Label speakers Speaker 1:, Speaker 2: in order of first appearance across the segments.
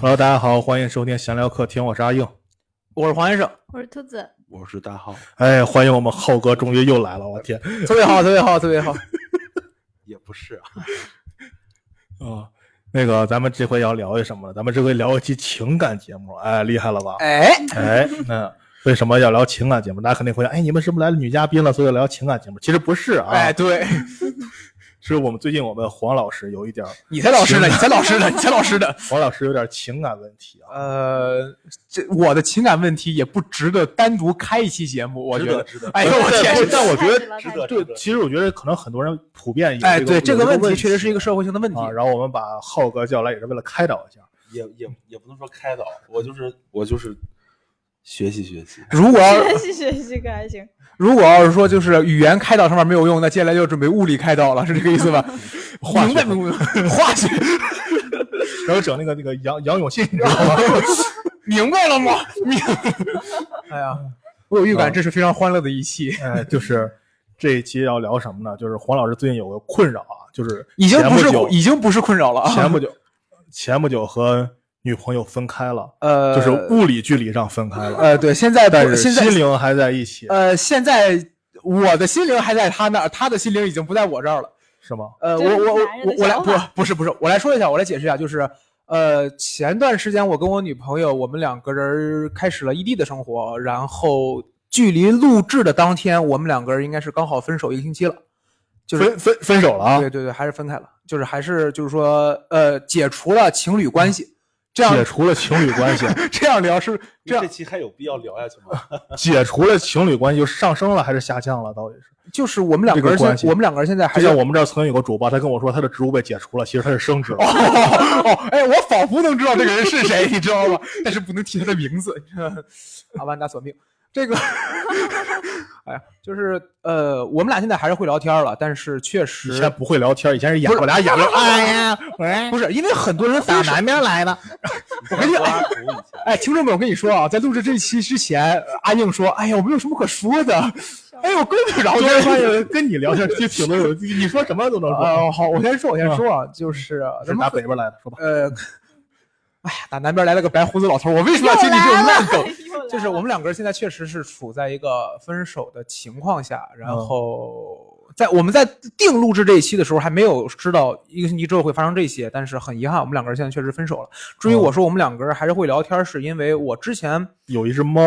Speaker 1: Hello，大家好，欢迎收听闲聊客厅，我是阿硬。
Speaker 2: 我是黄先生，
Speaker 3: 我是兔子，
Speaker 4: 我是大浩，
Speaker 1: 哎，欢迎我们浩哥，终于又来了，我天
Speaker 2: 特别好，特别好，特 别好。
Speaker 4: 也不是啊，
Speaker 1: 啊！那个，咱们这回要聊一什么呢？咱们这回聊一期情感节目，哎，厉害了吧？
Speaker 2: 哎，
Speaker 1: 哎，嗯，为什么要聊情感节目？大家肯定会想，哎，你们是不是来了女嘉宾了，所以要聊情感节目？其实不是啊，
Speaker 2: 哎，对
Speaker 1: 是我们最近我们黄老师有一点儿，
Speaker 2: 你才老 师呢，你才老师呢，你才老师呢。
Speaker 1: 黄老师有点情感问题啊，
Speaker 2: 呃，这我的情感问题也不值得单独开一期节目，我觉
Speaker 1: 值得
Speaker 2: 得
Speaker 1: 值得。
Speaker 2: 哎呦我天
Speaker 1: 但
Speaker 3: 是
Speaker 1: 但我觉得
Speaker 3: 太值
Speaker 1: 值得。
Speaker 3: 了太值
Speaker 1: 对
Speaker 3: 了，
Speaker 1: 其实我觉得可能很多人普遍有
Speaker 2: 哎，
Speaker 1: 这个
Speaker 2: 对这个
Speaker 1: 有
Speaker 2: 问
Speaker 1: 题
Speaker 2: 题确实是一个社会性的问题。
Speaker 1: 啊。然后我们把浩哥叫来也是为了开导一下。
Speaker 4: 也也也不能说开导，我就是我就是学习学习，
Speaker 2: 如 果要
Speaker 3: 学习学习可还行。
Speaker 2: 如果要是说就是语言开导上面没有用，那接下来就准备物理开导了，是这个意思 吧？
Speaker 1: 化学
Speaker 2: 明白明白， 化学
Speaker 1: 然后整那个那个杨杨永信，你知道 吗？
Speaker 2: 明白了吗？明， 哎呀，啊我有预感这是非常欢乐的一期，
Speaker 1: 哎，就是这一期要聊什么呢？就是黄老师最近有个困扰啊，就是
Speaker 2: 已经
Speaker 1: 前
Speaker 2: 不
Speaker 1: 不
Speaker 2: 是
Speaker 1: 久
Speaker 2: 已经不是困扰了啊。
Speaker 1: 前不久前不久和女朋友分开了，
Speaker 2: 呃，
Speaker 1: 就是物理距离上分开了，
Speaker 2: 呃，对，现在
Speaker 1: 但
Speaker 2: 不
Speaker 1: 是
Speaker 2: 现在
Speaker 1: 心灵还在一起，
Speaker 2: 呃，现在我的心灵还在他那儿，他的心灵已经不在我这儿了。
Speaker 1: 是吗？
Speaker 2: 呃，我
Speaker 3: 这是
Speaker 2: 我
Speaker 3: 男人的
Speaker 2: 我我我来
Speaker 3: 想
Speaker 2: 不
Speaker 3: 法
Speaker 2: 不是不是，我来说一下，我来解释一下，就是呃，前段时间我跟我女朋友，我们两个人开始了异地的生活，然后距离录制的当天，我们两个人应该是刚好分手一个星期了，就是
Speaker 1: 分分分手了啊！
Speaker 2: 对对对，还是分开了，就是还是就是说呃，解除了情侣关系，这样
Speaker 1: 解除了情侣关 系，
Speaker 2: 这样聊是这
Speaker 4: 这
Speaker 2: 样
Speaker 4: 这，期还有必要聊下去 吗？
Speaker 1: 解除了情侣关系，就上升了还是下降了？到底是？
Speaker 2: 就是我们两
Speaker 1: 这个
Speaker 2: 个人现
Speaker 1: 关系
Speaker 2: 我们两个人现在还
Speaker 1: 就是像我们这儿曾经有个主播，他跟我说他的职务被解除了，其实他是升职了。
Speaker 2: 哦，哎，我仿佛能知道这个人是谁，你知道吗？但是不能提他的名字。阿万达索命，这个， 哎呀，就是呃，我们俩现在还是会聊天了，但是确
Speaker 1: 以
Speaker 2: 实
Speaker 1: 前不会聊天，以前是演
Speaker 2: 不是
Speaker 1: 我俩演的，哎呀，喂，
Speaker 2: 不是因为很多人分手。
Speaker 1: 边来的，
Speaker 4: 我跟你挖苦以前，
Speaker 2: 哎，听众们，我跟你说啊，在录制这期之前，阿硬说：“哎呀，我没有什么可说的。”哎，我根本然后
Speaker 1: 我突然发现跟你聊天就挺多有，你说什么都能说。
Speaker 2: 呃，好，我先说，我先说啊，就是咱
Speaker 1: 是
Speaker 2: 们
Speaker 1: 打北边来的，说吧。
Speaker 2: 呃，哎呀，打南边来了个白胡子老头儿，我为什么要听你这种烂梗？
Speaker 3: 又来了
Speaker 2: 哦就是我们两个人现在确实是处在一个分手的情况下，然
Speaker 1: 嗯
Speaker 2: 后在我们在定录制这一期的时候还没有知道一个星期之后会发生这些，但是很遗憾，我们两个人现在确实分手了。至于
Speaker 1: 哦
Speaker 2: 我说我们两个人还是会聊天，是因为我之前
Speaker 1: 有一只猫，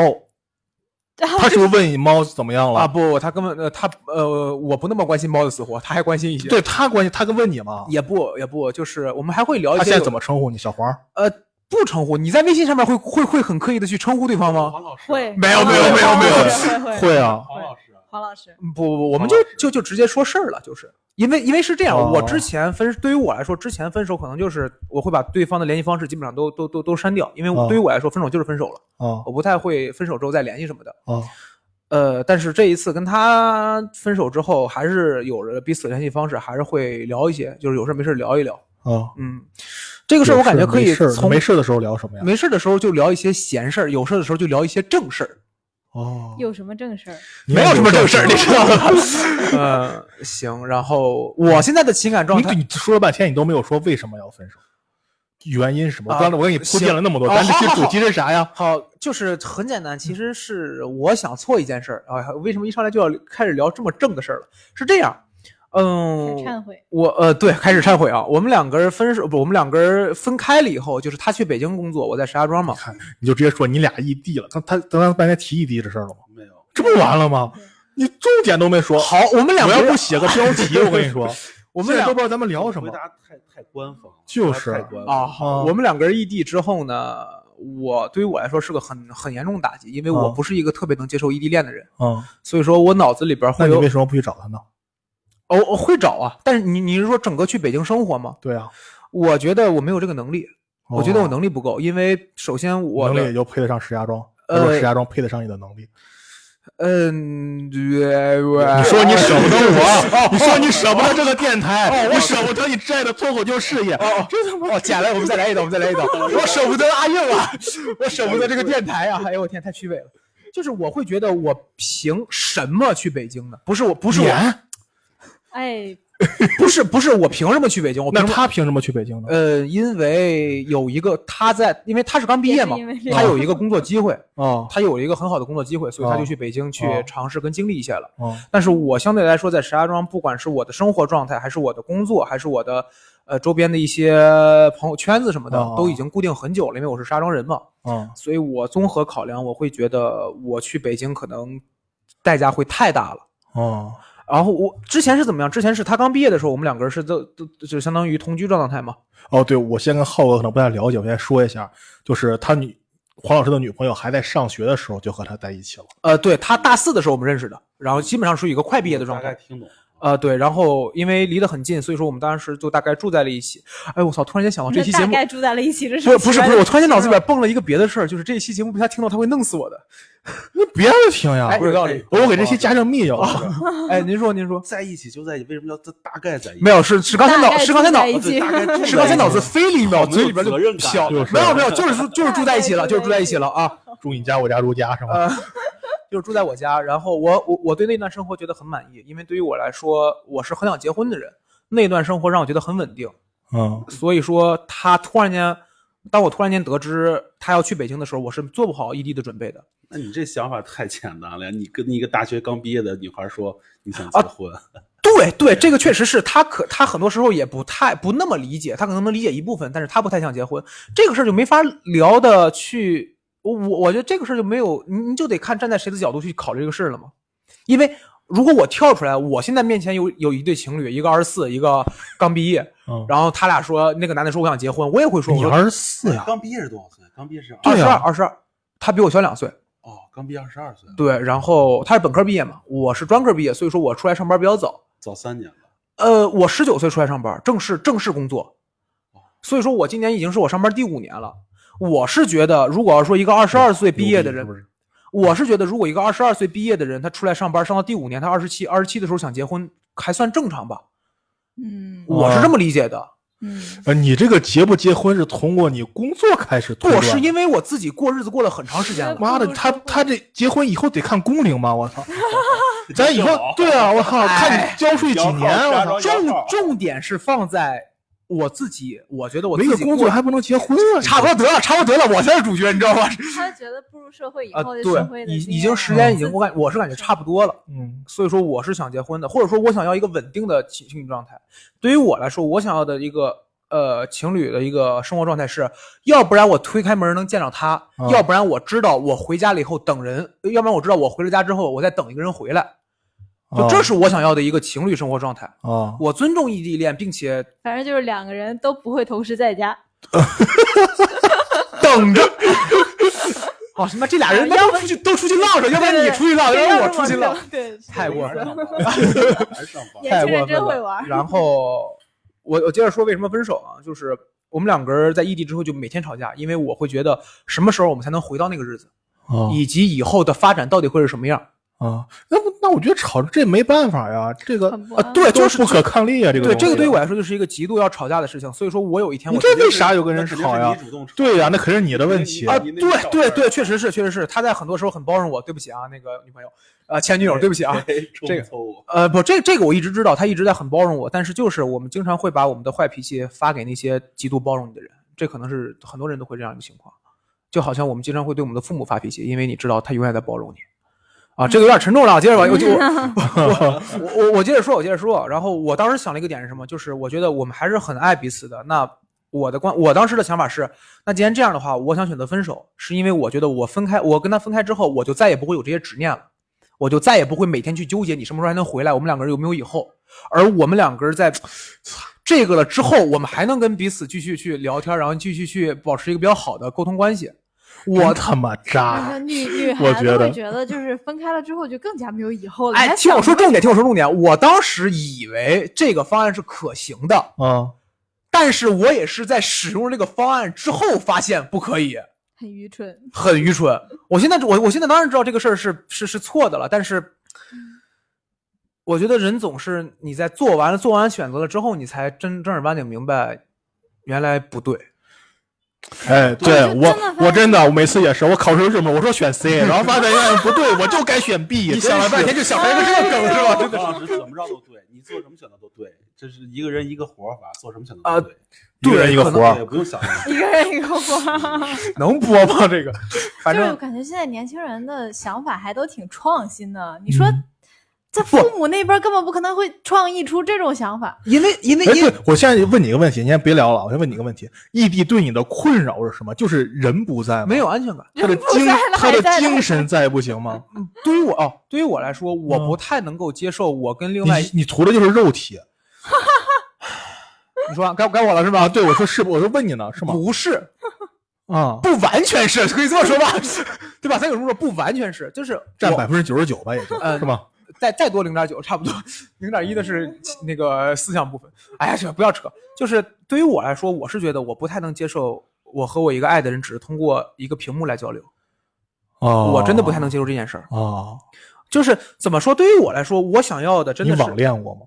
Speaker 1: 他是不是问你猫怎么样了？
Speaker 2: 啊不，他根本呃他呃我不那么关心猫的死活，他还关心一些，
Speaker 1: 对他关系，他跟问你吗？
Speaker 2: 也不也不就是我们还会聊一些
Speaker 1: 他现在
Speaker 2: 有
Speaker 1: 怎么称呼你？小黄？
Speaker 2: 呃不称呼你在微信上面会会会很刻意的去称呼对方吗？
Speaker 4: 黄老师啊
Speaker 3: 会
Speaker 2: 没有没有没有没有
Speaker 3: 会会
Speaker 1: 会啊，
Speaker 4: 黄老师啊，
Speaker 3: 黄老师，
Speaker 2: 嗯不不不，我们
Speaker 4: 黄
Speaker 2: 就
Speaker 4: 老师
Speaker 2: 就就直接说事儿了，就是因为因为是这样，
Speaker 1: 哦
Speaker 2: 我之前分对于我来说，之前分手可能就是我会把对方的联系方式基本上都都都都删掉，因为我
Speaker 1: 哦
Speaker 2: 对于我来说，分手就是分手了，
Speaker 1: 啊
Speaker 2: 我不太会分手之后再联系什么的。
Speaker 1: 啊
Speaker 2: 呃，但是这一次跟他分手之后，还是有了彼此联系方式，还是会聊一些，就是有事没事聊一聊。
Speaker 1: 啊！
Speaker 2: 嗯，这个事儿我感觉可以
Speaker 1: 没事儿
Speaker 2: 从
Speaker 1: 没事儿的时候聊什么呀？
Speaker 2: 没事儿的时候就聊一些闲事儿，有事儿的时候就聊一些正事儿。
Speaker 1: 哦，
Speaker 3: 有什么正事儿？
Speaker 1: 你
Speaker 2: 没有什么正事儿，你
Speaker 1: 你
Speaker 2: 知道吧？嗯，行。然后我现在的情感状态，
Speaker 1: 你说了半天，你都没有说为什么要分手，原因是什么？
Speaker 2: 啊
Speaker 1: 我刚才我给你铺垫了那 么多，
Speaker 2: 行
Speaker 1: 咱这期
Speaker 2: 哦好好
Speaker 1: 主题是啥呀？
Speaker 2: 好，就是很简单，其实是我想错一件事儿啊。为什么一上来就要开始聊这么正的事儿了？是这样，嗯，
Speaker 3: 忏悔，
Speaker 2: 我呃对，开始忏悔啊。我们两个人分手，不，我们两个人分开了以后，就是他去北京工作，我在石家庄嘛。
Speaker 1: 你就直接说你俩异地了。他他他刚才半天提异地这事儿了吗？
Speaker 4: 没有，
Speaker 1: 这不完了吗？你重点都没说。
Speaker 2: 好，我们两
Speaker 1: 我
Speaker 2: 个
Speaker 1: 要不
Speaker 2: 人，
Speaker 1: 写个标题，我跟你说，
Speaker 2: 我们
Speaker 1: 现在
Speaker 2: 俩
Speaker 1: 都不知道咱们聊什么
Speaker 4: 回。答太太官方了，
Speaker 1: 就是
Speaker 4: 太官
Speaker 2: 啊，
Speaker 4: 方了，
Speaker 2: 好，
Speaker 1: 嗯
Speaker 2: 我们两个人异地之后呢，我对于我来说是个很很严重的打击，因为我
Speaker 1: 嗯
Speaker 2: 不是一个特别能接受异地恋的人，
Speaker 1: 嗯，
Speaker 2: 所以说我脑子里边
Speaker 1: 那
Speaker 2: 会
Speaker 1: 你
Speaker 2: 有
Speaker 1: 为什么不去找他呢？
Speaker 2: 哦，我会找啊，但是你你是说整个去北京生活吗？
Speaker 1: 对啊，
Speaker 2: 我觉得我没有这个能力，我觉得我
Speaker 1: 哦
Speaker 2: 能力不够，因为首先我
Speaker 1: 能力
Speaker 2: 的
Speaker 1: 也就配得上石家庄，
Speaker 2: 呃
Speaker 1: 如果石家庄配得上你的能力。
Speaker 2: 嗯，对我
Speaker 1: 你说你舍不得我，
Speaker 2: 哦
Speaker 1: 你说你舍不得这个电台，
Speaker 2: 哦
Speaker 1: 你舍不得你挚爱的脱口秀事业，
Speaker 2: 哦，这他妈哦，捡了，我们再来一刀，我们再来一 刀，我舍不得阿硬啊，我舍不得这个电台啊，哎呦我天，太虚伪了。就是我会觉得我凭什么去北京呢？不是我，不是我，
Speaker 1: 脸
Speaker 3: 哎，
Speaker 2: 不是不是，我凭什么去北京？我凭
Speaker 1: 那
Speaker 2: 什么
Speaker 1: 他凭什么去北京呢？
Speaker 2: 呃，因为有一个他在，因为他是刚毕业嘛
Speaker 3: 也是因为这，个
Speaker 2: 他有一个工作机会，
Speaker 1: 哦
Speaker 2: 他有一个很好的工作机会，所以他
Speaker 1: 哦
Speaker 2: 就去北京去
Speaker 1: 哦
Speaker 2: 尝试跟经历一下了。
Speaker 1: 哦
Speaker 2: 但是我相对来说，在石家庄，不管是我的生活状态，还是我的工作，还是我的呃周边的一些朋友圈子什么的，
Speaker 1: 哦
Speaker 2: 都已经固定很久了，因为我是石家庄人嘛，
Speaker 1: 哦
Speaker 2: 所以我综合考量，我会觉得我去北京可能代价会太大了。
Speaker 1: 哦
Speaker 2: 然后我之前是怎么样？之前是他刚毕业的时候，我们两个人是都都就相当于同居状态嘛。
Speaker 1: 哦，对，我先跟浩哥可能不太了解，我先说一下，就是他女黄老师的女朋友还在上学的时候就和他在一起了。
Speaker 2: 呃，对他大四的时候我们认识的，然后基本上属于一个快毕业的状
Speaker 4: 大概
Speaker 2: 态。
Speaker 4: 听懂了。
Speaker 2: 呃，对，然后因为离得很近，所以说我们当时就大概住在了一起。哎，我操！突然间想到这期节
Speaker 3: 大
Speaker 2: 目，
Speaker 3: 概住在了一起，这
Speaker 2: 不是不是不是，我突然间脑子里
Speaker 3: 边
Speaker 2: 边蹦了一个别的事儿，就是这一期节目被他听到，他会弄死我 的。
Speaker 1: 那别听呀，
Speaker 2: 哎有道理
Speaker 1: 我给这期加上密钥匙。
Speaker 2: 哎，您说您说，
Speaker 4: 在一起就在一起，为什么要这大概在一起？
Speaker 2: 没有是是刚才
Speaker 3: 大
Speaker 2: 脑
Speaker 3: 概
Speaker 2: 是刚才
Speaker 3: 住
Speaker 2: 脑
Speaker 3: 在一
Speaker 2: 子
Speaker 3: 起
Speaker 4: 对大概住在一起
Speaker 2: 是刚才脑子飞了一秒，
Speaker 4: 好没有
Speaker 2: 嘴里边就
Speaker 4: 责任感
Speaker 2: 飘
Speaker 1: 就是
Speaker 2: 没有没有，就是说就是住在一 起了，就是住在一起了啊，
Speaker 1: 住你家，我家如家是吗？
Speaker 2: 呃，就是住在我家。然后我我我对那段生活觉得很满意，因为对于我来说，我是很想结婚的人，那段生活让我觉得很稳定。
Speaker 1: 嗯，
Speaker 2: 所以说他突然间，当我突然间得知他要去北京的时候，我是做不好异地的准备的。
Speaker 4: 那你这想法太简单了，你跟一个大学刚毕业的女孩说你想
Speaker 2: 啊
Speaker 4: 结婚，
Speaker 2: 对对，这个确实是他可他很多时候也不太不那么理解，他可能能理解一部分，但是他不太想结婚，这个事儿就没法聊的去。我我我觉得这个事儿就没有，你你就得看站在谁的角度去考虑这个事儿了嘛。因为如果我跳出来，我现在面前有有一对情侣，一个二十四，一个刚毕业，
Speaker 1: 嗯
Speaker 2: 然后他俩说那个男的说我想结婚，我也会说我
Speaker 1: 你
Speaker 2: 说
Speaker 1: 二十四呀，
Speaker 4: 刚毕业是多少岁？刚毕业是
Speaker 2: 二
Speaker 4: 二
Speaker 1: 对
Speaker 2: 十
Speaker 1: 呀
Speaker 2: 二二十二，他比我小两岁，
Speaker 4: 哦，刚毕业二十二岁，
Speaker 2: 对，然后他是本科毕业嘛，我是专科毕业，所以说我出来上班比较早，
Speaker 4: 早三 年了。
Speaker 2: 呃，我十九岁出来上班，正式正式工作，
Speaker 1: 哦
Speaker 2: 所以说我今年已经是我上班第五年了。我是觉得，如果要说一个二十二岁毕业的人
Speaker 1: 牛逼，是
Speaker 2: 我是觉得，如果一个二十二岁毕业的人，他出来上班上到第五年，他二十七，二十七的时候想结婚，还算正常吧？
Speaker 3: 嗯
Speaker 2: 我
Speaker 1: 哦
Speaker 2: 是这么理解的。
Speaker 3: 嗯，
Speaker 1: 不是？呃，你这个结不结婚是通过你工作开始推
Speaker 2: 我
Speaker 1: 断的。
Speaker 2: 是因为我自己过日子过了很长时间了，
Speaker 1: 妈的，他他这结婚以后得看工龄吗？我 操！咱以后对啊，我操，看
Speaker 2: 哎
Speaker 1: 你交税几年，
Speaker 4: 摇号
Speaker 1: 我
Speaker 4: 加
Speaker 1: 操
Speaker 4: 装，
Speaker 2: 重重点是放在我自己，我觉得我
Speaker 1: 没
Speaker 2: 自
Speaker 1: 个
Speaker 2: 己
Speaker 1: 工
Speaker 2: 过
Speaker 1: 作还不能结婚啊？
Speaker 2: 差不多得了，差不多得了，我才是主角，你知 道吗？
Speaker 3: 他觉得步入社会以
Speaker 2: 啊
Speaker 3: 后的，社会
Speaker 2: 对，
Speaker 3: 的
Speaker 2: 已
Speaker 3: 经
Speaker 2: 已
Speaker 3: 验
Speaker 2: 经时间已经
Speaker 3: 自
Speaker 2: 我感，
Speaker 3: 己
Speaker 2: 我是感觉差不多了，
Speaker 1: 嗯，
Speaker 2: 所以说我是想结婚的，或者说我想要一个稳定的情情侣状态。对于我来说，我想要的一个呃情侣的一个生活状态是，要不然我推开门能见着他，
Speaker 1: 嗯
Speaker 2: 要不然我知道我回家了以后等人，要不然我知道我回了家之后我再等一个人回来，就这是我想要的一个情侣生活状态。
Speaker 1: 啊，
Speaker 2: 我尊重异地恋，并且
Speaker 3: 反正就是两个人都不会同时在家，
Speaker 2: 等着。 哦，他妈这俩人
Speaker 3: 啊要
Speaker 2: 都
Speaker 3: 不
Speaker 2: 出去都出去浪着，要不然你出去浪，要
Speaker 3: 对
Speaker 2: 啊不
Speaker 3: 要
Speaker 2: 然我
Speaker 3: 是
Speaker 2: 出去 浪。，
Speaker 3: 对，是
Speaker 2: 太
Speaker 3: 这个意
Speaker 2: 过分
Speaker 3: 思
Speaker 2: 了
Speaker 4: 还是上班
Speaker 3: 也
Speaker 2: 太
Speaker 3: 确实
Speaker 2: 过分
Speaker 3: 真会
Speaker 2: 了
Speaker 3: 玩儿
Speaker 2: 然 后我我接着说为什么分手啊，就是我们两个人在异地之后就每天吵架，因为我会觉得什么时候我们才能回到那个日子，
Speaker 1: 啊
Speaker 2: 以及以后的发展到底会是什么样。
Speaker 1: 啊，那不那我觉得吵这没办法呀，这个
Speaker 3: 很不
Speaker 2: 啊
Speaker 3: 安
Speaker 2: 对
Speaker 1: 都
Speaker 2: 就是
Speaker 1: 不可抗力啊，这个
Speaker 2: 对，
Speaker 1: 东西
Speaker 2: 这个对于我来说就是一个极度要吵架的事情，所以说我有一天
Speaker 1: 你
Speaker 2: 我
Speaker 1: 这
Speaker 2: 决定
Speaker 1: 为啥有跟人
Speaker 4: 那肯定
Speaker 1: 吵
Speaker 4: 是
Speaker 1: 呀
Speaker 4: 你？主动吵
Speaker 1: 对呀，那肯定是你的问题
Speaker 4: 那
Speaker 2: 啊，
Speaker 4: 肯定你那
Speaker 2: 对
Speaker 4: 小
Speaker 2: 对
Speaker 4: 事儿
Speaker 2: 对，确实是确实是，他在很多时候很包容我，对不起啊，那个女朋友，呃，前女友，对不起啊。
Speaker 4: 这个我
Speaker 2: 呃，不，这这个我一直知道，他一直在很包容我，但是就是我们经常会把我们的坏脾气发给那些极度包容你的人，这可能是很多人都会这样一个情况，就好像我们经常会对我们的父母发脾气，因为你知道他永远在包容你。啊，这个有点沉重了，我接着吧，我就我我我我接着说，我接着说。然后我当时想了一个点是什么？就是我觉得我们还是很爱彼此的。那我的观，我当时的想法是，那既然这样的话，我想选择分手，是因为我觉得我分开，我跟他分开之后，我就再也不会有这些执念了。我就再也不会每天去纠结你什么时候还能回来，我们两个人有没有以后。而我们两个人在这个了之后，我们还能跟彼此继续去聊天，然后继续去保持一个比较好的沟通关系。我
Speaker 1: 真他妈
Speaker 3: 那个
Speaker 1: 渣，
Speaker 3: 女女
Speaker 2: 啊
Speaker 1: 我
Speaker 3: 孩
Speaker 1: 觉
Speaker 3: 子
Speaker 1: 得
Speaker 3: 会觉得，就是分开了之后就更加没有以后了。
Speaker 2: 哎
Speaker 3: 还，
Speaker 2: 听我
Speaker 3: 想
Speaker 2: 说
Speaker 3: 着
Speaker 2: 重点，听我说重点。我当时以为这个方案是可行的，
Speaker 1: 啊
Speaker 2: 但是我也是在使用这个方案之后发现不可以，
Speaker 3: 很愚蠢，
Speaker 2: 很愚蠢。我现在我我现在当然知道这个事儿是是是错的了，但是
Speaker 3: 嗯
Speaker 2: 我觉得人总是你在做完了做完选择了之后，你才真正儿八经明白原来不对。
Speaker 1: 哎，对我
Speaker 3: 我就真的发现
Speaker 1: 我真的我每次也是，我考试什么我说选 C，然后发现哎不对，我就该选 B，
Speaker 3: 啊
Speaker 2: 你想了半天就想出来一个这个梗是吧？
Speaker 4: 王老师怎么着都对，你做什么选择都对，这是一个人一个活法，做什么想
Speaker 2: 啊
Speaker 4: 都对，
Speaker 1: 一个人一个活
Speaker 4: 也
Speaker 1: 儿，
Speaker 4: 不用想那么 多。
Speaker 3: 一个人一个花。
Speaker 2: 能播吗？这个， 反
Speaker 3: 就是
Speaker 2: 正
Speaker 3: 感觉现在年轻人的想法还都挺创新的。你说
Speaker 2: 嗯，
Speaker 3: 在父母那边根本不可能会创意出这种想法。
Speaker 2: 因为因为
Speaker 1: 哎，
Speaker 2: 因为
Speaker 1: 对，我现在问你一个问题，你先别聊了，我先问你一个问题：异地对你的困扰是什么？就是人不在吗？
Speaker 2: 没有安全感。
Speaker 1: 他的
Speaker 3: 人不
Speaker 1: 精
Speaker 3: 在了
Speaker 1: 他的
Speaker 3: 还在
Speaker 1: 精神在不行吗？
Speaker 2: 对于我哦，对于我来说，我
Speaker 1: 嗯
Speaker 2: 不太能够接受我跟另
Speaker 1: 你
Speaker 2: 外一
Speaker 1: 你图的就是肉体
Speaker 2: 你说该该我了是
Speaker 1: 啊！
Speaker 2: 吧？
Speaker 1: 对，我说是不？我说问你呢，是吗？
Speaker 2: 不是，
Speaker 1: 啊，
Speaker 2: 不完全是，可以这么说吧， 对吧？咱有时候说不完全是，就是
Speaker 1: 占
Speaker 2: 我
Speaker 1: 百分之九十九吧，也就
Speaker 2: 呃
Speaker 1: 是吧？
Speaker 2: 再再多零点九，差不多零点一的是那个思想部分。哎呀，这不要扯，就是对于我来说，我是觉得我不太能接受我和我一个爱的人只是通过一个屏幕来交流，
Speaker 1: 哦，
Speaker 2: 我真的不太能接受这件事儿。
Speaker 1: 啊。
Speaker 2: 就是怎么说，对于我来说，我想要的真
Speaker 1: 你
Speaker 2: 的是
Speaker 1: 网恋过吗？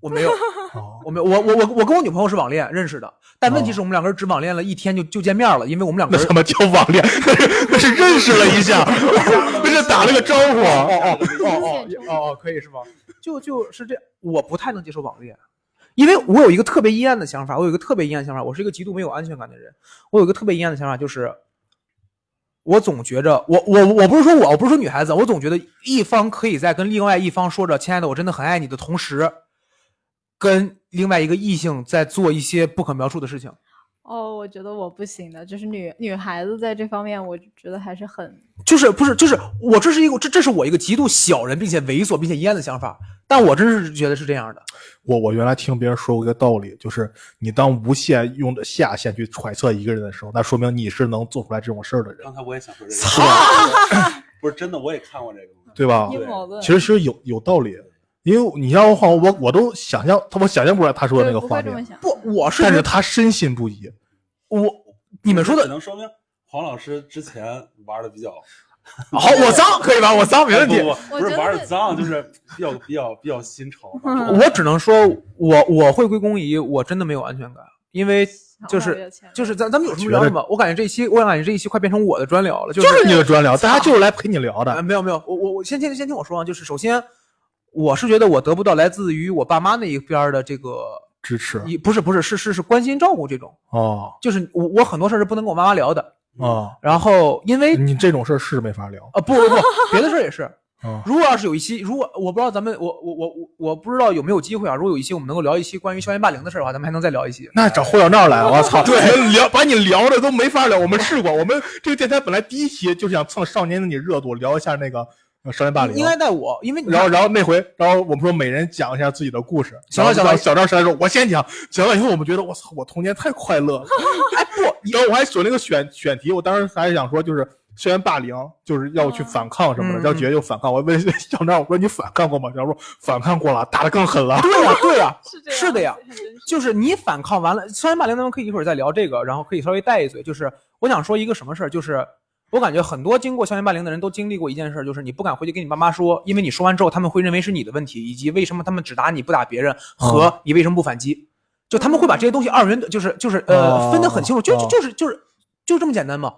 Speaker 2: 我没有，
Speaker 1: 哦，
Speaker 2: 我没有，我我我我跟我女朋友是网恋认识的，但问题是我们两个人只网恋了一天就就见面了，因为我们两 个
Speaker 1: 那
Speaker 2: 人
Speaker 1: 他妈叫网恋？那是那是认识了一下， 那是打了个招呼。哦哦，
Speaker 2: 哦 哦哦哦，可以是吗？就就是这样，我不太能接受网恋，因为我有一个特别阴暗的想法，我有一个特别阴暗的想法，我是一个极度没有安全感的人，我有一个特别阴暗的想法，就是我总觉着我我我不是说我我不是说女孩子，我总觉得一方可以在跟另外一方说着“亲爱的，我真的很爱你”的同时，跟另外一个异性在做一些不可描述的事情。
Speaker 3: 哦，我觉得我不行的，就是女女孩子在这方面，我觉得还是很
Speaker 2: 就是不是就是我这是一个这这是我一个极度小人并且猥琐并且阴暗的想法，但我真是觉得是这样的。
Speaker 1: 我我原来听别人说过一个道理，就是你当无限用的下限去揣测一个人的时候，那说明你是能做出来这种事儿的人，
Speaker 4: 刚才我也想说这个，对 不是真的，我也看过这个东西。
Speaker 1: 对
Speaker 2: 哦
Speaker 1: 吧？
Speaker 3: 阴谋论。
Speaker 1: 其实其实有有道理，因为你要换我，我都想象他，我想象不出来他说的那
Speaker 3: 对，
Speaker 1: 个
Speaker 3: 不
Speaker 1: 画
Speaker 3: 会这么
Speaker 1: 面，
Speaker 3: 想。
Speaker 2: 不，我是
Speaker 1: 但
Speaker 2: 觉
Speaker 1: 是
Speaker 2: 得
Speaker 1: 他深信不疑。
Speaker 2: 我你们说
Speaker 4: 只
Speaker 2: 的
Speaker 4: 能说明黄老师之前玩的比较
Speaker 2: 好，我脏可以吧？我脏没问题。
Speaker 4: 不不不不
Speaker 3: 我觉
Speaker 4: 是
Speaker 3: 得
Speaker 4: 玩的脏，就是比较比较比较新潮。
Speaker 3: 嗯
Speaker 2: 我只能说，我我会归功于我真的没有安全感，因为
Speaker 3: 哦
Speaker 2: 就是就是咱咱们有什么聊什么。我感觉这一期，我感觉这一期快变成我的专聊了，就
Speaker 1: 就是是你的专聊，大家就是来陪你聊
Speaker 2: 呃
Speaker 1: 的。
Speaker 2: 没有没有，我我我先听先听我说啊，就是首先。我是觉得我得不到来自于我爸妈那一边儿的这个，
Speaker 1: 支持
Speaker 2: 一不是不是是是是关心照顾这种，
Speaker 1: 哦
Speaker 2: 就是我我很多事儿是不能跟我妈妈聊的。
Speaker 1: 哦，
Speaker 2: 然后因为
Speaker 1: 你这种事儿是没法聊
Speaker 2: 啊不不不，别的事儿也是，
Speaker 1: 啊。
Speaker 2: 如果要是有一期，如果我不知道咱们，我我我我我不知道有没有机会啊。如果有一期我们能够聊一期关于校园霸凌的事儿的话，咱们还能再聊一期。
Speaker 1: 那找后小闹来，我操！对，聊把你聊的都没法聊。我们试过，我们这个电台本来第一期就是想蹭少年的你热度，聊一下那个呃少年霸凌
Speaker 2: 应。该带我，因为你
Speaker 1: 然后，然后那回，然后我们说每人讲一下自己的故事。
Speaker 2: 行了
Speaker 1: 然
Speaker 2: 行
Speaker 1: 后
Speaker 2: 了
Speaker 1: 小赵上来说：“我先讲。”讲完以后，我们觉得我操，我童年太快乐了。 哎不，然后我还选了一个选选题，我当时还想说，就是校园霸凌，就是要去反抗什么
Speaker 2: 嗯
Speaker 1: 的，要决就反抗。我问 小赵，我说你反抗过吗？小赵说反抗过了，打得更狠了。
Speaker 2: 对呀、对呀、
Speaker 3: 是
Speaker 2: 这样是的呀，就是你反抗完了，校园霸凌咱们可以一会儿再聊这个，然后可以稍微带一嘴。就是我想说一个什么事儿，就是我感觉很多经过校园霸凌的人都经历过一件事儿，就是你不敢回去跟你爸妈说，因为你说完之后他们会认为是你的问题，以及为什么他们只打你不打别人，
Speaker 1: 嗯
Speaker 2: 和你为什么不反击。就他们会把这些东西二元的，就是就是呃
Speaker 1: 哦
Speaker 2: 分得很清楚，就就
Speaker 1: 哦
Speaker 2: 就是就是就这么简单嘛。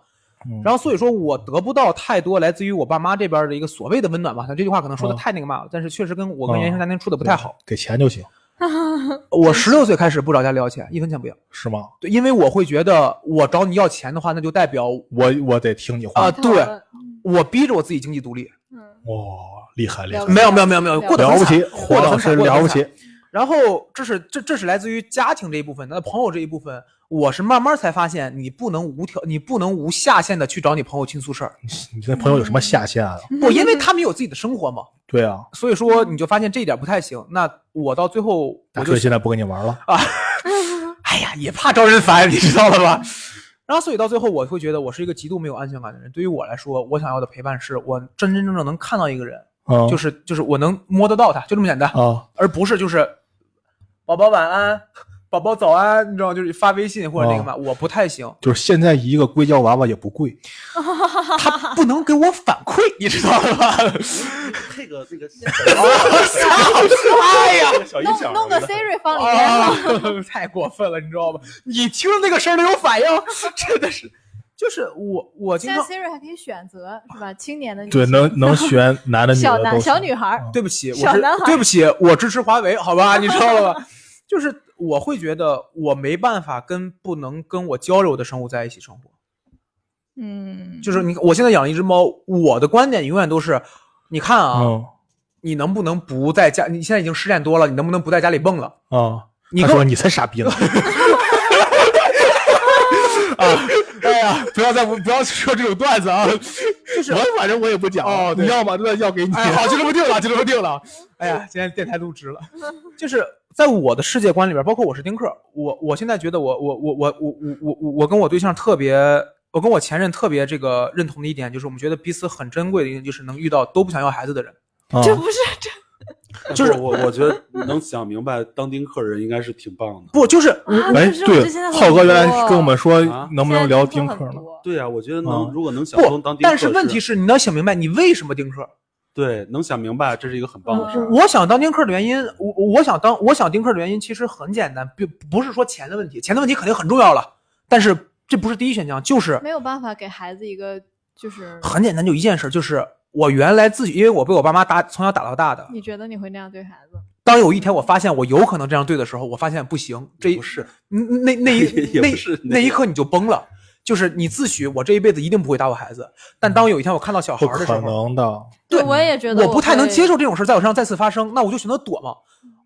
Speaker 1: 嗯
Speaker 2: 然后所以说我得不到太多来自于我爸妈这边的一个所谓的温暖吧，他这句话可能说的
Speaker 1: 嗯
Speaker 2: 太那个嘛，但是确实跟我跟
Speaker 1: 嗯
Speaker 2: 原生家庭 处的不太好。
Speaker 1: 给钱就行，
Speaker 2: 我十六岁开始不找家里要钱，一分钱不要，
Speaker 1: 是吗？
Speaker 2: 对，因为我会觉得我找你要钱的话，那就代表
Speaker 1: 我我得听你话
Speaker 2: 啊对我逼着我自己经济独立。
Speaker 3: 嗯，
Speaker 1: 哇、厉害厉害
Speaker 3: 了，
Speaker 2: 没有没有没有没
Speaker 3: 了
Speaker 2: 有，过得
Speaker 1: 了
Speaker 2: 很
Speaker 1: 不
Speaker 2: 惨
Speaker 1: 起，活到深了不起。
Speaker 2: 然后这是这这是来自于家庭这一部分，那朋友这一部分，我是慢慢才发现，你不能无条，你不能无下限的去找你朋友倾诉事儿，
Speaker 1: 你跟朋友有什么下限啊？
Speaker 2: 不，因为他们有自己的生活嘛，
Speaker 1: 对啊，
Speaker 2: 所以说你就发现这一点不太行。那我到最后
Speaker 1: 大
Speaker 2: 我
Speaker 1: 哥
Speaker 2: 就
Speaker 1: 现在不跟你玩了。
Speaker 2: 哎呀，也怕招人烦，你知道了吧？然后，所以到最后，我会觉得我是一个极度没有安全感的人。对于我来说，我想要的陪伴是我真真正正能看到一个人，
Speaker 1: 嗯，
Speaker 2: 就是就是我能摸得到他，就这么简单，
Speaker 1: 啊，
Speaker 2: 而不是就是宝宝晚安，宝宝早安，你知道吗，就是发微信或者那个嘛，我不太行，
Speaker 1: 就是现在一个硅胶娃娃也不贵。
Speaker 2: 他不能给我反馈，你知道了吧？
Speaker 3: 嗯
Speaker 4: 这个这个，
Speaker 2: 哎呀，
Speaker 4: 这个小音
Speaker 3: 弄
Speaker 4: 响
Speaker 3: 弄
Speaker 4: 什
Speaker 3: 个
Speaker 4: 么的
Speaker 3: Siri 放里面，
Speaker 2: 啊，太过分了，你知道吗？你听那个声儿都有反应， 真的是，就是我我经
Speaker 3: 现在
Speaker 2: 常
Speaker 3: Siri 还可以选择是吧？青年的女
Speaker 1: 对，
Speaker 3: 性
Speaker 1: 能能选男的女
Speaker 3: 小
Speaker 1: 的
Speaker 3: 男
Speaker 1: 都行
Speaker 2: 啊
Speaker 3: 小女孩儿，
Speaker 2: 对不起，我
Speaker 3: 小
Speaker 2: 是
Speaker 3: 男孩
Speaker 2: 对不起，我支持华为，好吧，你知道了吧？ 就是我会觉得我没办法跟不能跟我交流的生物在一起生活。
Speaker 3: 嗯，
Speaker 2: 就是你，我现在养了一只猫，我的观点永远都是，你看啊，
Speaker 1: 嗯
Speaker 2: 你能不能不在家？你现在已经十点多了，你能不能不在家里蹦了？
Speaker 1: 啊，
Speaker 2: 你
Speaker 1: 他
Speaker 2: 跟
Speaker 1: 说
Speaker 2: 我
Speaker 1: 你才傻逼 呢。啊，哎呀，不要再不不要说这种段子啊！
Speaker 2: 就是
Speaker 1: 我反正我也不讲
Speaker 2: 哦对
Speaker 1: 你要么那要给你。
Speaker 2: 哎好
Speaker 1: 就这么定了，就这么 定了。
Speaker 2: 哎呀，今天电台录制 了，就是在我的世界观里边，包括我是丁克，我我现在觉得我我我我我我我我我跟我对象特别，我跟我前任特别这个认同的一点，就是我们觉得彼此很珍贵的一点，就是能遇到都不想要孩子的人。
Speaker 1: 啊
Speaker 3: 这不是这
Speaker 2: 就是
Speaker 4: 我我我觉得能想明白当丁克人应该是挺棒的。
Speaker 2: 不，就是
Speaker 3: 啊，
Speaker 1: 哎
Speaker 3: 可，是我
Speaker 1: 对
Speaker 3: 这现在，很
Speaker 1: 浩哥原来
Speaker 3: 多
Speaker 1: 跟我们说
Speaker 4: 啊
Speaker 1: 能不能聊丁克呢？？
Speaker 4: 对呀、我觉得
Speaker 1: 啊
Speaker 4: 能如果能想
Speaker 2: 嗯不
Speaker 4: 通当，丁克，
Speaker 2: 但是问题是你能想明白你为什么丁克。
Speaker 4: 对能想明白这是一个很棒的事儿。
Speaker 2: 我想当丁克的原因，我我想当我想丁克的原因其实很简单，不不是说钱的问题，钱的问题肯定很重要了，但是这不是第一选项，就是
Speaker 3: 没有办法给孩子一个就是，
Speaker 2: 很简单，就一件事，就是我原来自己，因为我被我爸妈打从小打到大的，
Speaker 3: 你觉得你会那样对孩子？
Speaker 2: 当有一天我发现我有可能这样对的时候，我发现不行，这一
Speaker 4: 不是
Speaker 2: 嗯那那
Speaker 4: 也
Speaker 2: 一
Speaker 4: 也
Speaker 2: 那
Speaker 4: 不是
Speaker 2: 那一刻你就崩了。就是你自诩我这一辈子一定不会打我孩子，
Speaker 4: 嗯
Speaker 2: 但当有一天我看到小孩
Speaker 1: 不
Speaker 2: 儿的时
Speaker 1: 可
Speaker 2: 候，
Speaker 1: 能的。
Speaker 2: 对
Speaker 3: 我也觉得
Speaker 2: 我不太能
Speaker 3: 会
Speaker 2: 接受这种事在我身上再次发生，那我就选择躲嘛。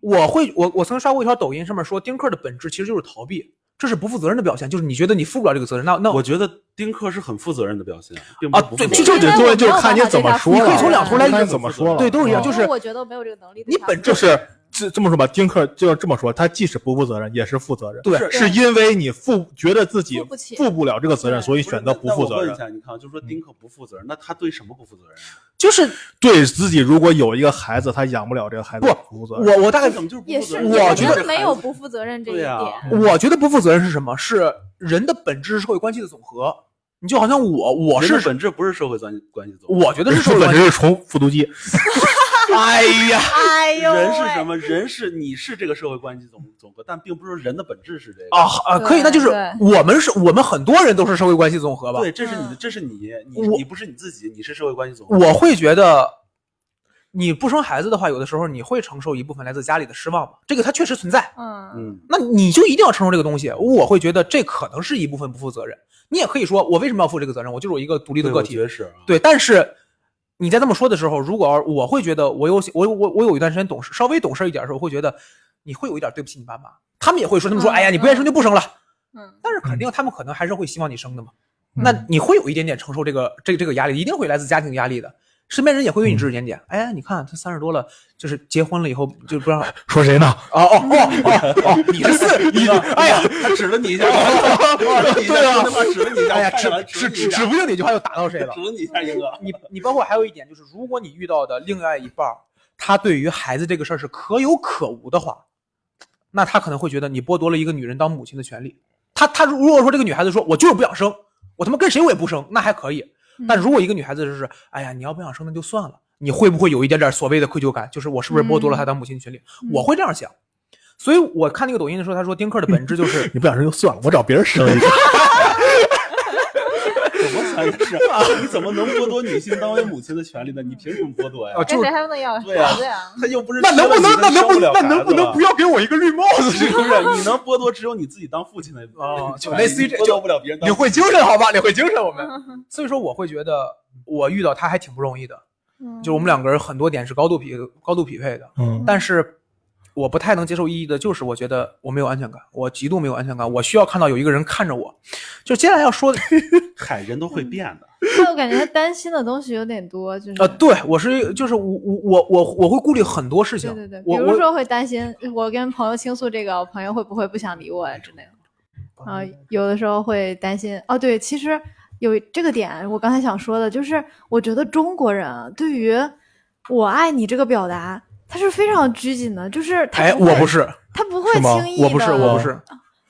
Speaker 2: 我会，我我曾经刷过一条抖音，上面说丁克的本质其实就是逃避，这是不负责任的表现，就是你觉得你负不了这个责任，那那
Speaker 4: 我觉得丁克是很负责任的表现，并
Speaker 2: 啊
Speaker 4: 不不负
Speaker 2: 对
Speaker 4: 责
Speaker 2: 这就
Speaker 4: 任
Speaker 3: 因
Speaker 1: 对，
Speaker 3: 为我
Speaker 1: 就是
Speaker 3: 没有
Speaker 1: 看你
Speaker 3: 办法
Speaker 1: 怎
Speaker 3: 对
Speaker 1: 么
Speaker 3: 他
Speaker 1: 说了，
Speaker 3: 负
Speaker 2: 你可以从两头来
Speaker 1: 看
Speaker 2: 一
Speaker 1: 你
Speaker 2: 种
Speaker 1: 怎么
Speaker 4: 思
Speaker 1: 说
Speaker 4: 考
Speaker 1: 了。
Speaker 2: 对都是一样，
Speaker 1: 嗯
Speaker 2: 就是
Speaker 3: 因为我觉得我没有这个能力对
Speaker 2: 你
Speaker 3: 他
Speaker 2: 本
Speaker 3: 负
Speaker 2: 质
Speaker 1: 就
Speaker 3: 责
Speaker 1: 是这这么说吧，丁克就要这么说，他既是不负责任，也是负责任。
Speaker 2: 对
Speaker 4: 是
Speaker 1: 是因为你负觉得自己
Speaker 3: 负不起
Speaker 1: 负不了这个责任，
Speaker 3: 对
Speaker 1: 所以
Speaker 4: 不是
Speaker 1: 选择
Speaker 4: 那
Speaker 1: 不
Speaker 4: 那
Speaker 1: 负
Speaker 4: 我
Speaker 1: 责
Speaker 4: 问
Speaker 1: 任
Speaker 4: 一。下，你看，就说丁克不负责任，那他对什么不负责任？啊
Speaker 2: 就是
Speaker 1: 对自己如果有一个孩子，他养不了这个孩子，
Speaker 2: 不
Speaker 1: 不负责任。
Speaker 2: 我我大概
Speaker 4: 他怎么就是不
Speaker 3: 也
Speaker 4: 负责
Speaker 3: 是，
Speaker 4: 任？
Speaker 2: 我
Speaker 4: 他
Speaker 2: 觉
Speaker 4: 对
Speaker 2: 得
Speaker 4: 这
Speaker 3: 没
Speaker 4: 孩
Speaker 3: 有
Speaker 4: 子
Speaker 3: 不负责任这一
Speaker 4: 对啊
Speaker 3: 点。
Speaker 2: 我觉得不负责任是什么？是人的本质是社会关系的总和。你就好像我，我
Speaker 4: 人的
Speaker 2: 是
Speaker 4: 本质不是社会关系关系总和。
Speaker 2: 我觉得是社
Speaker 1: 说
Speaker 2: 会
Speaker 1: 本
Speaker 2: 关
Speaker 1: 质
Speaker 2: 系。
Speaker 1: 是重复读机，
Speaker 2: 哎呀，
Speaker 3: 哎呦，
Speaker 4: 人是什？么？人是你是这个社会关系总总和，但并不是说人的本质是这个。
Speaker 2: 啊啊，可以，那就是
Speaker 3: 对
Speaker 2: 我们是我们很多人都是社会关系总和吧？
Speaker 4: 对，这是你的，
Speaker 3: 嗯
Speaker 4: 这是你，你
Speaker 2: 我
Speaker 4: 你不是你自己，你是社会关系总和。
Speaker 2: 我会觉得，你不生孩子的话，有的时候你会承受一部分来自家里的失望吧，这个它确实存在。
Speaker 3: 嗯，
Speaker 4: 嗯，
Speaker 2: 那你就一定要承受这个东西。我会觉得这可能是一部分不负责任。你也可以说，我为什么要负这个责任？我就是我一个独立
Speaker 4: 对
Speaker 2: 的个
Speaker 4: 我
Speaker 2: 体
Speaker 4: 觉。得是啊。
Speaker 2: 对，但是你在这么说的时候，如果我会觉得我有我我我有一段时间懂事，稍微懂事一点的时候，我会觉得你会有一点对不起你爸妈。他们也会说，他们说，
Speaker 3: 嗯
Speaker 2: 哎呀，你不愿意生就不生了。
Speaker 3: 嗯，
Speaker 2: 但是肯定他们可能还是会希望你生的嘛。
Speaker 1: 嗯
Speaker 2: 那你会有一点点承受这个这个这个压力，一定会来自家庭压力的。身边人也会对你指指点
Speaker 4: 嗯
Speaker 2: 点，哎，你看他三十多了，就是结婚了以后就不让 哦
Speaker 1: 说谁呢？
Speaker 2: 哦哦哦 哦，你是四，你哎呀，
Speaker 4: 他指了你 一 下，对
Speaker 1: 啊
Speaker 4: 他妈指了你一下，
Speaker 2: 哎呀，
Speaker 4: 看
Speaker 2: 指
Speaker 4: 见了
Speaker 2: 指
Speaker 4: 指
Speaker 2: 指指
Speaker 4: 了
Speaker 2: 不定哪句话就打到谁
Speaker 4: 你一下
Speaker 2: 了
Speaker 4: 指。了你一下，英哥。
Speaker 2: 你你包括还有一点就是，如果你遇到的另外一半儿，他对于孩子这个事儿是可有可无的话，那他可能会觉得你剥夺了一个女人当母亲的权利。他他如果说这个女孩子说我就是不想生，我他妈跟谁我也不生，那还可以。
Speaker 3: 嗯
Speaker 2: 但如果一个女孩子就是，哎呀，你要不想生那就算了，你会不会有一点点所谓的愧疚感？就是我是不是剥夺了她当母亲的权利？
Speaker 3: 嗯
Speaker 2: 我会这样想。所以我看那个抖音的时候，他说丁克的本质就是
Speaker 1: 你不想生就算了，我找别人生一个。
Speaker 4: 我想也是啊，你怎么能剥夺女性当为母亲的权利呢？你凭什么剥夺呀
Speaker 2: 啊？
Speaker 3: 跟
Speaker 2: 就是
Speaker 3: 谁还能要
Speaker 4: 对啊
Speaker 3: 孩子 呀？
Speaker 4: 他又不是
Speaker 2: 那能不能那能不能那能不能不
Speaker 4: 要？
Speaker 2: 要给我一个绿 帽子？
Speaker 4: 是不是你能剥夺只有你自己当父亲的
Speaker 2: 啊就
Speaker 4: 权利
Speaker 2: 类似于
Speaker 4: 你
Speaker 2: 这
Speaker 4: 剥夺不了别人当
Speaker 2: 领会精神好吧，领会精神我们。
Speaker 3: 嗯
Speaker 2: 所以说我会觉得我遇到他还挺不容易的，
Speaker 3: 嗯
Speaker 2: 就是我们两个人很多点是高度匹高度匹配的，
Speaker 1: 嗯，
Speaker 2: 但是我不太能接受异议的就是我觉得我没有安全感，我极度没有安全感，我需要看到有一个人看着我。就接下来要说的，
Speaker 4: 嗨，人都会变的。
Speaker 3: 但我感觉他担心的东西有点多，就是
Speaker 2: 呃，对我是就是我我我我我会顾虑很多事情，
Speaker 3: 对对对，比
Speaker 2: 我
Speaker 3: 如
Speaker 2: 我
Speaker 3: 说会担心我跟朋友倾诉这个，我朋友会不会不想理我呀之类的。啊、有的时候会担心哦。对，其实有这个点，我刚才想说的就是，我觉得中国人啊对于“我爱你”这个表达，他是非常拘谨的，就是他
Speaker 2: 哎，我不
Speaker 3: 会，
Speaker 2: 是，
Speaker 3: 他不会
Speaker 1: 是吗
Speaker 3: 轻易的，
Speaker 2: 我不是，我不是，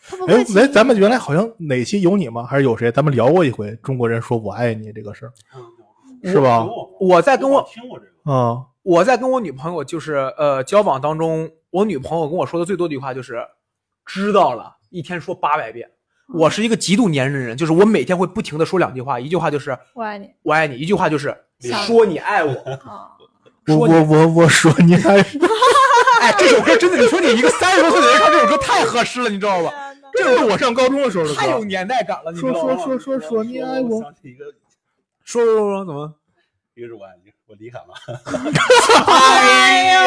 Speaker 3: 他不
Speaker 1: 哎
Speaker 3: 会，轻
Speaker 1: 来，
Speaker 3: 易。
Speaker 1: 咱们原来好像哪期有你吗？还是有谁？咱们聊过一回中国人说我爱你这个事儿，
Speaker 4: 嗯
Speaker 1: 是吧？
Speaker 2: 我在跟我
Speaker 4: 听过这个，
Speaker 1: 啊，
Speaker 2: 我在跟我女朋友就是呃交往当中，我女朋友跟我说的最多的一句话就是“知道了”，一天说八百遍。我是一个极度粘人的人，就是我每天会不停的说两句话，一句话就是
Speaker 3: 我爱你。
Speaker 2: “我爱你”，一句话就是
Speaker 3: 想
Speaker 2: 说你爱我。
Speaker 3: 啊、
Speaker 1: 我
Speaker 2: 说你
Speaker 1: 我我我说你爱
Speaker 2: 哎，这首歌真的，你说你一个三十多岁的人唱这首歌太合适了，你知道吧？
Speaker 5: 天哪
Speaker 1: 这是我上高中的时候的
Speaker 2: 太有
Speaker 1: 歌。
Speaker 2: 年代感了，你知
Speaker 1: 说
Speaker 2: 道吗？
Speaker 1: 说说说说，你爱
Speaker 4: 我
Speaker 1: 我。
Speaker 4: 想起一个，
Speaker 2: 说说说，怎么？
Speaker 4: 一个是我爱你，我离开了，
Speaker 5: 哎呦，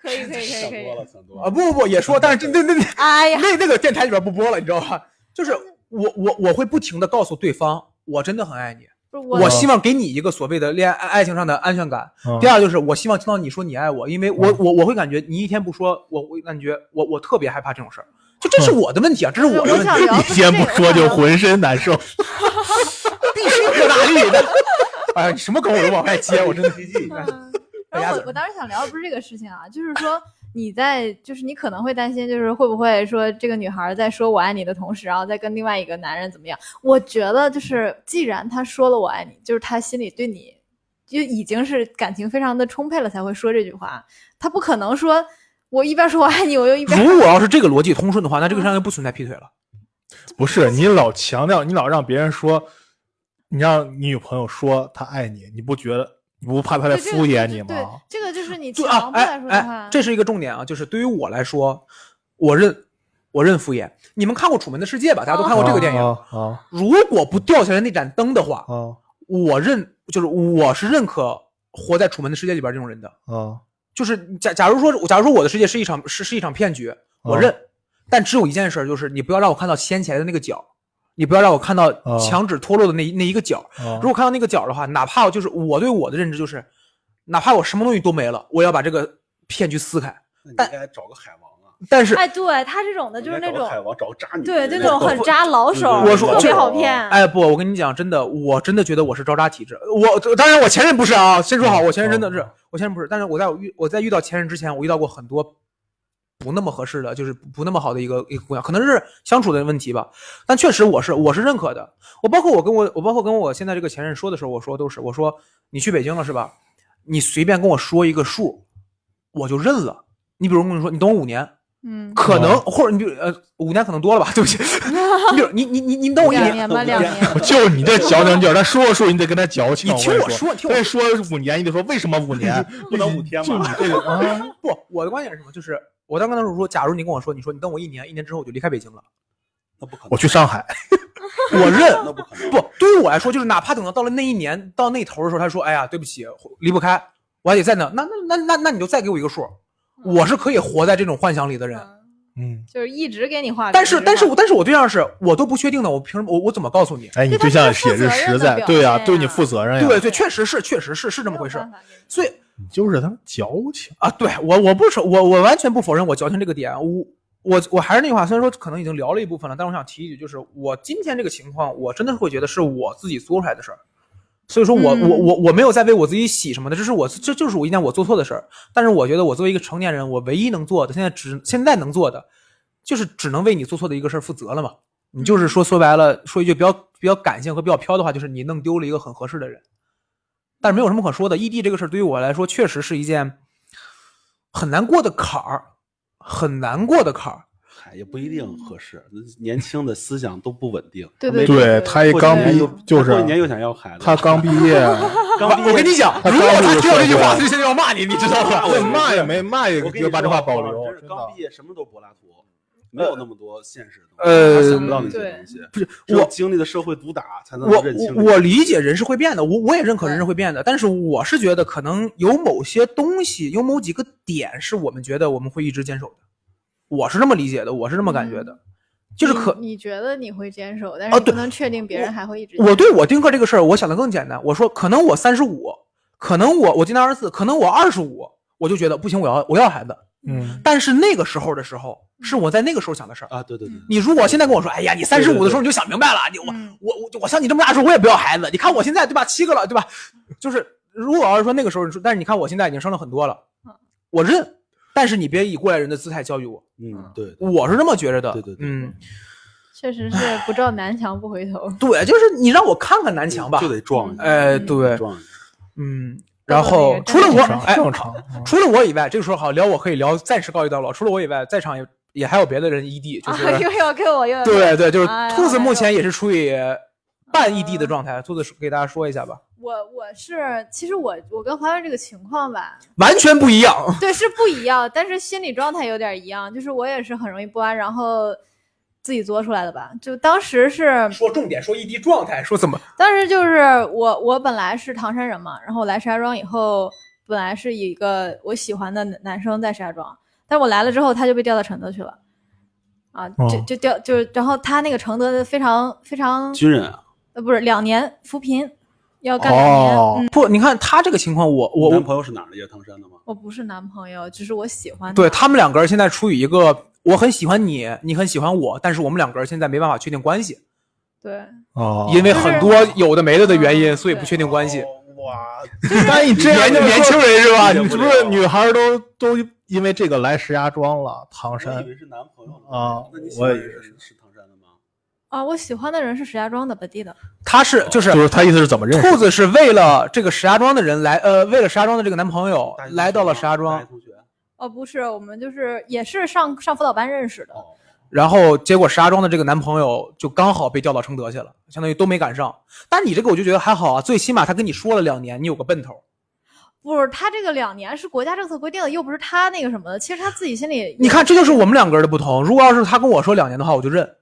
Speaker 5: 可以可以可以
Speaker 4: 想
Speaker 5: 可以
Speaker 4: 多，了，想多
Speaker 2: 啊，
Speaker 4: 了。
Speaker 2: 不不不，也说，但是这那那那
Speaker 5: 哎呀，
Speaker 2: 那那个电台里边不播了，你知道吧？就是我我我会不停的告诉对方，我真的很爱你，
Speaker 3: 不是
Speaker 2: 我希望给你一个所谓的恋爱爱情上的安全感。
Speaker 1: 嗯
Speaker 2: 第二就是我希望听到你说你爱我，因为我我我会感觉你一天不说，我我感觉我我特别害怕这种事儿。就这是我的问题啊，这是我的
Speaker 3: 哎我
Speaker 2: 问题，
Speaker 3: 想 聊，
Speaker 1: 你先不说，就
Speaker 3: 回。
Speaker 1: 浑身难受。
Speaker 2: 必须有大力的。哎呀，你什么梗我都往外接，我真的。
Speaker 3: 嗯
Speaker 2: 大
Speaker 3: 然
Speaker 2: 家
Speaker 3: 后我
Speaker 2: 怎
Speaker 3: 我当时想聊的不是这个事情啊，就是说你在就是你可能会担心，就是会不会说这个女孩在说我爱你的同时，然后再跟另外一个男人怎么样？我觉得就是既然她说了我爱你，就是她心里对你就已经是感情非常的充沛了才会说这句话，她不可能说我一边说我爱你，我又一边
Speaker 2: 如果要是这个逻辑通顺的话，那这个世界上就不存在劈腿了。
Speaker 3: 嗯
Speaker 1: 不是你老强调，你老让别人说，你让你女朋友说她爱你，你不觉得你不怕她在
Speaker 3: 对这个
Speaker 1: 敷衍
Speaker 3: 就
Speaker 1: 你
Speaker 3: 对
Speaker 1: 吗？，
Speaker 3: 这个就是你
Speaker 2: 就啊
Speaker 3: 强，迫来
Speaker 2: 哎
Speaker 3: 说的
Speaker 2: 哎
Speaker 3: 话，，
Speaker 2: 这是一个重点啊，就是对于我来说，我认我认敷衍。你们看过《楚门的世界》吧？大
Speaker 3: 哦
Speaker 2: 家都看过这个电影。
Speaker 1: 啊啊
Speaker 2: 如果不掉下来那盏灯的话，
Speaker 1: 啊
Speaker 2: 我认就是我是认可活在《楚门的世界》里边这种人的。
Speaker 1: 啊！
Speaker 2: 就是假假如说，假如说我的世界是一场是是一场骗局，我认，但只有一件事儿，就是你不要让我看到掀起来的那个角，你不要让我看到
Speaker 1: 哦
Speaker 2: 墙纸脱落的那一那一个角。
Speaker 1: 啊
Speaker 2: 如果看到那个角的话，哪怕就是我对我的认知就是，哪怕我什么东西都没了，我也要把这个骗局撕开。
Speaker 4: 那你应该找个海王啊，
Speaker 2: 但是，
Speaker 5: 哎，对他这种的就是
Speaker 4: 你应该
Speaker 5: 那
Speaker 4: 找
Speaker 5: 种，
Speaker 4: 个海王，找个渣女，
Speaker 5: 对，
Speaker 4: 就
Speaker 5: 就那种很渣老手，
Speaker 2: 我说
Speaker 5: 特别
Speaker 2: 就
Speaker 5: 好
Speaker 3: 嗯
Speaker 5: 骗。
Speaker 2: 哎不，我跟你讲，真的，我真的觉得我是招渣体质。我当然我前任不是啊，先说好，我前任真的是
Speaker 1: 哦，
Speaker 2: 我前任不是。但是我在我遇我在遇到前任之前，我遇到过很多不那么合适的，就是不不那么好的一个一个姑娘，可能是相处的问题吧。但确实我是我是认可的。我包括我跟我我包括跟我现在这个前任说的时候，我说都是我说你去北京了是吧？你随便跟我说一个数，我就认了。你比如跟你说，你等我五年，
Speaker 3: 嗯，
Speaker 2: 可
Speaker 1: 哦
Speaker 2: 能、或者你比如呃五年可能多了吧，对不起。 你比如你你你你等我一
Speaker 3: 两
Speaker 2: 年，
Speaker 3: 年吧，两年。
Speaker 1: 就你这矫情劲儿，他说说你得跟他矫情。
Speaker 2: 你听
Speaker 1: 我
Speaker 2: 哦我
Speaker 1: 跟
Speaker 2: 说，听
Speaker 1: 你
Speaker 2: 我
Speaker 1: 说，他说五年，你得说为什么五年？
Speaker 4: 不能五天
Speaker 1: 就你
Speaker 4: 嘛。
Speaker 1: 这个啊，
Speaker 2: 不，我的观点是什么？就是我当刚当时说，假如你跟我说，你说你等我一年，一年之后我就离开北京了，
Speaker 4: 那不可能，
Speaker 1: 我去上海，
Speaker 2: 我认
Speaker 4: 那不可能。
Speaker 2: 不。对于我来说，就是哪怕等到到了那一年到那头的时候，他说，哎呀，对不起，离不开，我还得再等。那那那那那你就再给我一个数，
Speaker 4: 嗯
Speaker 2: 我是可以活在这种幻想里的人。
Speaker 1: 嗯，
Speaker 3: 就是一直给你画饼。
Speaker 2: 但是
Speaker 3: 吧
Speaker 2: 但是我但是我对象是我都不确定的，我凭什么我我怎么告诉你？
Speaker 1: 哎，你
Speaker 3: 对
Speaker 1: 对
Speaker 3: 他
Speaker 1: 象
Speaker 3: 们
Speaker 1: 也
Speaker 3: 是
Speaker 1: 是
Speaker 3: 负责任
Speaker 1: 实
Speaker 3: 的
Speaker 1: 在，
Speaker 3: 表
Speaker 1: 对呀，
Speaker 3: 现啊
Speaker 1: 对你
Speaker 3: 呀
Speaker 1: 负责任呀，
Speaker 2: 对啊对，确实是确实是是这
Speaker 3: 没
Speaker 2: 么
Speaker 3: 有
Speaker 2: 回事
Speaker 3: 办
Speaker 4: 啊
Speaker 2: 儿。
Speaker 3: 法给你
Speaker 2: 所以
Speaker 1: 你就是他妈矫情。
Speaker 2: 啊，对我我不是我我完全不否认我矫情这个点，我我我还是那句话，虽然说可能已经聊了一部分了，但我想提一句，就是我今天这个情况，我真的是会觉得是我自己做出来的事儿，所以说我、
Speaker 3: 嗯
Speaker 2: 我我我没有在为我自己洗什么的，这是我这就是我一件我做错的事儿，但是我觉得我作为一个成年人，我唯一能做的，现在只现在能做的，就是只能为你做错的一个事儿负责了嘛。你就是说说白了，说一句比较比较感性和比较飘的话，就是你弄丢了一个很合适的人。但是没有什么可说的，异，E 地这个事儿对于我来说确实是一件很难过的坎儿，很难过的坎儿。
Speaker 4: 哎，也不一定合适，年轻的思想都不稳定。
Speaker 3: 对
Speaker 4: 没准
Speaker 1: 对他一
Speaker 4: 过几
Speaker 1: 刚
Speaker 4: 年
Speaker 1: 毕
Speaker 4: 又
Speaker 1: 就
Speaker 4: 过几年
Speaker 1: 是
Speaker 4: 又想要孩子，
Speaker 1: 他刚毕业，
Speaker 4: 刚毕
Speaker 2: 啊
Speaker 4: 业
Speaker 2: 我跟你讲，
Speaker 1: 他
Speaker 2: 如果
Speaker 1: 刚入
Speaker 2: 他听到这句
Speaker 1: 社会
Speaker 2: 话，他就现在要骂你，你知道吧？
Speaker 1: 对骂也没骂也
Speaker 4: 我跟你
Speaker 1: 就把这话保
Speaker 4: 说啊
Speaker 1: 留
Speaker 4: 真。是
Speaker 1: 真
Speaker 2: 啊
Speaker 4: 刚
Speaker 1: 的
Speaker 4: 毕业什么都柏拉图，没有那么多现实的东西，
Speaker 2: 呃
Speaker 4: 他想不到那
Speaker 3: 嗯
Speaker 4: 些东西。不是，
Speaker 2: 我
Speaker 4: 经历了社会毒打，才能
Speaker 2: 我
Speaker 4: 认清
Speaker 2: 我我理解人是会变的，我我也认可人是会变的，但是我是觉得可能有某些东西，有某几个点是我们觉得我们会一直坚守的，我是这么理解的，我是这么感觉的，
Speaker 4: 嗯
Speaker 2: 就是可
Speaker 3: 你你觉得你会坚守，但
Speaker 2: 啊
Speaker 3: 是不
Speaker 2: 对
Speaker 3: 能确定别人还会一直坚守。
Speaker 2: 我对我丁克这个事儿，我想的更简单。我说，可能我三十五，可能我我今年二十四，可能我二十五，我就觉得不行，我要我要孩子。
Speaker 1: 嗯，
Speaker 2: 但是那个时候的时候，是我在那个时候想的事儿。
Speaker 4: 嗯啊，对对对，
Speaker 2: 你如果现在跟我说，哎呀，你三十五的时候你就想明白了，你我
Speaker 3: 嗯
Speaker 2: 我我我像你这么大的时候我也不要孩子。你看我现在对吧，七个了对吧？就是如果要是说那个时候，但是你看我现在已经生了很多了
Speaker 3: 嗯，
Speaker 2: 我认。但是你别以过来人的姿态教育我，
Speaker 4: 嗯，对，对
Speaker 2: 我是这么觉着的。
Speaker 4: 对对对
Speaker 2: 嗯，
Speaker 3: 确实是不撞南墙不回头。
Speaker 2: 对，就是你让我看看南墙吧
Speaker 4: 就。得撞一下，
Speaker 2: 哎，
Speaker 3: 嗯
Speaker 2: 对，
Speaker 4: 撞一下。
Speaker 2: 嗯，
Speaker 3: 到了那
Speaker 2: 然后
Speaker 3: 个
Speaker 2: 除了
Speaker 3: 正
Speaker 2: 我，
Speaker 1: 常
Speaker 2: 哎，
Speaker 1: 正常。
Speaker 2: 除了我以外，这个时候好聊，我可以聊，暂时告一段落。除了我以外，在场也 也还有别的人异地，就
Speaker 3: 啊
Speaker 2: 是、，
Speaker 3: 又要跟我又要
Speaker 2: 对对，就是
Speaker 3: 哎呀
Speaker 2: 兔子目前也是处于半异地的状态。兔子给大家说一下吧，
Speaker 3: 我我是其实我我跟花花这个情况吧，
Speaker 2: 完全不一样。
Speaker 3: 对，是不一样，但是心理状态有点一样，就是我也是很容易不安，然后自己作出来的吧。就当时是，
Speaker 2: 说重点，说异地状态，说怎么
Speaker 3: 当时就是我我本来是唐山人嘛，然后我来石家庄以后，本来是一个我喜欢的男生在石家庄，但我来了之后他就被调到承德去了，啊，就
Speaker 1: 哦
Speaker 3: 就调就然后他那个承德的非常非常
Speaker 4: 军人啊，
Speaker 3: 呃不是两年扶贫，要嗯干两年。
Speaker 1: 哦，
Speaker 2: 不？你看他这个情况，我我
Speaker 4: 男
Speaker 2: 我，
Speaker 4: 朋友是哪儿的？也是唐山的吗？
Speaker 3: 我不是男朋友，只是我喜欢他。
Speaker 2: 对他们两个人现在处于一个我很喜欢你，你很喜欢我，但是我们两个人现在没办法确定关系，
Speaker 3: 对，
Speaker 1: 哦
Speaker 2: 因为
Speaker 3: 就是
Speaker 2: 很多有的没的的原因，
Speaker 3: 嗯
Speaker 2: 所以不确定关系。
Speaker 4: 哇，
Speaker 1: 那你这样
Speaker 2: 年
Speaker 1: 就是
Speaker 2: 年
Speaker 1: 说
Speaker 2: 轻人是吧？
Speaker 1: 你
Speaker 4: 理解
Speaker 1: 是
Speaker 4: 不
Speaker 1: 不是
Speaker 4: 了
Speaker 1: 女孩都都因为这个来石家庄了？唐
Speaker 4: 我
Speaker 1: 山
Speaker 4: 以为是男朋友呢
Speaker 1: 啊
Speaker 4: 那你喜
Speaker 1: 我
Speaker 4: 欢
Speaker 1: 也
Speaker 4: 的人是是唐山的吗？
Speaker 3: 啊，我喜欢的人是石家庄的本地的。
Speaker 2: 他是就是
Speaker 1: 就是他意思是怎么认识
Speaker 2: 兔？子是为了这个石家庄的人来，呃，为了石家庄的这个男朋友
Speaker 4: 大学
Speaker 2: 来到了石家
Speaker 4: 大
Speaker 2: 庄
Speaker 4: 学，同学
Speaker 3: 哦，不是，我们就是也是上上辅导班认识的。
Speaker 4: 哦，
Speaker 2: 然后结果石家庄的这个男朋友就刚好被调到承德去了，相当于都没赶上。但你这个我就觉得还好啊，最起码他跟你说了两年，你有个奔头。
Speaker 3: 不是，他这个两年是国家政策规定的，又不是他那个什么的。其实他自己心里，
Speaker 2: 你看，这就是我们两个人的不同。如果要是他跟我说两年的话，我就认。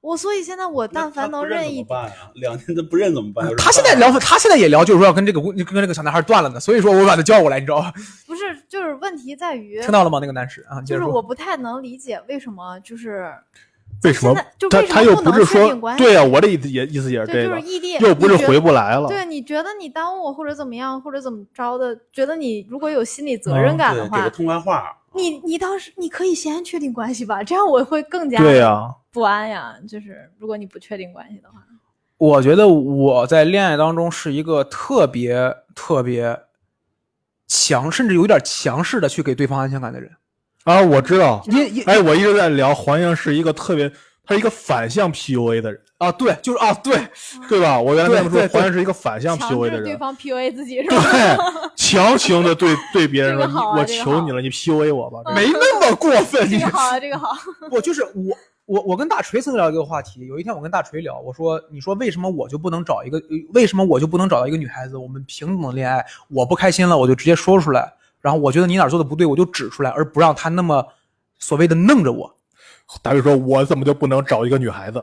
Speaker 3: 我，所以现在我但凡能
Speaker 4: 认
Speaker 3: 认一
Speaker 4: 怎么，办啊呀？两年都不认怎么办？
Speaker 2: 他现在聊，他现在也聊，就是说要跟这个姑跟这个小男孩断了呢。所以说我把他叫过来，你知道吧？
Speaker 3: 不是，就是问题在于，
Speaker 2: 听到了吗？那个男士啊，你接
Speaker 3: 就
Speaker 2: 着
Speaker 3: 是
Speaker 2: 说。
Speaker 3: 我不太能理解为什么就是
Speaker 1: 为什么
Speaker 3: 现在就
Speaker 1: 他
Speaker 3: 为什么
Speaker 1: 他又
Speaker 3: 不能
Speaker 1: 是
Speaker 3: 确
Speaker 1: 说
Speaker 3: 定关系
Speaker 1: 对啊？我的意思也意思也是
Speaker 3: 对，
Speaker 1: 这
Speaker 3: 就
Speaker 1: 个
Speaker 3: 是，异地，
Speaker 1: 又不是
Speaker 3: 你觉
Speaker 1: 回不来了。
Speaker 3: 对，你觉得你耽误我或者怎么样或者怎么着的，觉得你如果有心理
Speaker 1: 嗯
Speaker 3: 责任感的
Speaker 4: 对，给个
Speaker 3: 话，
Speaker 4: 痛快话。啊
Speaker 3: 你你倒是你可以先确定关系吧，这样我会更加
Speaker 1: 对呀，
Speaker 3: 不安呀。就是如果你不确定关系的话，
Speaker 2: 我觉得我在恋爱当中是一个特别特别强，甚至有点强势的去给对方安全感的人。
Speaker 1: 啊，我知道。
Speaker 2: 因因
Speaker 1: 哎，我一直在聊黄英是一个特别，他是一个反向 PUA 的人，
Speaker 2: 啊，对，就是啊，对，
Speaker 1: 对吧？我原来
Speaker 2: 对
Speaker 1: 跟他们
Speaker 2: 对
Speaker 1: 说，
Speaker 2: 对
Speaker 1: 黄英是一个反向
Speaker 3: 强
Speaker 1: PUA 的
Speaker 3: 制对
Speaker 1: 人，
Speaker 3: 方 PUA 自己 是吧？
Speaker 1: 对，强行的对对别人
Speaker 3: 这个
Speaker 1: 说，
Speaker 3: 好啊
Speaker 1: 你我
Speaker 3: 这个
Speaker 1: 求
Speaker 3: 好嗯
Speaker 1: 你了，你 PUA 我吧。这个
Speaker 2: 没那么过分。
Speaker 3: 这
Speaker 2: 你
Speaker 3: 个好啊，这个好。
Speaker 2: 我就是我，我我跟大锤曾经聊一个话题。有一天我跟大锤聊，我说：“你说为什么我就不能找一个，呃为什么我就不能找到一个女孩子？我们平等的恋爱，我不开心了，我就直接说出来。然后我觉得你哪儿做的不对，我就指出来，而不让他那么所谓的弄着我。
Speaker 1: 大锤说：“我怎么就不能找一个女孩子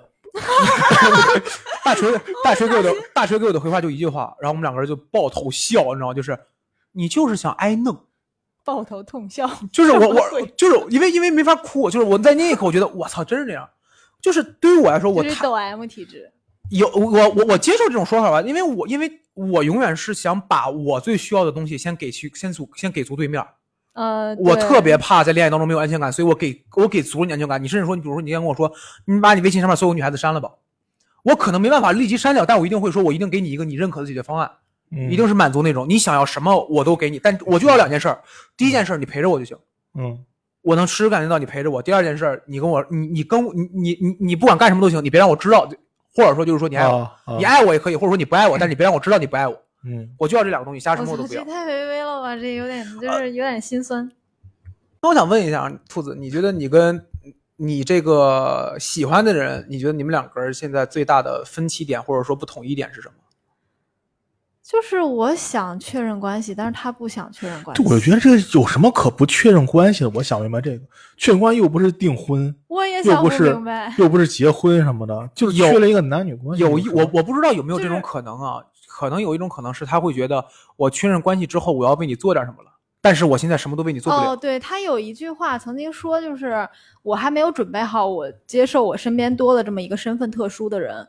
Speaker 2: 大锤，大锤给我的大锤给我的回话就一句话，然后我们两个人就抱头笑，你知道吗？就是你就是想挨弄，
Speaker 3: 抱头痛笑，
Speaker 2: 就是我我就是因为因为没法哭，就是我在那一刻我觉得我操，真是这样。就是对于我来说，我
Speaker 3: 这是
Speaker 2: 太
Speaker 3: 抖 M 体质。
Speaker 2: 有我我我接受这种说法吧，因为我因为我永远是想把我最需要的东西先给去先足先给足对面儿。
Speaker 3: 呃，
Speaker 2: 我
Speaker 3: 对
Speaker 2: 特别怕在恋爱当中没有安全感，所以我给我给足了你安全感。你甚至说，你比如说你今天跟我说，你把你微信上面所有女孩子删了吧，我可能没办法立即删掉，但我一定会说，我一定给你一个你认可的解决方案。？”
Speaker 1: 嗯
Speaker 2: 一定是满足那种你想要什么我都给你，但我就要两件事儿。第一件事儿，你陪着我就行，
Speaker 1: 嗯，
Speaker 2: 我能实时感觉到你陪着我。第二件事儿，你跟我，你你跟我，你你你你不管干什么都行，你别让我知道，或者说就是说你爱我，
Speaker 1: 啊啊
Speaker 2: 你爱我也可以，或者说你不爱我，但是你别让我知道你不爱我。
Speaker 1: 嗯，
Speaker 2: 我就要这两个东西，其他什
Speaker 3: 我
Speaker 2: 么我
Speaker 3: 操，
Speaker 2: 都不
Speaker 3: 这
Speaker 2: 要。啊
Speaker 3: 太卑微了吧？这有点就是有点心酸。
Speaker 2: 那我想问一下兔子，你觉得你跟你这个喜欢的人，你觉得你们两个人现在最大的分歧点或者说不统一点是什么？
Speaker 3: 就是我想确认关系，但是他不想确认关系
Speaker 1: 对，。我觉得这个有什么可不确认关系的？我想明白这个，确认关系又不是订婚，
Speaker 3: 我也
Speaker 1: 又
Speaker 3: 想
Speaker 1: 不是
Speaker 3: 明白，
Speaker 1: 又不是结婚什么的，就是
Speaker 2: 有
Speaker 1: 确了一个男女关系。
Speaker 2: 有一我我不知道有没有这
Speaker 3: 就
Speaker 2: 种
Speaker 3: 是
Speaker 2: 可能啊，可能有一种可能是他会觉得我确认关系之后，我要为你做点什么了，但是我现在什么都为你做不了。
Speaker 3: 哦，对他有一句话曾经说，就是我还没有准备好，我接受我身边多了这么一个身份特殊的人。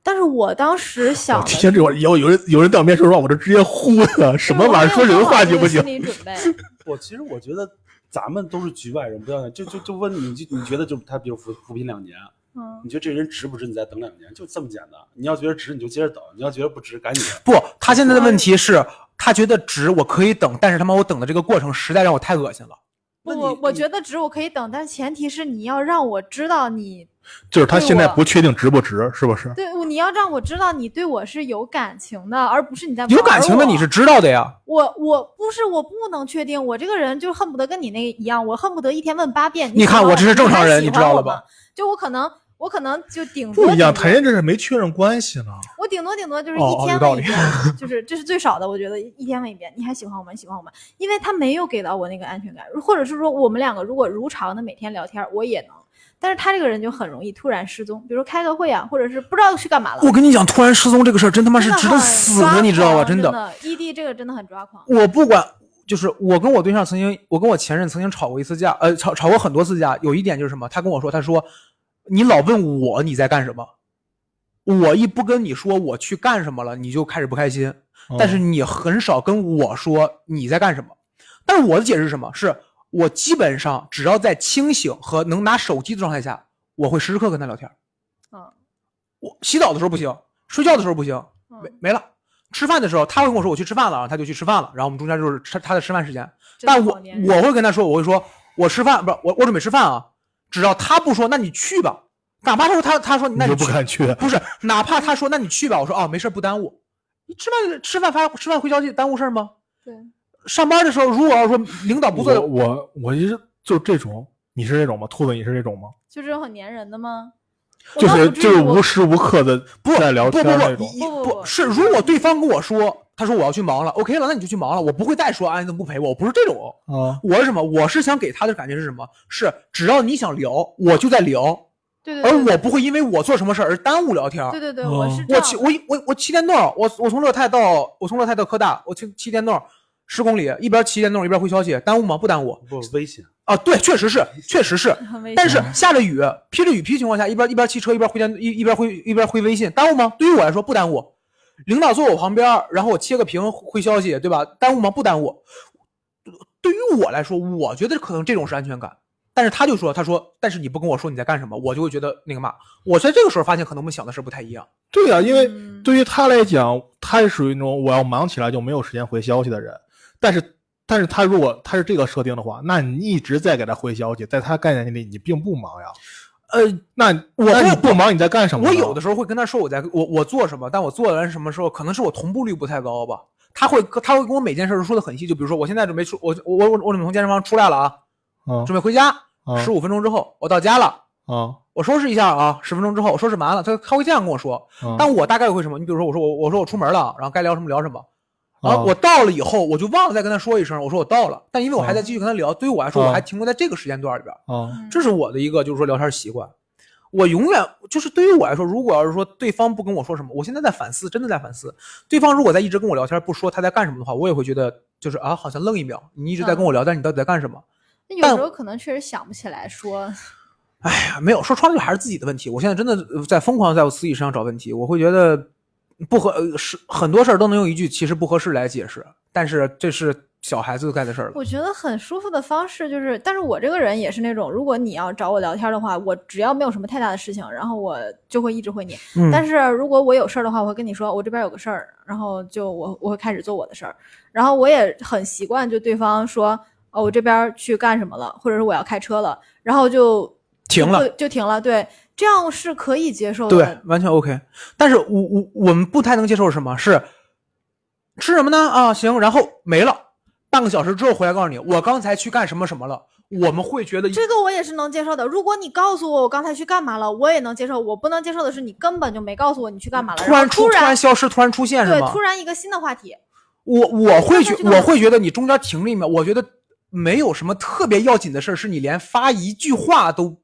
Speaker 3: 但是我当时想
Speaker 1: 我
Speaker 3: 的是，
Speaker 1: 听这会儿有有人有人在我面说实话，我就直接呼他，什么玩意儿？说人话行不行
Speaker 3: 心？理准 备，
Speaker 4: 我其实我觉得咱们都是局外人，不要就就就问你，就你觉得就他比如扶扶贫两年，
Speaker 3: 嗯，
Speaker 4: 你觉得这人值不值？你再等两年，就这么简单。你要觉得值，你就接着等；你要觉得不值，赶紧。
Speaker 2: 不，他现在的问题是，他觉得值，我可以等，但是他妈我等的这个过程实在让我太恶心了。
Speaker 3: 不
Speaker 4: 那你
Speaker 3: 我我
Speaker 4: 你
Speaker 3: 觉得值我可以等，但前提是你要让我知道你
Speaker 1: 就是他现在不确定值不值，是不是？
Speaker 3: 对，你要让我知道你对我是有感情的，而不是你在
Speaker 2: 有
Speaker 3: 玩
Speaker 2: 感情的
Speaker 3: 我
Speaker 2: 你是知道的呀，
Speaker 3: 我我不是我不能确定，我这个人就恨不得跟你那一样，我恨不得一天问八遍。
Speaker 2: 你看
Speaker 3: 喜欢
Speaker 2: 我这是正常人
Speaker 3: 你
Speaker 2: 你知道了吧？
Speaker 3: 你还喜欢我吗就我可能我可能就顶多
Speaker 1: 不一样，
Speaker 3: 顶多
Speaker 1: 谈恋爱这是没确认关系呢。
Speaker 3: 我顶多顶多就是
Speaker 2: 哦
Speaker 3: 一
Speaker 2: 哦
Speaker 3: 天
Speaker 2: 有道
Speaker 3: 问一遍， 就是这是最少的，我觉得一天问一遍。你还喜欢我吗？你喜欢我吗？因为他没有给到我那个安全感，或者是说我们两个如果如常的每天聊天，我也能。但是他这个人就很容易突然失踪，比如说开个会啊，或者是不知道去干嘛了。
Speaker 2: 我跟你讲，突然失踪这个事儿，真他妈
Speaker 3: 真
Speaker 2: 是
Speaker 3: 的
Speaker 2: 值得
Speaker 3: 很
Speaker 2: 死
Speaker 3: 抓
Speaker 2: 的，你知道吧？
Speaker 3: 狂
Speaker 2: 真
Speaker 3: 真
Speaker 2: 的，
Speaker 3: ，ED 这个真的很抓狂。
Speaker 2: 我不管，就是我跟我对象曾经，我跟我前任曾经吵过一次架，呃，吵吵过很多次架。有一点就是什么，他跟我说，他说你老问我你在干什么，我一不跟你说我去干什么了，你就开始不开心。但是
Speaker 1: 嗯
Speaker 2: 你很少跟我说你在干什么。但是我的解释是什么？是我基本上只要在清醒和能拿手机的状态下，我会时时刻刻跟他聊天。
Speaker 3: 嗯
Speaker 2: 我洗澡的时候不行，睡觉的时候不行，没
Speaker 3: 嗯，
Speaker 2: 没了。吃饭的时候，他会跟我说我去吃饭了，然后他就去吃饭了，然后我们中间就是吃他的吃饭时间。
Speaker 3: 真
Speaker 2: 但
Speaker 3: 的
Speaker 2: 我
Speaker 3: 好粘人
Speaker 2: 我会跟他说，我会说我吃饭不是我我准备吃饭啊。只要他不说，那你去吧。哪怕他说他他说那
Speaker 1: 你
Speaker 2: 你
Speaker 1: 就不
Speaker 2: 去
Speaker 1: 敢去，啊
Speaker 2: 不是，哪怕他说那你去吧，我说哦没事儿不耽误。你吃饭吃饭发吃饭回消息耽误事儿吗？
Speaker 3: 对，
Speaker 2: 上班的时候如果要说领导不
Speaker 1: 我
Speaker 2: 做，
Speaker 1: 我我就是就这种，你是这种吗？兔子，你是这种吗？
Speaker 3: 就这种很粘人的吗？我
Speaker 1: 就
Speaker 3: 倒
Speaker 1: 是
Speaker 3: 不至
Speaker 1: 就是
Speaker 3: 于我
Speaker 1: 无时无刻的
Speaker 2: 不
Speaker 1: 在聊
Speaker 2: 不
Speaker 1: 天
Speaker 2: 不
Speaker 1: 那
Speaker 2: 不
Speaker 1: 种，
Speaker 2: 一
Speaker 3: 不不
Speaker 2: 不
Speaker 3: 不
Speaker 2: 是，如果对方跟我说他说我要去忙了，OK 了，那你就去忙了，我不会再说啊你怎么不陪我，我不是这种，
Speaker 1: 啊，
Speaker 2: 我是什么？我是想给他的感觉是什么？是只要你想聊，我就在聊，
Speaker 3: 对对
Speaker 2: 而
Speaker 3: 对，
Speaker 2: 我不会因为我做什么事儿而耽误聊天儿。
Speaker 3: 对对对，
Speaker 1: 嗯
Speaker 3: 我是这
Speaker 2: 我
Speaker 3: 样
Speaker 2: 七
Speaker 3: 的。
Speaker 2: 我一我我七点弄，我我从乐泰到我从乐泰到科大，我去七点弄，十公里，一边骑电动一边回消息，耽误吗？不耽误
Speaker 4: 不危险，
Speaker 2: 啊，对，确实是，确实是。
Speaker 3: 很危
Speaker 2: 但
Speaker 3: 险
Speaker 2: 是下着雨，披着雨披情况下，一边一边骑车一边回电一一边回一边回微信，耽误吗？对于我来说不耽误。领导坐我旁边，然后我切个屏回消息，对吧？耽误吗？不耽误。对于我来说，我觉得可能这种是安全感。但是他就说，他说，但是你不跟我说你在干什么，我就会觉得那个嘛。我在这个时候发现，可能我们想的是不太一样。
Speaker 1: 对啊呀、因为
Speaker 3: 嗯
Speaker 1: 对于他来讲，他是属于那种我要忙起来就没有时间回消息的人。但是，但是他如果他是这个设定的话，那你一直在给他回消息，在他概念里你并不忙呀。
Speaker 2: 呃，
Speaker 1: 那
Speaker 2: 我
Speaker 1: 那
Speaker 2: 不
Speaker 1: 你不忙你在干什么呢？
Speaker 2: 我有的时候会跟他说我在我我做什么，但我做完什么时候，可能是我同步率不太高吧。他会他会跟我每件事都说的很细，就比如说我现在准备出我我我我准备从健身房出来了啊，
Speaker 1: 嗯
Speaker 2: 准备回家，
Speaker 1: 嗯
Speaker 2: 十五分钟之后我到家了，
Speaker 1: 嗯
Speaker 2: 我收拾一下啊，十分钟之后我收拾完了，他他会这样跟我说。
Speaker 1: 嗯，
Speaker 2: 但我大概会什么？你比如说我说我我说我出门了，然后该聊什么聊什么。然后
Speaker 1: 啊
Speaker 2: 我到了以后，我就忘了再跟他说一声，我说我到了。但因为我还
Speaker 1: 嗯
Speaker 2: 在继续跟他聊，对于我来说，
Speaker 1: 啊
Speaker 2: 我还停留在这个时间段里边。
Speaker 1: 嗯
Speaker 2: 这是我的一个就是说聊天习惯。我永远就是对于我来说，如果要是说对方不跟我说什么，我现在在反思，真的在反思。对方如果在一直跟我聊天，不说他在干什么的话，我也会觉得就是啊，好像愣一秒，你一直在跟我聊，但你到底在干什么？
Speaker 3: 那有
Speaker 2: 但
Speaker 3: 时候可能确实想不起来说，
Speaker 2: 哎呀，没有，说穿了还是自己的问题。我现在真的呃在疯狂地在我自己身上找问题，我会觉得不合呃是很多事儿都能用一句其实不合适来解释，但是这是小孩子干的事儿了。
Speaker 3: 我觉得很舒服的方式就是，但是我这个人也是那种，如果你要找我聊天的话，我只要没有什么太大的事情，然后我就会一直回你。
Speaker 2: 嗯，
Speaker 3: 但是如果我有事儿的话，我会跟你说我这边有个事儿，然后就我我会开始做我的事儿，然后我也很习惯，就对方说哦我这边去干什么了，或者是我要开车了，然后就
Speaker 2: 停了
Speaker 3: 就就停了，对，这样是可以接受
Speaker 2: 对
Speaker 3: 的，。
Speaker 2: 完全 OK。但是我我我们不太能接受是什么是吃什么呢？啊，行，然后没了，半个小时之后回来告诉你，我刚才去干什么什么了。我们会觉得
Speaker 3: 这个我也是能接受的。如果你告诉我我刚才去干嘛了，我也能接受。我不能接受的是你根本就没告诉我你去干嘛了，
Speaker 2: 突然
Speaker 3: 后突
Speaker 2: 出突然消失，突然出现是
Speaker 3: 对
Speaker 2: 吗
Speaker 3: 突？然一个新的话题，
Speaker 2: 我我会觉
Speaker 3: 突然就
Speaker 2: 我会觉得你中间停了一秒，我觉得没有什么特别要紧的事儿，是你连发一句话都，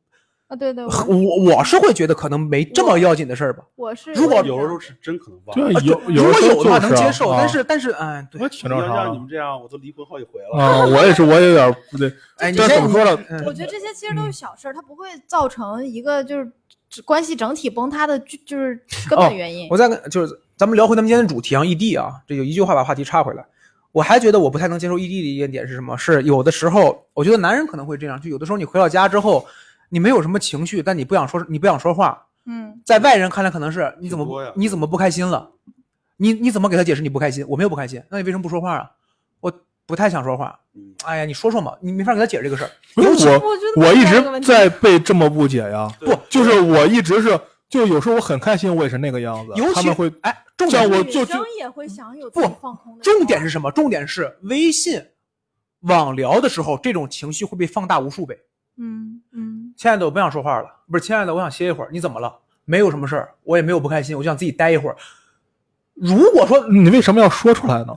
Speaker 3: 啊对对，我
Speaker 2: 我我是会觉得可能没这么要紧的事儿吧。
Speaker 3: 我是
Speaker 2: 如果
Speaker 3: 我是这
Speaker 4: 有的
Speaker 3: 样
Speaker 4: 时候是真可能忘了。
Speaker 1: 对
Speaker 2: 啊
Speaker 1: 有的
Speaker 2: 如果
Speaker 1: 时候
Speaker 2: 有的话
Speaker 1: 就
Speaker 2: 能接受，
Speaker 1: 啊
Speaker 2: 但是但是哎，对
Speaker 1: 我也，挺
Speaker 4: 你
Speaker 1: 正
Speaker 4: 要
Speaker 1: 常
Speaker 4: 让你
Speaker 1: 的
Speaker 4: 们这样，我都离婚好几回 了。
Speaker 1: 啊，我也是，我也有点儿 不对。
Speaker 2: 哎，你
Speaker 1: 这
Speaker 2: 先
Speaker 1: 怎么说呢
Speaker 2: 嗯
Speaker 3: 我觉得这些其实都是小事儿，它不会造成一个就是只关系整体崩塌的就，就是根
Speaker 2: 哦
Speaker 3: 本原因。
Speaker 2: 我再跟就是咱们聊回咱们今天的主题啊，异地啊，这有一句话把话题岔回来。我还觉得我不太能接受异地的一个点是什么？是有的时候，我觉得男人可能会这样，就有的时候你回到家之后，你没有什么情绪，但你不想说，你不想说话，
Speaker 3: 嗯，
Speaker 2: 在外人看来可能是你怎么
Speaker 4: 挺多呀
Speaker 2: 你怎么不开心了？你你怎么给他解释你不开心？我没有不开心，那你为什么不说话啊？我不太想说话
Speaker 4: 嗯。
Speaker 2: 哎呀，你说说嘛，你没法给他解释这个事儿。
Speaker 1: 不是我，
Speaker 3: 觉得
Speaker 1: 我
Speaker 3: 没
Speaker 1: 一
Speaker 3: 有这
Speaker 1: 直
Speaker 3: 个问题
Speaker 1: 在被这么误解呀。
Speaker 4: 不
Speaker 1: 就是我一直是，就有时候我很开心，我也是那个样子。
Speaker 2: 尤
Speaker 1: 他
Speaker 2: 其
Speaker 1: 们会
Speaker 2: 哎，重
Speaker 1: 像
Speaker 2: 点
Speaker 1: 我
Speaker 3: 女
Speaker 1: 就
Speaker 3: 生
Speaker 1: 就
Speaker 3: 也会想有
Speaker 2: 不
Speaker 3: 自己放空的时候。
Speaker 2: 重点是什么？重点是微信网聊的时候，这种情绪会被放大无数倍。
Speaker 3: 嗯嗯，
Speaker 2: 亲爱的，我不想说话了，不是，亲爱的，我想歇一会儿。你怎么了？没有什么事儿，我也没有不开心，我就想自己待一会儿。如果说
Speaker 1: 你为什么要说出来呢？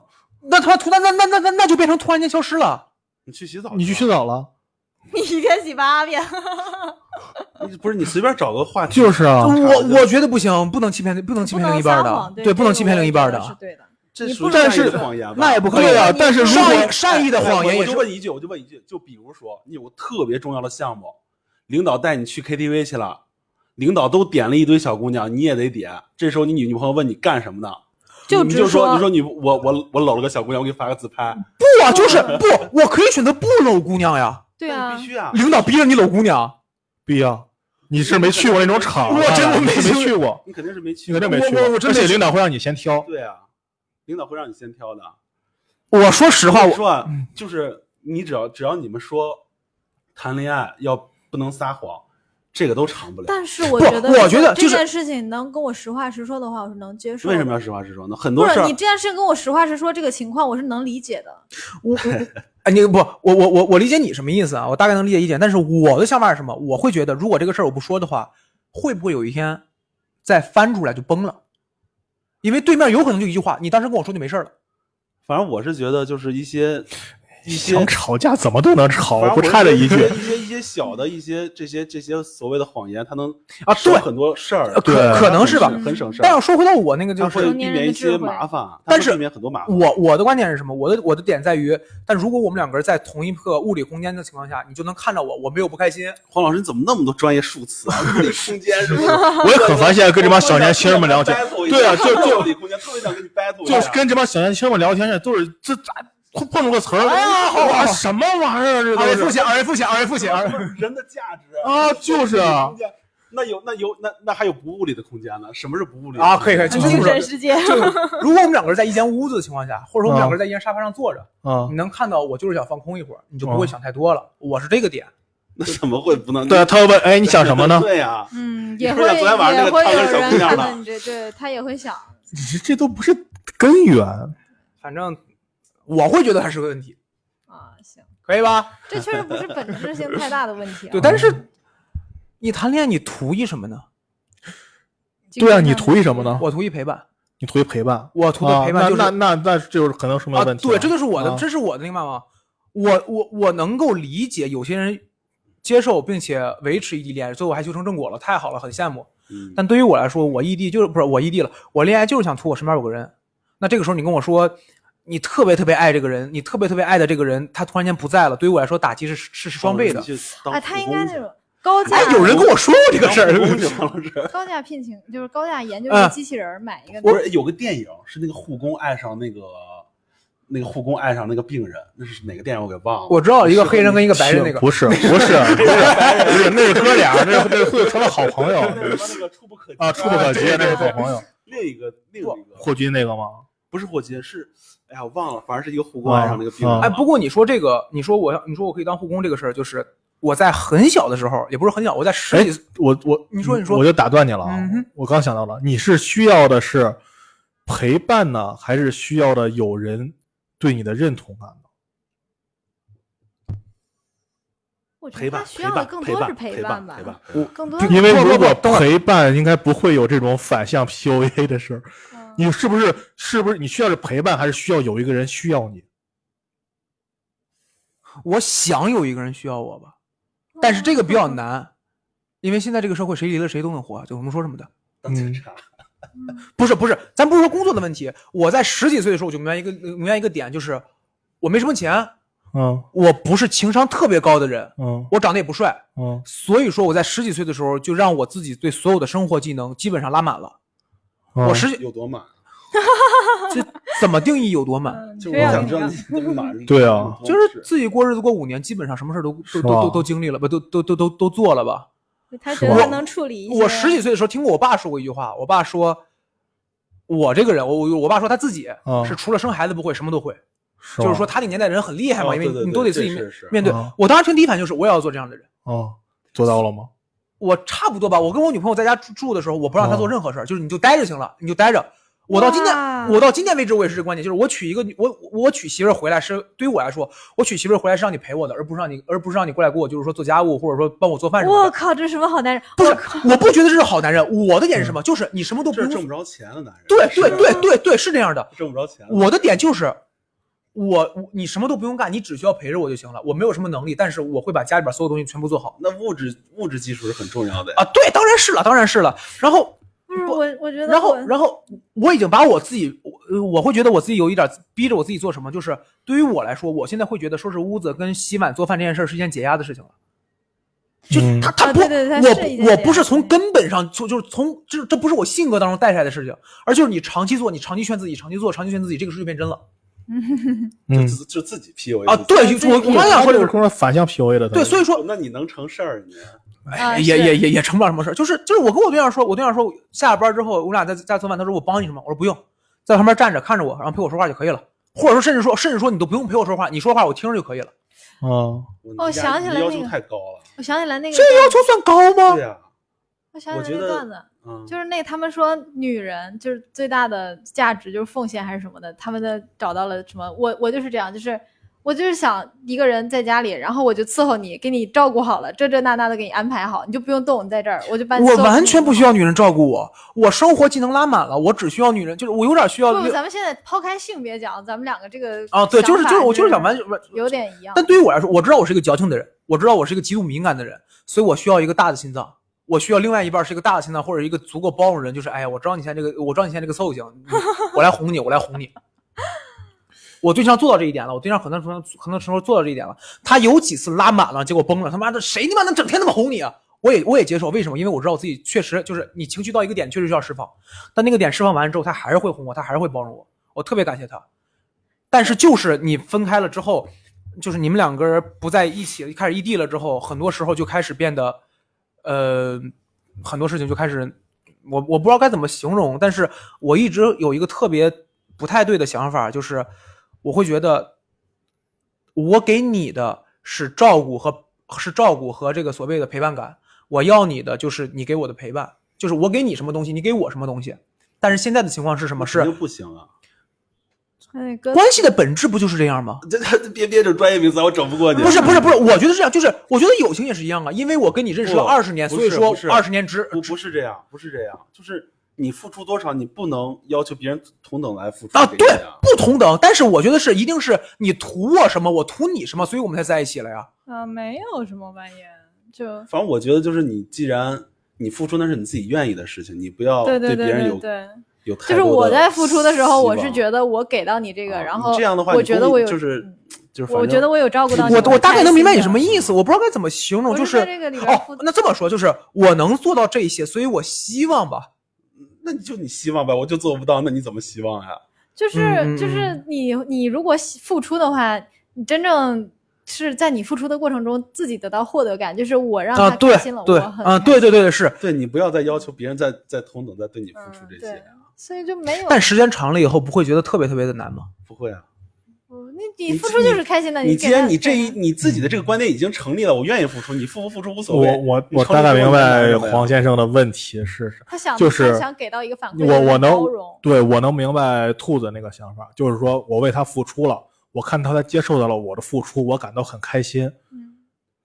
Speaker 2: 那他妈突然那那那那那就变成突然间消失了，
Speaker 4: 你去洗澡，
Speaker 1: 你去洗，澡了？
Speaker 5: 你一天洗八遍，
Speaker 4: 你不是你随便找个话题，
Speaker 1: 就是啊，
Speaker 2: 我我觉得不行，不能欺骗，不能欺
Speaker 5: 不
Speaker 2: 骗另
Speaker 5: 能
Speaker 2: 一半
Speaker 5: 撒谎
Speaker 2: 的，，
Speaker 5: 对，
Speaker 2: 不能欺骗另一半
Speaker 5: 的，是
Speaker 2: 的，
Speaker 5: 对的。
Speaker 4: 这
Speaker 5: 你
Speaker 4: 属
Speaker 5: 不
Speaker 4: 于
Speaker 5: 能
Speaker 4: 善意
Speaker 1: 说
Speaker 4: 的谎言吧？
Speaker 2: 那也不可以
Speaker 1: 对
Speaker 2: 啊
Speaker 1: 啊。但是如
Speaker 2: 善
Speaker 1: 果
Speaker 2: 意善意的
Speaker 4: 哎
Speaker 2: 谎言
Speaker 4: 我
Speaker 2: 也
Speaker 4: 就是问一句，我就问一句，就比如说，你有特别重要的项目，领导带你去 KTV 去了，领导都点了一堆小姑娘，你也得点。这时候你女女朋友问你干什么呢？
Speaker 5: 就
Speaker 4: 你
Speaker 5: 直
Speaker 4: 就
Speaker 5: 说
Speaker 4: 你说你我我我搂了个小姑娘，我给你发个自拍，
Speaker 2: 不啊，就是不，我可以选择不搂姑娘呀。
Speaker 3: 对
Speaker 4: 那
Speaker 3: 啊
Speaker 4: 你必，须啊。
Speaker 2: 领导逼着你搂姑娘，
Speaker 1: 必要。你是没去过那种场，
Speaker 2: 我真我没
Speaker 1: 你
Speaker 2: 去过
Speaker 1: 去过，
Speaker 4: 你肯定是没去
Speaker 1: 你
Speaker 4: 过，
Speaker 1: 肯定没去
Speaker 2: 我我
Speaker 1: 过
Speaker 2: 我。真
Speaker 1: 而
Speaker 2: 没
Speaker 1: 且
Speaker 2: 去
Speaker 1: 领导会让你先挑，
Speaker 4: 对啊，领导会让你先挑的。
Speaker 2: 我说实话，
Speaker 4: 我
Speaker 2: 我
Speaker 4: 说啊，
Speaker 1: 嗯
Speaker 4: 就是你只要只要你们说谈恋爱要不能撒谎，这个都长不了。
Speaker 5: 但是我
Speaker 2: 不
Speaker 5: 觉得，
Speaker 2: 我觉得就
Speaker 5: 这
Speaker 2: 是
Speaker 5: 件事情能跟我实话实说的话，我是能接受的。
Speaker 4: 为什么要实话实说呢？很
Speaker 5: 不
Speaker 4: 多事
Speaker 5: 是
Speaker 4: 儿
Speaker 5: 你这件事情跟我实话实说，这个情况我是能理解的。
Speaker 2: 哎，你不，我我我我理解你什么意思啊？我大概能理解一点，但是我的想法是什么？我会觉得，如果这个事儿我不说的话，会不会有一天再翻出来就崩了？因为对面有可能就一句话，你当时跟我说就没事儿了。
Speaker 4: 反正我是觉得就是一些一些
Speaker 1: 想吵架怎么都能
Speaker 4: 反
Speaker 1: 吵，
Speaker 4: 正
Speaker 1: 不差这一
Speaker 4: 我觉
Speaker 1: 句
Speaker 4: 得。一些一些小的一些这些这些所谓的谎言，它能
Speaker 2: 啊
Speaker 4: 省
Speaker 2: 对
Speaker 4: 很多事儿，
Speaker 2: 可
Speaker 1: 对
Speaker 2: 可能是吧
Speaker 4: 很省很省事
Speaker 2: 但要
Speaker 4: 儿，
Speaker 2: 说回到我那个，就
Speaker 4: 它
Speaker 2: 是
Speaker 4: 会
Speaker 5: 成
Speaker 4: 避
Speaker 5: 年人
Speaker 4: 免一
Speaker 5: 的智
Speaker 4: 些
Speaker 5: 慧
Speaker 4: 麻烦，
Speaker 2: 但
Speaker 4: 它会
Speaker 2: 是
Speaker 4: 避免很多麻烦。
Speaker 2: 我我的观点是什么？我的我的点在于，但如果我们两个人在同一个物理空间的情况下，你就能看到我，我没有不开心。
Speaker 4: 黄老师，你怎么那么多专业术词 啊？物理空间什么的，
Speaker 1: 我也很烦，现在跟这帮小年轻人们聊天，对啊，就
Speaker 4: 物
Speaker 1: 就
Speaker 4: 理空间特别想跟你 battle，一下
Speaker 1: 就是跟这帮小年轻人们聊天，都是这咋碰碰着个词儿，
Speaker 2: 哎呀好
Speaker 1: 哇什么玩意儿？这
Speaker 2: 二位
Speaker 1: 都
Speaker 2: 父
Speaker 1: 是
Speaker 2: 亲，二位父亲，二位父亲，二
Speaker 4: 就是人的价值
Speaker 1: 啊就是啊
Speaker 4: 物理空间那有那有那那还有不物理的空间呢？什么是不物理的空
Speaker 2: 啊，
Speaker 4: 间？
Speaker 2: 可以可 以，就
Speaker 5: 精
Speaker 2: 是
Speaker 5: 神世界，
Speaker 2: 就是，如果我们两个人在一间屋子的情况下，或者说我们两个人在一间沙发上坐着，
Speaker 1: 啊
Speaker 2: 你，能看到我就是想放空一会儿，你就不会想太多了。我是这个点，
Speaker 4: 那怎么会不能？
Speaker 1: 对啊，他又问，哎，你想什么呢？
Speaker 4: 对啊呀，
Speaker 3: 嗯，
Speaker 4: 你
Speaker 3: 也
Speaker 4: 是不
Speaker 3: 会
Speaker 4: 是想昨天晚上那
Speaker 3: 也
Speaker 4: 个
Speaker 3: 会
Speaker 4: 唱歌
Speaker 3: 有
Speaker 4: 小
Speaker 3: 人
Speaker 4: 姑娘
Speaker 3: 看
Speaker 4: 了
Speaker 3: 到你这，对他也会想，
Speaker 1: 这这都不是根源。
Speaker 2: 反正我会觉得它是个问题，
Speaker 5: 啊，行，
Speaker 2: 可以吧？
Speaker 5: 这确实不是本质性太大的问题、啊。
Speaker 1: 嗯
Speaker 2: 对，但是你谈恋爱，你图一什么呢？
Speaker 1: 对啊，你图一什么？呢？
Speaker 2: 我图一陪伴，
Speaker 1: 你图一陪伴，
Speaker 2: 我图
Speaker 1: 啊
Speaker 2: 的陪伴就是
Speaker 1: 那那那那这就是可能说明
Speaker 2: 啊，
Speaker 1: 问题了。
Speaker 2: 对，这就是我的，
Speaker 1: 啊
Speaker 2: 这是我的那个嘛嘛。我我我能够理解有些人接受并且维持异地恋爱，最后还修成正果了，太好了，很羡慕。
Speaker 4: 嗯
Speaker 2: 但对于我来说，我异地就是不是我异地了，我恋爱就是想图我身边有个人。那这个时候你跟我说，你特别特别爱这个人，你特别特别爱的这个人，他突然间不在了，对于我来说打击是是是双倍的。
Speaker 5: 哎，他应该那种高价，
Speaker 2: 哎，有人跟我说过这个事儿，
Speaker 4: 黄老师。
Speaker 5: 高价聘请，就是高价研究
Speaker 2: 啊
Speaker 5: 一机器人儿买一 个。
Speaker 4: 不是有个电影是那个护工爱上那个那个护工爱上那个病人，那是哪个电影我给忘了。
Speaker 2: 我知道一个黑人跟一个白人那个，
Speaker 1: 不是不是不是不是，那是哥俩，那是那是会成了好朋友
Speaker 4: 那个 那个触不可及
Speaker 1: 啊，触不 可及，那是好朋友。
Speaker 4: 另一个另一个
Speaker 1: 霍军那个吗？
Speaker 4: 不是霍金是，哎呀我忘了，反正是一个护工爱上那个病
Speaker 1: 啊
Speaker 4: 人。
Speaker 2: 哎，不过你说这个，你说我要，你说我可以当护工这个事儿，就是我在很小的时候，也不是很小，我在十
Speaker 1: 哎
Speaker 2: 几岁，
Speaker 1: 我我
Speaker 2: 你说你说
Speaker 1: 我就打断你了啊。
Speaker 2: 嗯哼
Speaker 1: 我刚想到了，你是需要的是陪伴呢，还是需要的有人对你的认同啊感呢？
Speaker 5: 我觉
Speaker 4: 陪
Speaker 5: 得他
Speaker 4: 伴
Speaker 5: 需
Speaker 4: 陪
Speaker 5: 要的
Speaker 4: 伴
Speaker 5: 更
Speaker 4: 陪
Speaker 5: 多
Speaker 4: 伴
Speaker 5: 是
Speaker 4: 陪
Speaker 5: 伴
Speaker 4: 陪
Speaker 5: 吧，
Speaker 4: 伴，
Speaker 5: 更多
Speaker 1: 因为
Speaker 2: 不不
Speaker 1: 如果
Speaker 2: 等会儿
Speaker 1: 陪伴，应该不会有这种反向 PUA 的事儿。
Speaker 5: 嗯
Speaker 1: 你是不是是不是你需要是陪伴，还是需要有一个人需要你？
Speaker 2: 我想有一个人需要我吧，但是这个比较难，因为现在这个社会谁离了谁都能活，就我们说什么的。
Speaker 1: 嗯
Speaker 4: 当
Speaker 2: 嗯
Speaker 4: 警察
Speaker 2: 不是不是，咱不是说工作的问题。我在十几岁的时候，我就明白一个明白一个点，就是我没什么钱，
Speaker 1: 嗯
Speaker 2: 我不是情商特别高的人，
Speaker 1: 嗯
Speaker 2: 我长得也不帅，
Speaker 1: 嗯
Speaker 2: 所以说我在十几岁的时候就让我自己对所有的生活技能基本上拉满了。
Speaker 1: 嗯，
Speaker 2: 我十几
Speaker 4: 有多满？
Speaker 2: 这怎么定义有多满？
Speaker 5: 嗯，
Speaker 4: 就
Speaker 5: 这
Speaker 4: 我
Speaker 5: 样
Speaker 4: 想
Speaker 5: 一
Speaker 4: 知道
Speaker 5: 定
Speaker 4: 你怎么满。
Speaker 1: 对啊
Speaker 2: 就是自己过日子过五年，基本上什么事儿都都都
Speaker 1: 是啊
Speaker 2: 都
Speaker 1: 吧
Speaker 2: 都经历了吧，都都都都都做了吧。
Speaker 5: 要他觉得
Speaker 1: 我
Speaker 5: 他能处理一些。
Speaker 2: 我十几岁的时候听过我爸说过一句话，我爸说，我这个人，我我我爸说他自己
Speaker 1: 嗯
Speaker 2: 是除了生孩子不会，什么都会，
Speaker 1: 是
Speaker 2: 就是说
Speaker 1: 吧
Speaker 2: 他那个年代人很厉害嘛，
Speaker 4: 哦
Speaker 2: 因
Speaker 4: 对对
Speaker 2: 为你
Speaker 4: 对
Speaker 2: 都得自
Speaker 4: 这
Speaker 2: 己
Speaker 4: 是
Speaker 2: 面
Speaker 4: 是啊
Speaker 2: 面对
Speaker 1: 嗯。
Speaker 2: 我当时第一反应就是我也要做这样的人，
Speaker 1: 嗯，做到了吗？
Speaker 4: 啊
Speaker 2: 我差不多吧。我跟我女朋友在家住住的时候，我不让她做任何事儿，就是你就待着行了，你就待着。我到今天，
Speaker 5: 哇
Speaker 2: 我到今天为止，我也是这个观点，就是我娶一个女，我我我娶媳妇儿回来是对于我来说，我娶媳妇儿回来是让你陪我的，而不是让你，而不是让你过来给我就是说做家务或者说帮我做饭什么
Speaker 3: 我
Speaker 2: 的。
Speaker 3: 靠，这什么好男人？
Speaker 2: 不是，我不觉得这是好男人。我的点是什么？就是你什么都不
Speaker 4: 这
Speaker 2: 用
Speaker 4: 是。挣不着钱的男人，
Speaker 2: 对
Speaker 4: 是
Speaker 2: 对对对对，是这样的。
Speaker 4: 挣不着钱的。
Speaker 2: 我的点就是，我我你什么都不用干，你只需要陪着我就行了。我没有什么能力，但是我会把家里边所有东西全部做好
Speaker 4: 那物质物质基础是很重要的呀。
Speaker 2: 啊。对，当然是了，当然是了。然后
Speaker 3: 不是我，我觉得
Speaker 2: 然后
Speaker 3: 我，
Speaker 2: 然后我已经把我自己，我呃我会觉得我自己有一点逼着我自己做什么，就是对于我来说，我现在会觉得收拾屋子跟洗碗做饭这件事儿是一件解压的事情了。就
Speaker 1: 嗯
Speaker 2: 他他
Speaker 3: 啊
Speaker 2: 不，
Speaker 3: 对对它
Speaker 2: 我
Speaker 3: 是一件
Speaker 2: 不我
Speaker 3: 解
Speaker 2: 不
Speaker 3: 压
Speaker 2: 是
Speaker 3: 的事
Speaker 2: 从
Speaker 3: 情
Speaker 2: 根本上就就是从这这不是我性格当中带出来的事情，而就是你长期做，你长期劝自己，长期做，长期劝自己，这个事就变真了
Speaker 1: 嗯
Speaker 4: 就自就自己 PUA
Speaker 2: 啊！
Speaker 4: 自己
Speaker 2: 对，
Speaker 3: 自己
Speaker 2: 我我刚想
Speaker 1: 他
Speaker 2: 说
Speaker 1: 这
Speaker 2: 这
Speaker 1: 个
Speaker 2: 个，
Speaker 1: 工作反向 PUA 了他，
Speaker 2: 对，所以说
Speaker 4: 哦那你能成事儿你？
Speaker 3: 啊
Speaker 2: 哎，也
Speaker 3: 是
Speaker 2: 也也也成不了什么事儿。就是就是，我跟我对象说，我对象说下了班之后，我俩在家做饭，他说我帮你什么？我说不用，在旁边站着看着我，然后陪我说话就可以了。或者说，甚至说，甚至说你都不用陪我说话，你说话我听着就可以了。
Speaker 1: 啊，
Speaker 4: 我
Speaker 3: 哦想起来
Speaker 4: 要
Speaker 3: 那
Speaker 4: 求
Speaker 3: 个
Speaker 4: 太高了。
Speaker 3: 我想起来那个
Speaker 2: 这
Speaker 3: 段
Speaker 2: 要
Speaker 3: 子，
Speaker 2: 求算高吗
Speaker 4: 对？呀，
Speaker 3: 我想
Speaker 4: 我
Speaker 3: 起
Speaker 4: 觉
Speaker 3: 来那
Speaker 4: 得
Speaker 3: 个段子，
Speaker 4: 嗯，
Speaker 3: 就是那他们说女人就是最大的价值就是奉献还是什么的，他们的找到了什么？我我就是这样，就是我就是想一个人在家里，然后我就伺候你，给你照顾好了，这这那那的给你安排好，你就不用动，你在这儿，我就把你
Speaker 2: 我
Speaker 3: 伺候
Speaker 2: 完
Speaker 3: 好
Speaker 2: 全不需要女人照顾我，我生活技能拉满了，我只需要女人，就是我有点需要
Speaker 3: 不，咱们现在抛开性别讲，咱们两个这个
Speaker 2: 啊，对，就是
Speaker 3: 想
Speaker 2: 就是，
Speaker 3: 法
Speaker 2: 我就是想完完。
Speaker 3: 有点一样。
Speaker 2: 但对于我来说，我知道我是一个矫情的人，我知道我是一个极度敏感的人，所以我需要一个大的心脏，我需要另外一半是一个大的心脏，或者一个足够包容的人，就是哎呀，我知道你现在这个，我知道你现在这个凑行，你我来哄你，我来哄你。我对象做到这一点了，我对象很多时候很多时候做到这一点了。他有几次拉满了，结果崩了，他妈的谁他妈能整天那么哄你啊？我也我也接受，为什么？因为我知道我自己确实就是你情绪到一个点，确实需要释放，但那个点释放完了之后，他还是会哄我，他还是会包容我，我特别感谢他。但是就是你分开了之后，就是你们两个人不在一起，开始异地了之后，很多时候就开始变得，呃，很多事情就开始，我我不知道该怎么形容，但是我一直有一个特别不太对的想法，就是我会觉得，我给你的是照顾和是照顾和这个所谓的陪伴感，我要你的就是你给我的陪伴，就是我给你什么东西，你给我什么东西。但是现在的情况是什么？是
Speaker 4: 肯定不行啊！
Speaker 3: 哎，哥，
Speaker 2: 关系的本质不就是这样吗？
Speaker 4: 这这别别整专业名词，我整不过 你。
Speaker 2: 不是不是不是，我觉得是这样，就是我觉得友情也是一样啊，因为我跟你认识了
Speaker 4: 不
Speaker 2: 二十年，
Speaker 4: 不
Speaker 2: 所以
Speaker 4: 是
Speaker 2: 说
Speaker 4: 不是
Speaker 2: 二十年之
Speaker 4: 不不是这样，不是这样，就是你付出多少，你不能要求别人同等来付出
Speaker 2: 啊，
Speaker 4: 给
Speaker 2: 对
Speaker 4: 你啊，
Speaker 2: 不同等，但是我觉得是一定是你图我什么，我图你什么，所以我们才在一起了呀。
Speaker 3: 啊，没有什么扮演，就
Speaker 4: 反正我觉得就是你，既然你付出那是你自己愿意的事情，你不要
Speaker 3: 对
Speaker 4: 哦别
Speaker 3: 对
Speaker 4: 人
Speaker 3: 对
Speaker 4: 有
Speaker 3: 对，
Speaker 4: 有
Speaker 3: 就
Speaker 4: 太
Speaker 3: 是
Speaker 4: 多
Speaker 3: 我在付出的时候，
Speaker 4: 希
Speaker 3: 我是
Speaker 4: 望
Speaker 3: 觉得我给到你这
Speaker 4: 啊
Speaker 3: 个，然
Speaker 4: 你
Speaker 3: 后
Speaker 4: 这样的话，
Speaker 3: 我
Speaker 4: 你
Speaker 3: 觉
Speaker 4: 故
Speaker 3: 得
Speaker 4: 意
Speaker 3: 我有嗯
Speaker 4: 就是就是
Speaker 3: 我
Speaker 4: 反
Speaker 3: 觉得
Speaker 4: 正
Speaker 3: 我有照顾到你，
Speaker 2: 我我大概能明白你
Speaker 3: 开
Speaker 2: 什
Speaker 3: 心
Speaker 2: 么
Speaker 3: 的
Speaker 2: 意思，我不知道该怎么形容，
Speaker 3: 我
Speaker 2: 就是
Speaker 3: 在这个里边
Speaker 2: 哦
Speaker 3: 负，
Speaker 2: 那这么说就是我能做到这些，所以我希望吧。
Speaker 4: 那你就你希望呗，我就做不到，那你怎么希望呀？
Speaker 3: 就是
Speaker 2: 嗯
Speaker 3: 就
Speaker 2: 嗯
Speaker 3: 是你你如果喜付出的话，你真正是在你付出的过程中自己得到获得感，就是我让
Speaker 2: 啊，
Speaker 3: 他
Speaker 2: 对
Speaker 3: 开心了，
Speaker 2: 对
Speaker 3: 我很
Speaker 2: 啊，
Speaker 3: 开
Speaker 2: 对对对对 是，
Speaker 4: 对你不要再要求别人再再同等再对你付
Speaker 3: 嗯
Speaker 4: 出这些
Speaker 3: 对，，所以就没有
Speaker 2: 但时间长了以后不会觉得特别特别的难吗？
Speaker 4: 不会啊。
Speaker 3: 不嗯你你
Speaker 4: 你
Speaker 3: 付出就是开心的，
Speaker 4: 你
Speaker 3: 给
Speaker 4: 既然
Speaker 3: 他
Speaker 4: 你这一
Speaker 3: 给他
Speaker 4: 你自己的这个观点已经成立了，我愿意付出，你付不付出无所谓。
Speaker 1: 我我
Speaker 4: 你
Speaker 1: 我
Speaker 4: 成
Speaker 1: 大
Speaker 4: 立
Speaker 1: 概
Speaker 4: 之
Speaker 1: 明
Speaker 4: 后你再
Speaker 1: 白
Speaker 4: 说呗
Speaker 1: 黄先生的问题是啥。
Speaker 3: 他想
Speaker 1: 就是
Speaker 3: 他想给到一个反馈，
Speaker 1: 我我能
Speaker 3: 包容，
Speaker 1: 对我能明白兔子那个想法，就是说我为他付出了，我看到他接受到了我的付出，我感到很开心。
Speaker 3: 嗯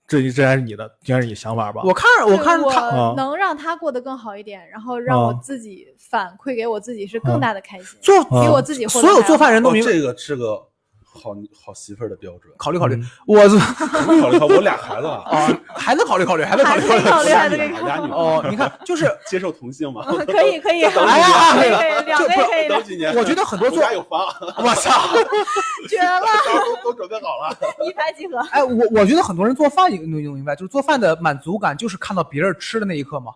Speaker 1: 这这还是你的，应该是你想法吧？
Speaker 2: 我看着
Speaker 3: 就
Speaker 2: 我看着他，
Speaker 1: 啊
Speaker 3: 我能让他过得更好一点，然后让我
Speaker 1: 啊
Speaker 3: 自己反馈给我自己是更大的开心，
Speaker 2: 做
Speaker 3: 比
Speaker 1: 啊
Speaker 3: 我自己获得
Speaker 2: 所有
Speaker 3: 还
Speaker 2: 做
Speaker 3: 要
Speaker 2: 饭人都
Speaker 4: 哦
Speaker 2: 明。
Speaker 4: 这个是个好好媳妇儿的标准
Speaker 2: 考虑考虑
Speaker 1: 嗯，
Speaker 2: 我
Speaker 4: 考虑考虑，我俩孩子啊，
Speaker 2: 啊，还能考虑考虑，还能考
Speaker 3: 还
Speaker 2: 虑
Speaker 3: 是
Speaker 2: 考
Speaker 3: 得
Speaker 2: 虑。
Speaker 3: 考虑，
Speaker 4: 我家
Speaker 3: 还是
Speaker 4: 女
Speaker 3: 得
Speaker 4: 儿
Speaker 3: 考
Speaker 4: 我家
Speaker 3: 虑
Speaker 4: 女儿
Speaker 2: 哦，你看，就是
Speaker 4: 接受同性 嘛？
Speaker 3: 嗯，可以可 以，
Speaker 4: 等
Speaker 2: 哎 呀
Speaker 3: 可以
Speaker 2: 哎
Speaker 3: 可以，两
Speaker 2: 这
Speaker 3: 位
Speaker 2: 不
Speaker 3: 可以
Speaker 4: 等
Speaker 3: 两
Speaker 4: 几年，
Speaker 2: 我觉得很多
Speaker 4: 我
Speaker 2: 做
Speaker 4: 家，有房，
Speaker 2: 我操，
Speaker 3: 绝了，
Speaker 4: 到时候都都准备好了。
Speaker 3: 一拍即合。
Speaker 2: 哎，我我觉得很多人做饭你能明白，就是做饭的满足感就是看到别人吃的那一刻嘛。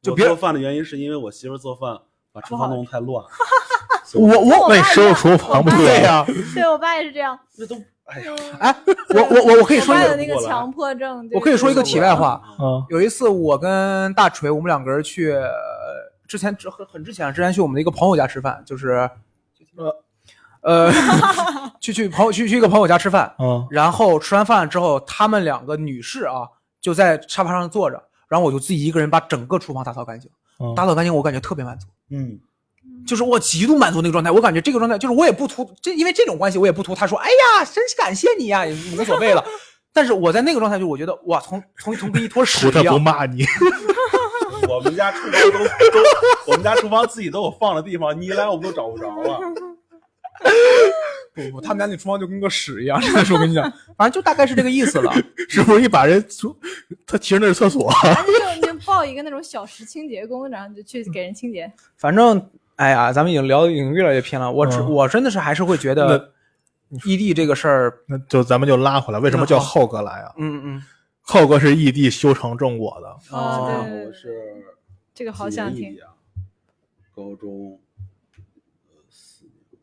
Speaker 2: 就
Speaker 4: 我
Speaker 2: 别
Speaker 4: 做饭的原因是因为我媳妇儿做饭把厨房弄得太乱，
Speaker 1: 我我
Speaker 3: 我
Speaker 1: 那
Speaker 3: 爸
Speaker 1: 你收拾
Speaker 3: 一
Speaker 1: 厨
Speaker 3: 样
Speaker 1: 房
Speaker 3: 我
Speaker 1: 不啊
Speaker 3: 爸
Speaker 1: 就
Speaker 3: 一
Speaker 1: 是
Speaker 3: 样
Speaker 2: 呀，
Speaker 3: 对我爸也是这样。
Speaker 4: 这都哎呀，
Speaker 2: 哎，我我我我可以说一
Speaker 3: 我爸的，
Speaker 2: 个
Speaker 3: 那个强迫症，对
Speaker 2: 我可以说一个题外话。
Speaker 1: 嗯
Speaker 2: 有一次我跟大锤，我们两个人去呃之前之很很之前，之前去我们的一个朋友家吃饭，就是呃 呃去去朋友去去一个朋友家吃饭，
Speaker 1: 嗯
Speaker 2: 然后吃完饭之后，她们两个女士啊就在沙发上坐着，然后我就自己一个人把整个厨房打扫干净，
Speaker 1: 嗯
Speaker 2: 打扫干净我感觉特别满足。
Speaker 4: 嗯，
Speaker 2: 就是我极度满足那个状态，我感觉这个状态就是我也不图这，因为这种关系我也不图他说，哎呀，真是感谢你呀，也无所谓了。 但是我在那个状态，就我觉得哇，从从从跟一坨屎
Speaker 1: 图他
Speaker 2: 一
Speaker 1: 不
Speaker 2: 样，
Speaker 1: 骂你，
Speaker 4: 我们家厨房都都，我们家厨房自己都有放的地方，你一来我们都找不着 了。
Speaker 2: 不不，他们家那厨房就跟个屎一样。真的是我跟你讲，反正就大概是这个意思了。
Speaker 1: 是不是一把人从他其实那是厕所，
Speaker 5: 反正就你就报一个那种小时清洁工，然后你就去给人清洁。
Speaker 2: 反正哎呀，咱们已经聊的已经越来越偏了。我只、
Speaker 1: 嗯
Speaker 2: 我真的是还是会觉得异地这个事儿，
Speaker 1: 那就咱们就拉回来，为什么叫浩哥来啊？
Speaker 2: 嗯嗯，
Speaker 1: 浩哥是异地修成正果的，
Speaker 3: 啊
Speaker 2: 哦
Speaker 5: 对对对
Speaker 4: 啊我是
Speaker 5: 这个好
Speaker 4: 几年
Speaker 5: 想
Speaker 4: 异
Speaker 5: 听
Speaker 4: 地。啊，高中，呃四年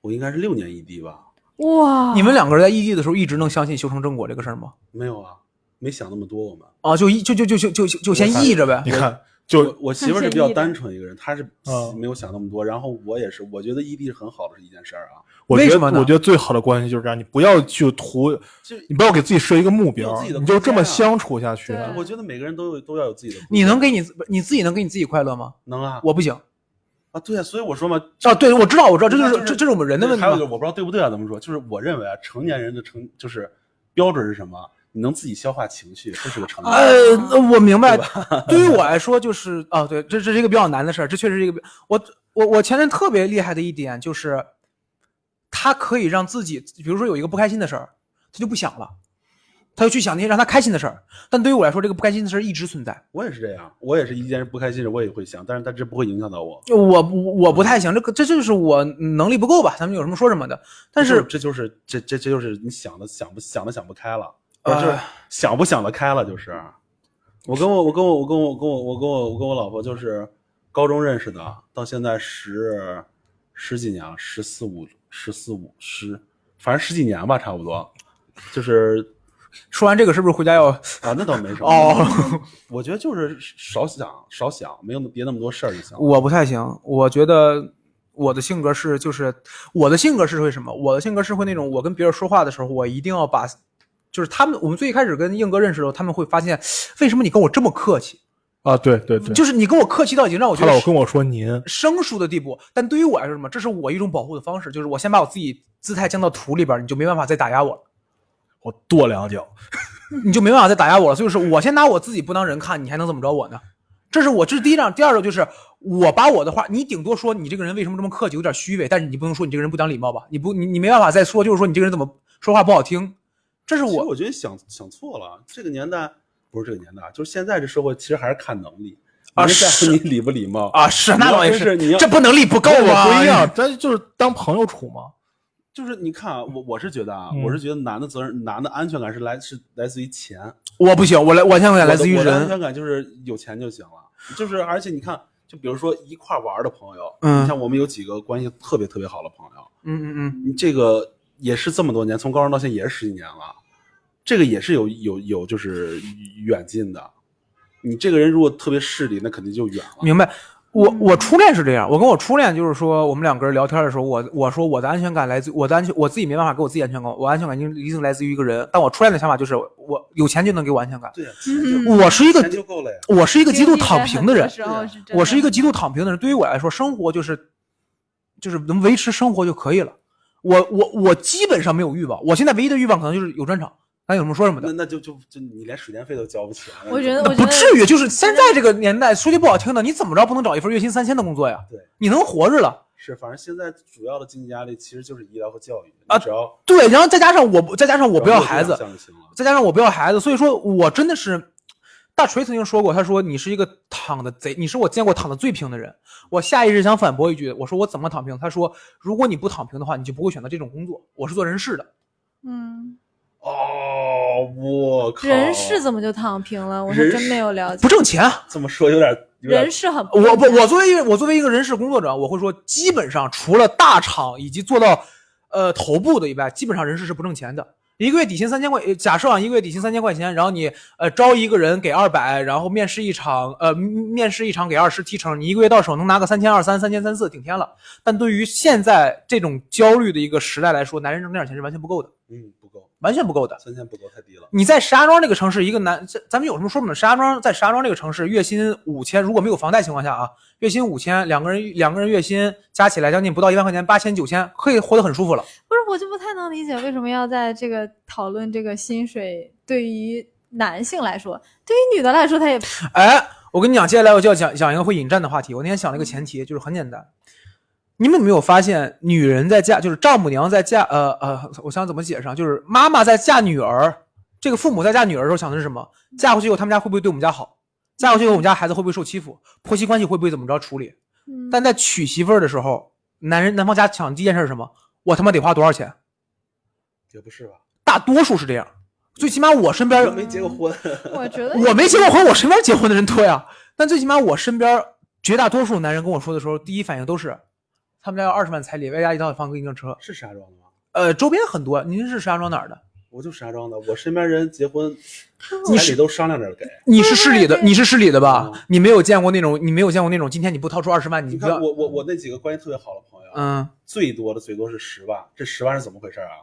Speaker 4: 我应该是六年异地吧？
Speaker 3: 哇，
Speaker 2: 你们两个人在异地的时候一直能相信修成正果这个事儿吗？
Speaker 4: 没有啊，没想那么多。我们
Speaker 2: 啊，就一就就就就就就就先
Speaker 4: 我看
Speaker 2: 异着呗
Speaker 1: 你。看就
Speaker 4: 我我媳妇儿是比较单纯一个人，她是
Speaker 1: 嗯
Speaker 4: 没有想那么多。然后我也是，我觉得异地是很好的一件事儿啊，
Speaker 1: 我
Speaker 2: 为
Speaker 1: 觉
Speaker 2: 什么
Speaker 1: 得，
Speaker 2: 呢
Speaker 1: 我觉得最好的关系就是这样，你不要去图，
Speaker 4: 就
Speaker 1: 你不要给自己设一个目
Speaker 4: 有
Speaker 1: 标，
Speaker 4: 自己的
Speaker 1: 你就
Speaker 4: 空
Speaker 1: 这
Speaker 4: 间
Speaker 1: 么
Speaker 4: 啊
Speaker 1: 相处下去。
Speaker 5: 嗯
Speaker 3: 对
Speaker 4: 我觉得每个人都有都要有自己的空间。
Speaker 2: 你能给你自你自己能给你自己快乐吗？
Speaker 4: 能啊？
Speaker 2: 我不行
Speaker 4: 啊，对啊，所以我说嘛，
Speaker 2: 啊！对，我知道，我知道，这
Speaker 4: 那
Speaker 2: 就是
Speaker 4: 哦就是
Speaker 2: 这这是我们人的问题
Speaker 4: 还有一个
Speaker 2: 嘛。
Speaker 4: 我不知道对不对啊，怎么说？就是我认为啊，成年人的成就是标准是什么？你能自己消化情绪，这是个成年人。
Speaker 2: 呃，那我明白。 对于我来说，就是啊，对，这这是一个比较难的事儿，这确实是一个比我我我前任特别厉害的一点就是，他可以让自己，比如说有一个不开心的事儿，他就不想了，他就去想那些让他开心的事儿。但对于我来说，这个不开心的事儿一直存在。
Speaker 4: 我也是这样，我也是一件不开心事，我也会想，但是它这不会影响到我。
Speaker 2: 就我不我不太行，这个这就是我能力不够吧，咱们有什么说什么的。但
Speaker 4: 这
Speaker 2: 是
Speaker 4: 这就是这这这就是你想的想不想的想不开了，不
Speaker 2: 呃
Speaker 4: 是就是想不想得开了，就是。哎我跟我我跟我我跟我我跟我我跟我我跟我老婆就是高中认识的，到现在十十几年了，十四五十四五十，反正十几年吧，差不多。就是
Speaker 2: 说完这个，是不是回家要
Speaker 4: 啊，那倒没什么。
Speaker 2: 哦，
Speaker 4: 我觉得就是少想少想，没有那别那么多事儿就行了。
Speaker 2: 我不太行，我觉得我的性格是，就是我的性格是会什么？我的性格是会那种，我跟别人说话的时候，我一定要把，就是他们，我们最开始跟硬哥认识的时候，他们会发现，为什么你跟我这么客气？
Speaker 1: 啊，对对对，
Speaker 2: 就是你跟我客气到已经让我觉
Speaker 1: 他
Speaker 2: 得
Speaker 1: 老
Speaker 2: 是
Speaker 1: 跟我说您，
Speaker 2: 生疏的地步。但对于我来说，什么？这是我一种保护的方式，就是我先把我自己姿态降到土里边，你就没办法再打压我了。
Speaker 1: 我跺两脚，
Speaker 2: 你就没办法再打压我了。所以说我先拿我自己不当人看，你还能怎么着我呢？这是我这是第一张，第二个就是我把我的话，你顶多说你这个人为什么这么客气，有点虚伪，但是你不能说你这个人不讲礼貌吧？你不你你没办法再说，就是说你这个人怎么说话不好听，这是
Speaker 4: 其实
Speaker 2: 我
Speaker 4: 我觉得想想错了，这个年代不是这个年代，啊就是现在这社会其实还是看能力
Speaker 2: 啊
Speaker 4: 你在乎
Speaker 2: 是
Speaker 4: 你礼不礼貌。
Speaker 2: 啊是那
Speaker 4: 你要
Speaker 2: 倒也
Speaker 4: 真是你要
Speaker 2: 这不能力不够
Speaker 1: 我
Speaker 2: 啊，
Speaker 1: 不一样，咱哎就是当朋友处嘛。
Speaker 4: 就是你看啊，我我是觉得啊，
Speaker 1: 嗯
Speaker 4: 我是觉得男的责任、男的安全感是来是来自于钱，
Speaker 2: 我不行，我来我现在
Speaker 4: 我的
Speaker 2: 来自于
Speaker 4: 我的安
Speaker 2: 人，
Speaker 4: 全感就是有钱就行了，就是而且你看，就比如说一块儿玩儿的朋友，
Speaker 2: 嗯
Speaker 4: 你像我们有几个关系特别特别好的朋友，
Speaker 2: 嗯嗯嗯，
Speaker 4: 你这个也是这么多年，从高中到现在也是十几年了，这个也是有有有就是远近的。你这个人如果特别势利，那肯定就远了。
Speaker 2: 明白。我
Speaker 5: 嗯
Speaker 2: 我初恋是这样，我跟我初恋就是说，我们两个人聊天的时候，我我说我的安全感来自我的安全，我自己没办法给我自己安全感，我安全感一定一定来自于一个人。但我初恋的想法就是，我有钱就能给我安全感。
Speaker 4: 对呀、
Speaker 5: 嗯
Speaker 2: 我是一
Speaker 4: 钱
Speaker 2: 个
Speaker 4: 就够了呀。
Speaker 2: 我是一个极度躺平的人，
Speaker 5: 经济在很多时候是真的
Speaker 2: 我是一个极度躺平的人。对于我来说，生活就是就是能维持生活就可以了。我我我基本上没有欲望，我现在唯一的欲望可能就是有专场，咱有什么说什么
Speaker 4: 那
Speaker 2: 的。
Speaker 4: 那就就就你连水电费都交不起来了。
Speaker 5: 我觉得
Speaker 2: 那
Speaker 5: 嗯我
Speaker 2: 不
Speaker 5: 觉得
Speaker 2: 至于，就是现在这个年代，说句不好听的，你怎么着不能找一份月薪三千的工作呀？
Speaker 4: 对，
Speaker 2: 你能活着了。
Speaker 4: 是，反正现在主要的经济压力其实就是医疗和教育。
Speaker 2: 啊
Speaker 4: 你只要
Speaker 2: 对，然后再加上我不，再加上我不要
Speaker 4: 只
Speaker 2: 孩
Speaker 4: 这两
Speaker 2: 子，
Speaker 4: 项就行了。
Speaker 2: 再加上我不要孩子，所以说我真的是，大锤曾经说过，他说你是一个躺的贼，你是我见过躺的最平的人。我下意识想反驳一句，我说我怎么躺平？他说如果你不躺平的话，你就不会选择这种工作。我是做人事的，
Speaker 3: 嗯，
Speaker 4: 哦，我靠！
Speaker 3: 人事怎么就躺平了？我是
Speaker 4: 人
Speaker 3: 真
Speaker 4: 事
Speaker 3: 没有了解
Speaker 2: 不。挣钱啊。
Speaker 4: 这么说有点有点
Speaker 3: 人事很
Speaker 2: 我不，我作为一个我作为一个人事工作者，我会说，基本上除了大厂以及做到呃头部的以外，基本上人事是不挣钱的。一个月底薪三千块，呃假设啊，一个月底薪三千块钱，然后你呃招一个人给二百，然后面试一场，呃面试一场给二十提成，你一个月到手能拿个三千二三、三千三四，顶天了。但对于现在这种焦虑的一个时代来说，男人挣这点钱是完全不够的，
Speaker 4: 嗯，不够，
Speaker 2: 完全不够的。
Speaker 4: 三千不够，太低了。
Speaker 2: 你在石家庄这个城市，一个男，这咱们有什么说什么。石家庄在石家庄这个城市，月薪五千，如果没有房贷情况下啊，月薪五千，两个人两个人月薪加起来将近不到一万块钱，八千九千，可以活得很舒服了。
Speaker 3: 不是，我就不太能理解为什么要在这个讨论这个薪水对于男性来说，对于女的来说，他也
Speaker 2: 哎，我跟你讲，接下来我就要讲讲一个会引战的话题。我那天想了一个前提，就是很简单。你们有没有发现，女人在嫁，就是丈母娘在嫁，呃呃，我想怎么解释啊？就是妈妈在嫁女儿，这个父母在嫁女儿的时候想的是什么？嫁过去以后，他们家会不会对我们家好？嫁过去以后，我们家孩子会不会受欺负？婆媳关系会不会怎么着处理？
Speaker 3: 嗯
Speaker 2: 但在娶媳妇儿的时候，男人男方家想第一件事是什么？我他妈得花多少钱？
Speaker 4: 也不是吧？
Speaker 2: 大多数是这样，最起码我身边
Speaker 5: 嗯
Speaker 4: 又没结过婚，
Speaker 3: 嗯我觉得
Speaker 2: 我没结过婚，我身边结婚的人多呀。但最起码我身边绝大多数男人跟我说的时候，第一反应都是，他们家要二十万彩礼，外加一套房跟一辆车。
Speaker 4: 是石家庄的吗？
Speaker 2: 呃，周边很多。您是石家庄哪儿的？
Speaker 4: 我就石家庄的，我身边人结婚，
Speaker 2: 你
Speaker 4: 彩
Speaker 2: 是
Speaker 4: 礼都商量着给。
Speaker 2: 你是市里的，你是市里的吧
Speaker 4: 嗯？
Speaker 2: 你没有见过那种，你没有见过那种，今天你不掏出二十万，
Speaker 4: 你
Speaker 2: 不
Speaker 4: 看
Speaker 2: 要。
Speaker 4: 我我我那几个关系特别好的朋友，
Speaker 2: 嗯，
Speaker 4: 最多的最多是十万，这十万是怎么回事啊？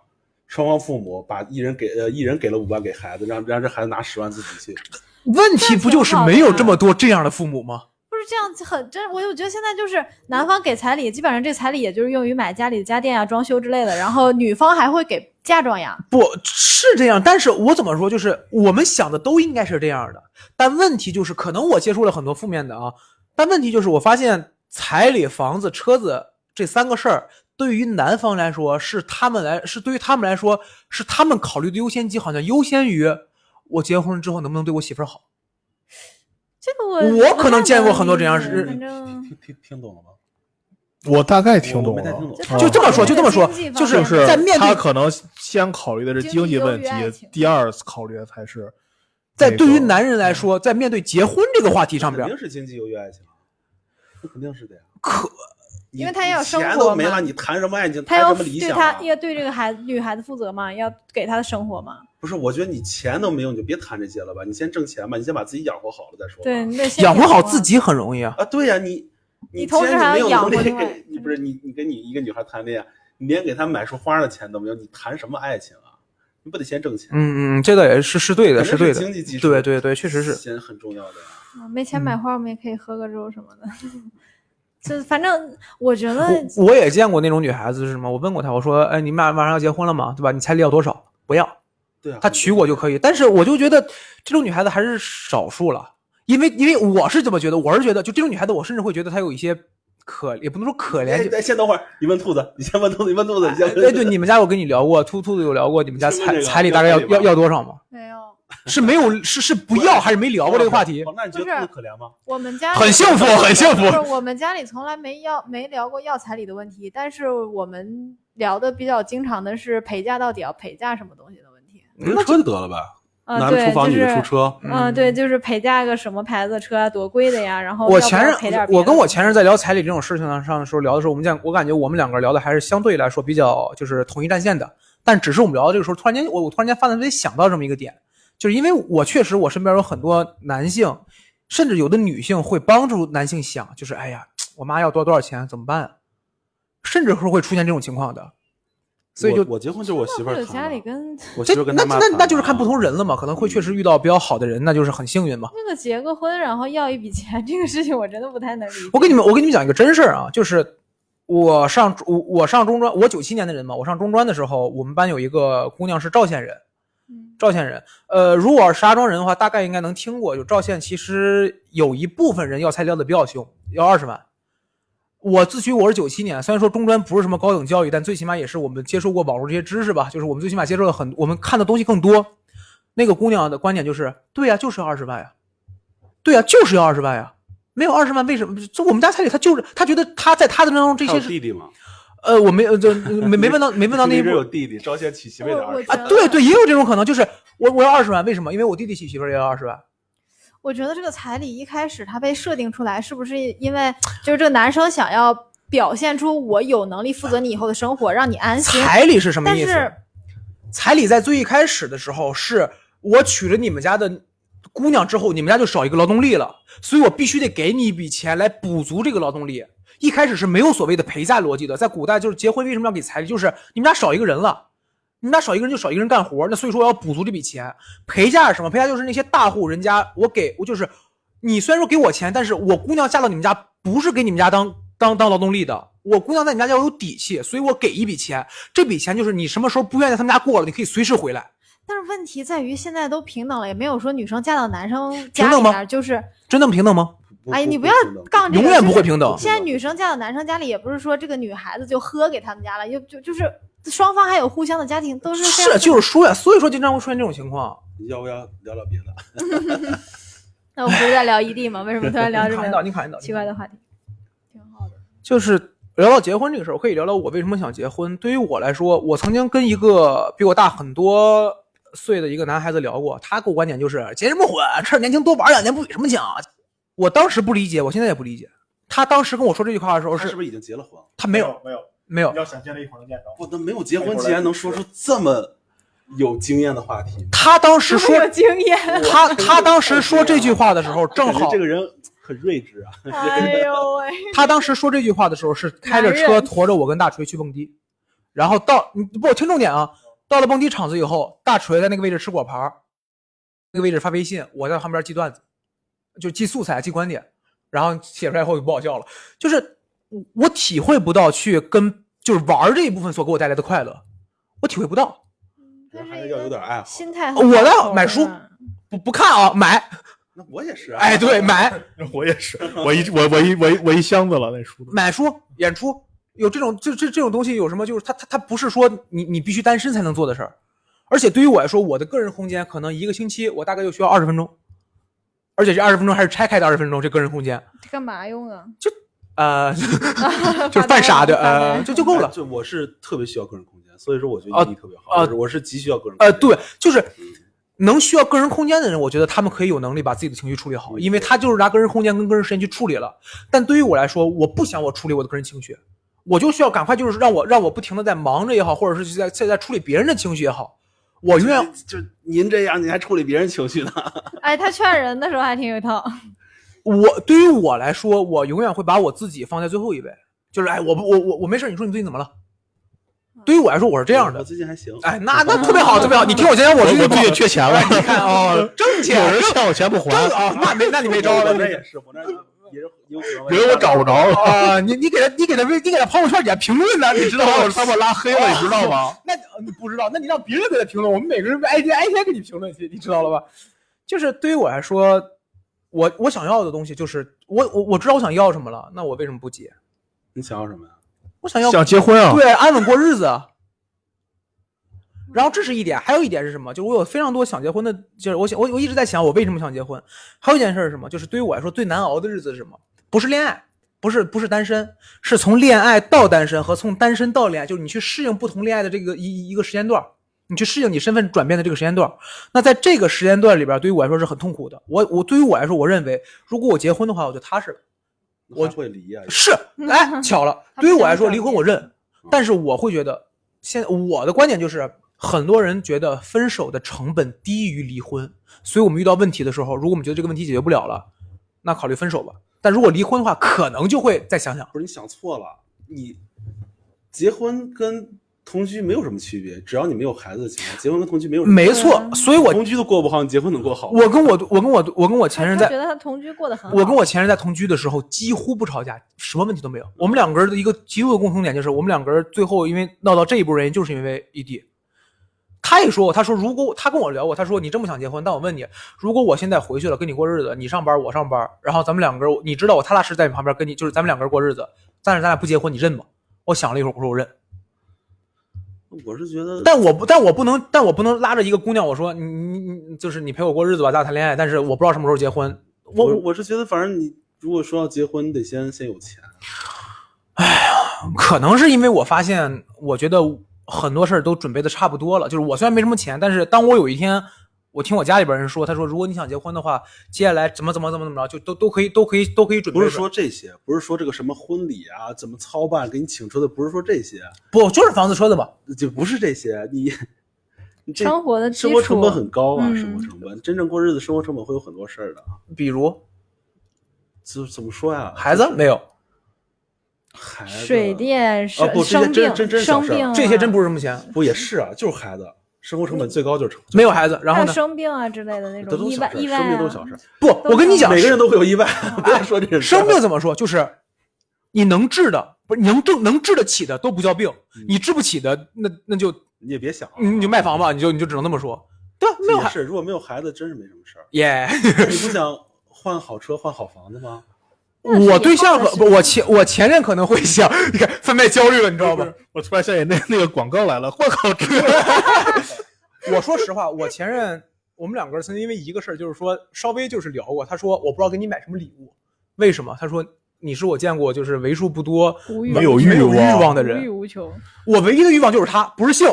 Speaker 4: 双方父母把一人给呃一人给了五万给孩子，让让这孩子拿十万自己去。
Speaker 2: 问题不就是没有这么多这样的父母吗？
Speaker 3: 不是这样子很真，我就觉得现在就是男方给彩礼，基本上这彩礼也就是用于买家里的家电啊、装修之类的，然后女方还会给嫁妆呀。
Speaker 2: 不是这样，但是我怎么说，就是我们想的都应该是这样的，但问题就是，可能我接触了很多负面的啊，但问题就是，我发现彩礼、房子、车子这三个事儿，对于男方来说是他们来，是对于他们来说是他们考虑的优先级，好像优先于我结婚之后能不能对我媳妇儿好。
Speaker 3: 这个我
Speaker 2: 我可能见过很多这样
Speaker 3: 是，
Speaker 2: 是
Speaker 3: 嗯反正
Speaker 4: 听听听懂了吗？
Speaker 1: 我大概听懂
Speaker 4: 我没太听
Speaker 1: 了
Speaker 4: 懂，
Speaker 1: 啊
Speaker 2: 就这么说，就这么说
Speaker 3: 经济，方
Speaker 2: 哦就
Speaker 1: 就是是
Speaker 2: 在面
Speaker 1: 他
Speaker 2: 对
Speaker 1: 可能先考虑的是经济问题
Speaker 3: 经济优于爱情，
Speaker 1: 第二考虑的才是
Speaker 2: 在对于
Speaker 1: 那个
Speaker 2: 男人来说，嗯在面对结婚这个话题上
Speaker 4: 肯
Speaker 2: 边
Speaker 4: 定，是经济优于爱情啊，那肯定是的呀。
Speaker 2: 可
Speaker 4: 你
Speaker 3: 因为他要
Speaker 4: 你
Speaker 3: 生
Speaker 4: 钱
Speaker 3: 活
Speaker 4: 都没
Speaker 3: 嘛
Speaker 4: 了，你谈什么爱情？
Speaker 3: 他
Speaker 4: 谈
Speaker 3: 要
Speaker 4: 什么理
Speaker 3: 对
Speaker 4: 想
Speaker 3: 他
Speaker 4: 啊？
Speaker 3: 要对这个孩子女孩子负责嘛，要给她的生活嘛。
Speaker 4: 不是，我觉得你钱都没有，你就别谈这些了吧。你先挣钱吧，你先把自己养活好了再说吧。
Speaker 3: 对，你得先
Speaker 2: 养活
Speaker 3: 给
Speaker 2: 好
Speaker 3: 她
Speaker 2: 自己很容易啊。
Speaker 4: 啊，对呀、你
Speaker 3: 你
Speaker 4: 既
Speaker 3: 同时
Speaker 4: 然你
Speaker 3: 还要
Speaker 4: 没有
Speaker 3: 养
Speaker 4: 能力
Speaker 3: 活另
Speaker 4: 给
Speaker 3: 外
Speaker 4: 你不是你你跟你一个女孩谈恋爱，你连给她买束花的钱都没有，你谈什么爱情啊？你不得先挣钱？
Speaker 2: 嗯嗯，这个也是是对的，
Speaker 4: 肯定
Speaker 2: 对的，
Speaker 4: 是经济基础
Speaker 2: 对对对，确实是。
Speaker 4: 钱很重要的呀。
Speaker 3: 嗯没钱买花，我们也可以喝个粥什么的。 就反正我觉得
Speaker 2: 我我也见过那种女孩子是什么？我问过她，我说，哎，你马马上要结婚了吗？对吧？你彩礼要多少？不要，
Speaker 4: 对啊，
Speaker 2: 她
Speaker 4: 很
Speaker 2: 娶
Speaker 4: 重要
Speaker 2: 我就可以。但是我就觉得这种女孩子还是少数了，因为因为我是这么觉得，我是觉得就这种女孩子，我甚至会觉得她有一些可，也不能说可
Speaker 4: 哎
Speaker 2: 怜。就
Speaker 4: 哎，先等会儿，你问兔子，你先问兔子，你问兔子， 你先问。
Speaker 2: 哎，对，你们家我跟你聊过，兔兔子有聊过，你们家
Speaker 4: 是问
Speaker 2: 彩
Speaker 4: 这个
Speaker 2: 彩礼大概要
Speaker 4: 要彩
Speaker 2: 要
Speaker 4: 礼吧
Speaker 2: 要多少吗？
Speaker 3: 没有，
Speaker 2: 是没有是是不要还是没聊过这个话题？
Speaker 4: 哦那你觉
Speaker 3: 不
Speaker 4: 得
Speaker 3: 是
Speaker 4: 兔子可怜吗？
Speaker 3: 我们家
Speaker 2: 很幸福，很幸福
Speaker 3: 不。是我们家里从来没要没聊过要彩礼的问题，但是我们聊的比较经常的是陪嫁到底要陪嫁什么东西的问题。
Speaker 2: 嗯
Speaker 4: 那车就得了呗，
Speaker 3: 啊、对，就是
Speaker 4: 车。
Speaker 3: 嗯、对，就是陪嫁个什么牌子车啊，多贵的呀，然后
Speaker 2: 我
Speaker 3: 要不
Speaker 2: 前
Speaker 3: 要
Speaker 2: 任
Speaker 3: 陪点，别
Speaker 2: 我跟
Speaker 3: 的
Speaker 2: 我前任在聊彩礼这种事情上的时候聊的时候，我们讲，我感觉我们两个聊的还是相对来说比较就是统一战线的。但只是我们聊到这个时候，突然间我我突然间发现自己想到这么一个点，就是因为我确实我身边有很多男性，甚至有的女性会帮助男性想，就是哎呀，我妈要多多少钱怎么办、甚至是会出现这种情况的。所以就
Speaker 4: 我我结婚就是我媳妇
Speaker 3: 或
Speaker 4: 儿
Speaker 3: 者
Speaker 4: 谈
Speaker 3: 家里
Speaker 4: 的，
Speaker 3: 跟
Speaker 4: 我媳
Speaker 2: 这
Speaker 4: 妇儿跟
Speaker 2: 那
Speaker 4: 他妈
Speaker 2: 那
Speaker 4: 谈
Speaker 2: 那就是
Speaker 4: 的
Speaker 2: 看不同人了嘛，可能会确实遇到比较好的人，那就是很幸运嘛。
Speaker 3: 那个结个婚，然后要一笔钱，这个事情我真的不太能理解。
Speaker 2: 我跟你们，我跟你们讲一个真事儿啊，就是我上我我上中专，我九七年的人嘛，我上中专的时候，我们班有一个姑娘是赵县人，
Speaker 3: 嗯
Speaker 2: 赵县人，呃，如果是石家庄人的话，大概应该能听过，就赵县其实有一部分人要菜撩的比较凶，要二十万。我自诩我是九七年，虽然说中专不是什么高等教育，但最起码也是我们接受过网络这些知识吧，就是我们最起码接受了很，我们看的东西更多。那个姑娘的观点就是，对呀、就是要二十万呀、对呀、就是要二十万呀、没有二十万为什么？就我们家彩礼，她就是她觉得她在她的当中这
Speaker 4: 还有
Speaker 2: 些是，
Speaker 4: 弟弟嘛，
Speaker 2: 呃，我没呃就没没问到没问到那一
Speaker 4: 直
Speaker 2: 步，
Speaker 4: 有弟弟，招贤娶媳妇儿的
Speaker 3: 我
Speaker 4: 儿
Speaker 3: 我
Speaker 4: 子
Speaker 2: 啊，对对，也有这种可能，就是我我要二十万，为什么？因为我弟弟娶媳妇儿也要二十万。
Speaker 3: 我觉得这个彩礼一开始它被设定出来，是不是因为就是这个男生想要表现出我有能力负责你以后的生活，让你安心？
Speaker 2: 彩礼是什么
Speaker 3: 但
Speaker 2: 意思
Speaker 3: 是？
Speaker 2: 彩礼在最一开始的时候是我娶了你们家的姑娘之后，你们家就少一个劳动力了，所以我必须得给你一笔钱来补足这个劳动力。一开始是没有所谓的陪嫁逻辑的，在古代就是结婚为什么要给彩礼，就是你们家少一个人了。你们家少一个人就少一个人干活，那所以说我要补足这笔钱。陪嫁是什么？陪嫁就是那些大户人家，我给我就是，你虽然说给我钱，但是我姑娘嫁到你们家不是给你们家当当当劳动力的，我姑娘在你们家要有底气，所以我给一笔钱，这笔钱就是你什么时候不愿意在他们家过了，你可以随时回来。
Speaker 3: 但是问题在于现在都平等了，也没有说女生嫁到男生
Speaker 2: 平
Speaker 3: 家
Speaker 2: 等
Speaker 3: 里
Speaker 2: 吗
Speaker 3: 面就是，
Speaker 2: 真的平等吗？
Speaker 3: 哎呀，你
Speaker 4: 不
Speaker 3: 要
Speaker 4: 平等
Speaker 3: 杠这
Speaker 2: 永
Speaker 3: 个，
Speaker 2: 远
Speaker 3: 就
Speaker 2: 不会
Speaker 3: 是
Speaker 2: 平等。
Speaker 3: 现在女生嫁到男生家里，也不是说这个女孩子就喝给他们家了，就就就是双方还有互相的家庭都是非常
Speaker 2: 是，就是说呀，所以说经常会出现这种情况。
Speaker 4: 要不要聊聊别的？
Speaker 3: 那我们不是在聊异地吗？为什么突然聊
Speaker 2: 你
Speaker 3: 这
Speaker 2: 看到，
Speaker 3: 么
Speaker 2: 你看到，
Speaker 3: 奇怪的话题？挺好的。
Speaker 2: 就是聊到结婚这个事儿，我可以聊聊我为什么想结婚。对于我来说，我曾经跟一个比我大很多岁的一个男孩子聊过，他给我观点就是结什么婚，趁着年轻多玩两年不比什么强啊。我当时不理解，我现在也不理解。他当时跟我说这句话的时候
Speaker 4: 他
Speaker 2: 是，
Speaker 4: 是不是已经结了婚了？
Speaker 2: 他没有
Speaker 1: 没有，
Speaker 2: 没有，
Speaker 1: 要想见着一会儿能见着。
Speaker 4: 我都没有结婚，竟然能说出这么有经验的话题。
Speaker 2: 他当时 说
Speaker 3: 有经 验，
Speaker 2: 他他当时说这句话的时候，正
Speaker 4: 感觉
Speaker 2: 好
Speaker 4: 这个人很睿智啊。
Speaker 3: 哎呦喂！
Speaker 2: 他当时说这句话的时候是开着
Speaker 3: 男
Speaker 2: 车
Speaker 3: 人
Speaker 2: 驮着我跟大锤去蹦迪，然后到你不我听重点啊，到了蹦迪场子以后，大锤在那个位置吃果盘儿，那个位置发微信，我在旁边记段子，就记素材记观点，然后写出来以后就不好笑了，就是我我体会不到去跟就是玩儿这一部分所给我带来的快乐，我体会不到，
Speaker 3: 但
Speaker 4: 人还
Speaker 3: 是
Speaker 4: 是
Speaker 3: 一
Speaker 4: 要有点
Speaker 3: 个
Speaker 4: 爱好。
Speaker 3: 心态很
Speaker 2: 我
Speaker 3: 好嗯
Speaker 2: 在
Speaker 3: 的
Speaker 2: 买书不不看啊买，
Speaker 4: 那我也是、啊，
Speaker 2: 哎对买。
Speaker 1: 我也是，我一我我一我一我一箱子了那书
Speaker 2: 买书、演出，有这种这这这种东西有什么？就是它它它不是说你你必须单身才能做的事儿，而且对于我来说，我的个人空间可能一个星期我大概就需要二十分钟，而且这二十分钟还是拆开的二十分钟，这个人空间，
Speaker 3: 这干嘛用啊？
Speaker 2: 呃， 就是犯傻的，呃，就就够 了。
Speaker 4: 就我是特别需要个人空间，所以说我觉
Speaker 2: 啊
Speaker 4: 得异地特别好。
Speaker 2: 啊
Speaker 4: 我是我是极需要个人空
Speaker 2: 呃，
Speaker 4: 间。
Speaker 2: 对，就是能需要个人空间的人，我觉得他们可以有能力把自己的情绪处理好，
Speaker 4: 嗯
Speaker 2: 因为他就是拿个人空间跟个人时间去处理了。但对于我来说，我不想我处理我的个人情绪，我就需要赶快，就是让我让我不停的在忙着也好，或者是在在在处理别人的情绪也好，我永远
Speaker 4: 哎就您这样，你还处理别人情绪呢？
Speaker 3: 哎，他劝人的时候还挺有一 套。
Speaker 2: 我对于我来说，我永远会把我自己放在最后一位，就是哎，我不我我我没事，你说你最近怎么了？对于我来说，我是这样
Speaker 4: 我
Speaker 2: 的。
Speaker 4: 最近还行。
Speaker 2: 哎，那那特别好，特别好。你听我讲讲我
Speaker 1: 我
Speaker 2: 最近
Speaker 1: 我
Speaker 2: 不
Speaker 1: 最
Speaker 2: 好
Speaker 1: 近缺 钱了
Speaker 2: 哎，你看哦，挣钱
Speaker 1: 有人
Speaker 2: 挣
Speaker 1: 欠我钱不还，
Speaker 2: 挣啊，那没那你没招
Speaker 4: 我
Speaker 2: 了，
Speaker 4: 那也是，我那也是有可能。
Speaker 1: 人我找不着 了。
Speaker 2: 啊，你你给他，你给他微，你给他朋友圈底下评论呢，你知道
Speaker 1: 他把
Speaker 2: 吗
Speaker 1: 我？他把我拉黑了，你知道吗？
Speaker 2: 那你不知道，那你让别人给他评论，我们每个人挨天挨天给你评论去，你知道了吧？就是对于我来说，我我想要的东西就是我我我知道我想要什么了，那我为什么不结？
Speaker 4: 你想要什么呀？
Speaker 2: 我想 要
Speaker 1: 想结婚啊？
Speaker 2: 对安稳过日子。然后这是一点，还有一点是什么？就是我有非常多想结婚的，就是我想我我一直在想我为什么想结婚。还有一件事是什么？就是对于我来说最难熬的日子是什么？不是恋爱，不是不是单身，是从恋爱到单身和从单身到恋爱，就是你去适应不同恋爱的这个一一一个时间段儿，你去适应你身份转变的这个时间段儿。那在这个时间段里边儿，对于我来说是很痛苦的。我我对于我来说，我认为如果我结婚的话，我就踏实了。我
Speaker 4: 还会离啊？
Speaker 2: 是，哎，巧了，
Speaker 3: 他不
Speaker 2: 对于我
Speaker 3: 想
Speaker 2: 来说，
Speaker 3: 转
Speaker 2: 离婚
Speaker 3: 变
Speaker 2: 我认，但是我会觉得，现我的观点就是，很多人觉得分手的成本低于离婚，所以我们遇到问题的时候，如果我们觉得这个问题解决不了了，那考虑分手吧。但如果离婚的话，可能就会再想想。
Speaker 4: 不是你想错了，你结婚跟同居没有什么区别，只要你没有孩子的情况，结婚跟同居没有什么区
Speaker 2: 没
Speaker 4: 别。
Speaker 2: 错，所以我
Speaker 4: 同居都过不好，你结婚能过好吗？
Speaker 2: 我跟我我跟我我跟我前任
Speaker 3: 他
Speaker 2: 在
Speaker 3: 觉得他同居过得很好。
Speaker 2: 我跟我前任在同居的时候几乎不吵架，什么问题都没有。我们两个人的一个极度的共同点就是，我们两个人最后因为闹到这一步原因，就是因为异地。他也说过，他说如果他跟我聊过，他说你真不想结婚，但我问你，如果我现在回去了跟你过日子，你上班我上班，然后咱们两个人，你知道我踏踏实实在你旁边跟你，就是咱们两个人过日子，但是咱俩不结婚，你认吗？我想了一会儿，我说我认，
Speaker 4: 我是觉得，
Speaker 2: 但我不，但我不能，但我不能拉着一个姑娘，我说你你你就是你陪我过日子吧，咱俩谈恋爱，但是我不知道什么时候结婚，我
Speaker 4: 我我是觉得，反正你如果说要结婚，你得先先有钱。
Speaker 2: 可能是因为我发现，我觉得很多事儿都准备的差不多了。就是我虽然没什么钱，但是当我有一天，我听我家里边人说，他说如果你想结婚的话，接下来怎么怎么怎么怎么着，就都都可以都可以都可以准备
Speaker 4: 不
Speaker 2: 着。
Speaker 4: 是说这些，不是说这个什么婚礼啊，怎么操办，给你请出的，不是说这些，
Speaker 2: 不就是房子车子嘛？
Speaker 4: 就不是这些。你这
Speaker 3: 生活的基础
Speaker 4: 生活成本很高啊，
Speaker 3: 嗯
Speaker 4: 生活成本真正过日子，生活成本会有很多事儿的啊。
Speaker 2: 比如
Speaker 4: 怎怎么说呀？
Speaker 2: 孩子没有，
Speaker 4: 孩子啊
Speaker 3: 水电、生
Speaker 4: 哦不这些
Speaker 3: 生
Speaker 4: 真
Speaker 3: 病、
Speaker 4: 真真是小
Speaker 3: 生
Speaker 4: 事儿
Speaker 3: 病啊，
Speaker 2: 这些真不是什么钱，
Speaker 4: 不也是啊？就是孩子，生活成本最高就是成
Speaker 2: 没有孩子，然
Speaker 3: 还
Speaker 2: 后
Speaker 3: 有
Speaker 2: 呢？
Speaker 3: 生病啊之类的那
Speaker 4: 这
Speaker 3: 种
Speaker 4: 都
Speaker 3: 意
Speaker 4: 小
Speaker 3: 外
Speaker 4: 事儿，
Speaker 3: 意外
Speaker 4: 生病
Speaker 3: 啊哦
Speaker 4: 都，小事儿，
Speaker 2: 不，我跟你讲，
Speaker 4: 每个人都会有意外。 不要说这个
Speaker 2: 生病怎么说？就是你能治的，不是你能治能治得起的都不叫病，你治不起的，那那就
Speaker 4: 你也别想啊，
Speaker 2: 你就卖房吧，你就你就只能那么说。对，
Speaker 4: 这
Speaker 2: 没有
Speaker 4: 也
Speaker 2: 孩。
Speaker 4: 是，如果没有孩子，真是没什么事儿
Speaker 2: 耶。
Speaker 4: 你不想换好车、换好房子吗？
Speaker 2: 我对象可
Speaker 3: 那是以
Speaker 2: 不，
Speaker 3: 后的事
Speaker 2: 我前我前任可能会想，你看贩卖焦虑了，你知道 吗？
Speaker 1: 我突然想起那那个广告来了，换好车。
Speaker 2: 我说实话，我前任我们两个人曾经因为一个事儿，就是说稍微就是聊过。他说我不知道给你买什么礼物，为什么？他说你是我见过就是为数不多
Speaker 3: 无欲
Speaker 2: 没
Speaker 1: 有
Speaker 2: 欲
Speaker 1: 欲望
Speaker 2: 望的
Speaker 3: 无欲
Speaker 2: 人。
Speaker 3: 无求，
Speaker 2: 我唯一的欲望就是他，不是性。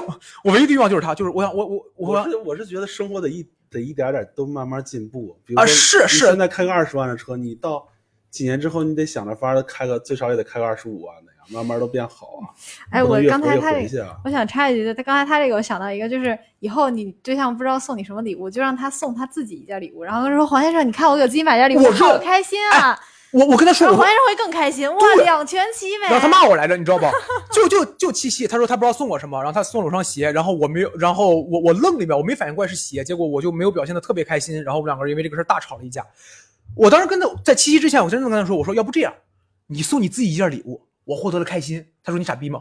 Speaker 2: 我唯一的欲望就是他，就是我想我我
Speaker 4: 我
Speaker 2: 我
Speaker 4: 是我是觉得生活得一得一点点都慢慢进步。比如
Speaker 2: 啊
Speaker 4: 说
Speaker 2: 是
Speaker 4: 你
Speaker 2: 是
Speaker 4: 现在开个二十万的车，你到几年之后，你得想着法儿开个最少也得开个二十五万的呀，慢慢都变好啊。
Speaker 3: 哎，
Speaker 4: 不能
Speaker 3: 我
Speaker 4: 越
Speaker 3: 刚
Speaker 4: 活
Speaker 3: 才
Speaker 4: 越
Speaker 3: 他
Speaker 4: 回
Speaker 3: 也
Speaker 4: 去啊。
Speaker 3: 我想插一句，就他刚才他这个，我想到一个，就是以后你对象不知道送你什么礼物，就让他送他自己一件礼物，然后说黄先生，你看我给我自己买件礼物，
Speaker 2: 我
Speaker 3: 好
Speaker 2: 说
Speaker 3: 开心
Speaker 4: 哎
Speaker 3: 啊！
Speaker 2: 我我跟他说
Speaker 3: 然
Speaker 2: 我
Speaker 3: 后黄
Speaker 2: 会
Speaker 3: 先生会更开心，哇，
Speaker 2: 对
Speaker 3: 两全其美。
Speaker 2: 然后他骂我来着，你知道吧？ 就就就七夕，他说他不知道送我什么，然后他送了我双鞋，然后我没有，然后我我愣了一秒，我没反应过来是鞋，结果我就没有表现的特别开心，然后我们两个人因为这个事儿大吵了一架。我当时跟他在七夕之前，我真的跟他说，我说要不这样，你送你自己一件礼物，我获得了开心。他说你傻逼吗？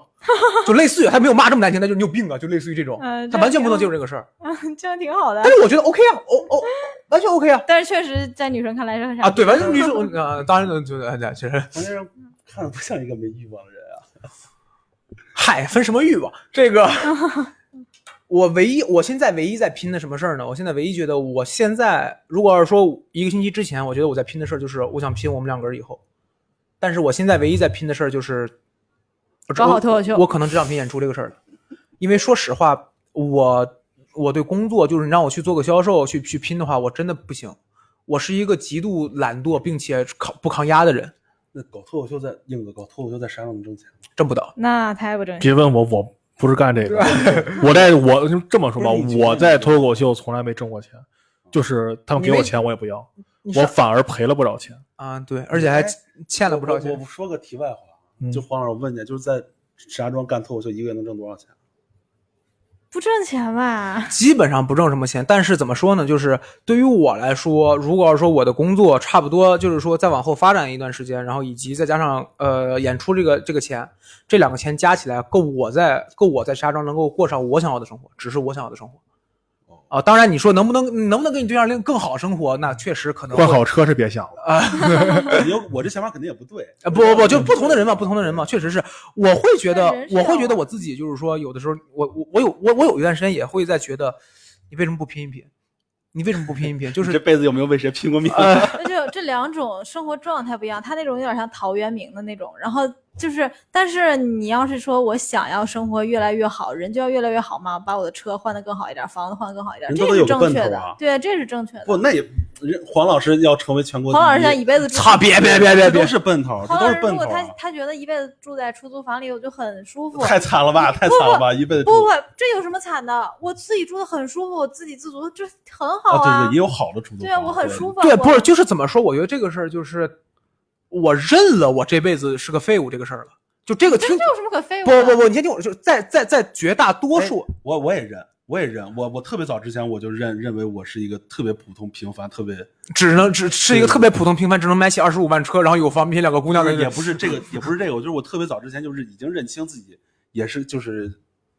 Speaker 2: 就类似于他没有骂这么难听，他就是你有病啊，就类似于这种
Speaker 3: 嗯，这
Speaker 2: 他完全不能接受这个事儿。
Speaker 3: 这样挺好的
Speaker 2: 但，是我觉得 OK 啊，哦哦，完全 OK 啊。
Speaker 3: 但是确实在女生看来是很傻
Speaker 2: 啊，对，完全女生，呃，当然就哎对，其实
Speaker 4: 黄先生看着不像一个没欲望的人啊。
Speaker 2: 嗨，分什么欲望？这个，我唯一，我现在唯一在拼的什么事儿呢？我现在唯一觉得，我现在如果要是说一个星期之前，我觉得我在拼的事儿就是，我想拼我们两个人以后。但是我现在唯一在拼的事儿就是，我
Speaker 3: 搞好脱口秀
Speaker 2: 我可能只想拼演出这个事儿了，因为说实话，我我对工作就是你让我去做个销售去去拼的话，我真的不行。我是一个极度懒惰并且扛不扛压的人，
Speaker 4: 那搞脱口秀在硬哥搞脱口秀在山上能挣钱吗？
Speaker 2: 挣不到。
Speaker 3: 那太不正确。
Speaker 1: 别问我，我不是干这 个。我在我就这么说吧
Speaker 4: 不是你，去
Speaker 1: 我在脱口秀从来没挣过钱，就是他们给我
Speaker 2: 你没
Speaker 1: 钱我也不要，
Speaker 2: 你
Speaker 1: 我
Speaker 2: 上
Speaker 1: 反而赔了不少钱。
Speaker 2: 啊，对，而且还
Speaker 4: 哎
Speaker 2: 欠了不少
Speaker 4: 我
Speaker 2: 钱
Speaker 4: 我。说个题外话，啊
Speaker 1: 嗯
Speaker 4: 就黄老师，我问你，就是在石家庄干脱口秀，一个月能挣多少钱？
Speaker 3: 不挣钱吧？
Speaker 2: 基本上不挣什么钱，但是怎么说呢？就是对于我来说，如果要说我的工作差不多，就是说再往后发展一段时间，然后以及再加上呃演出这个这个钱，这两个钱加起来够我在够我在石家庄能够过上我想要的生活，只是我想要的生活。啊，当然你说能不能能不能跟你对象另更好生活，那确实可能会
Speaker 1: 换好车是别想了，
Speaker 4: 你要我这想法肯定也不对嗯
Speaker 2: 啊，不不不，就不同的人嘛，不同的人嘛，确实是，我会觉得
Speaker 3: 但人，是
Speaker 2: 我会
Speaker 3: 要
Speaker 2: 觉得
Speaker 3: 啊
Speaker 2: 我自己就是说，有的时候，我我我有我我有一段时间也会在觉得，你为什么不拼一拼？你为什么不拼一拼？就
Speaker 4: 你这
Speaker 2: 是
Speaker 4: 辈子有没有为谁拼过命？
Speaker 3: 那就这两种生活状态不一样，他那种有点像陶渊明的那种，然后就是，但是你要是说我想要生活越来越好，人就要越来越好嘛，把我的车换得更好一点，房子换得更好一点，
Speaker 4: 人
Speaker 3: 这
Speaker 4: 都得
Speaker 3: 是
Speaker 4: 有个
Speaker 3: 正
Speaker 4: 奔
Speaker 3: 确
Speaker 4: 头
Speaker 3: 的，
Speaker 4: 啊
Speaker 3: 对，这是正确的。
Speaker 4: 不，那也人黄老师要成为全国
Speaker 3: 黄老师想
Speaker 4: 第一
Speaker 3: 一辈子住
Speaker 2: 操，别别别别
Speaker 4: 这
Speaker 2: 别
Speaker 4: 都！是奔头，这
Speaker 3: 黄
Speaker 4: 都
Speaker 3: 老
Speaker 4: 是
Speaker 3: 师如
Speaker 4: 奔
Speaker 3: 果
Speaker 4: 头
Speaker 3: 他
Speaker 4: 啊，
Speaker 3: 他觉得一辈子住在出租房里我就很舒服，
Speaker 4: 太惨了吧，太惨了吧，一辈子
Speaker 3: 不不
Speaker 4: 住，
Speaker 3: 这有什么惨的？我自己住的很舒服，我自给自足，这很好
Speaker 4: 啊，对对，也有好的出租
Speaker 3: 对
Speaker 4: 房，
Speaker 3: 啊，我很舒
Speaker 4: 服。
Speaker 3: 服啊。
Speaker 2: 对，
Speaker 3: 我
Speaker 2: 不是，就是怎么说？我觉得这个事儿就是，我认了我这辈子是个废物这个事儿了。就这个
Speaker 3: 这
Speaker 2: 听
Speaker 3: 这有什么可废物
Speaker 2: 不
Speaker 3: 的？
Speaker 2: 不不，你先听我，就是在在在绝大多
Speaker 4: 哎
Speaker 2: 数，
Speaker 4: 我我也认，我也认，我我特别早之前我就认认为我是一个特别普通平凡，特别
Speaker 2: 只能只是一个特别普通平凡，只能买起二十五万车，然后有房并两个姑娘的
Speaker 4: 也不 是这个，也不是这个，我就是我特别早之前就是已经认清自己也是就是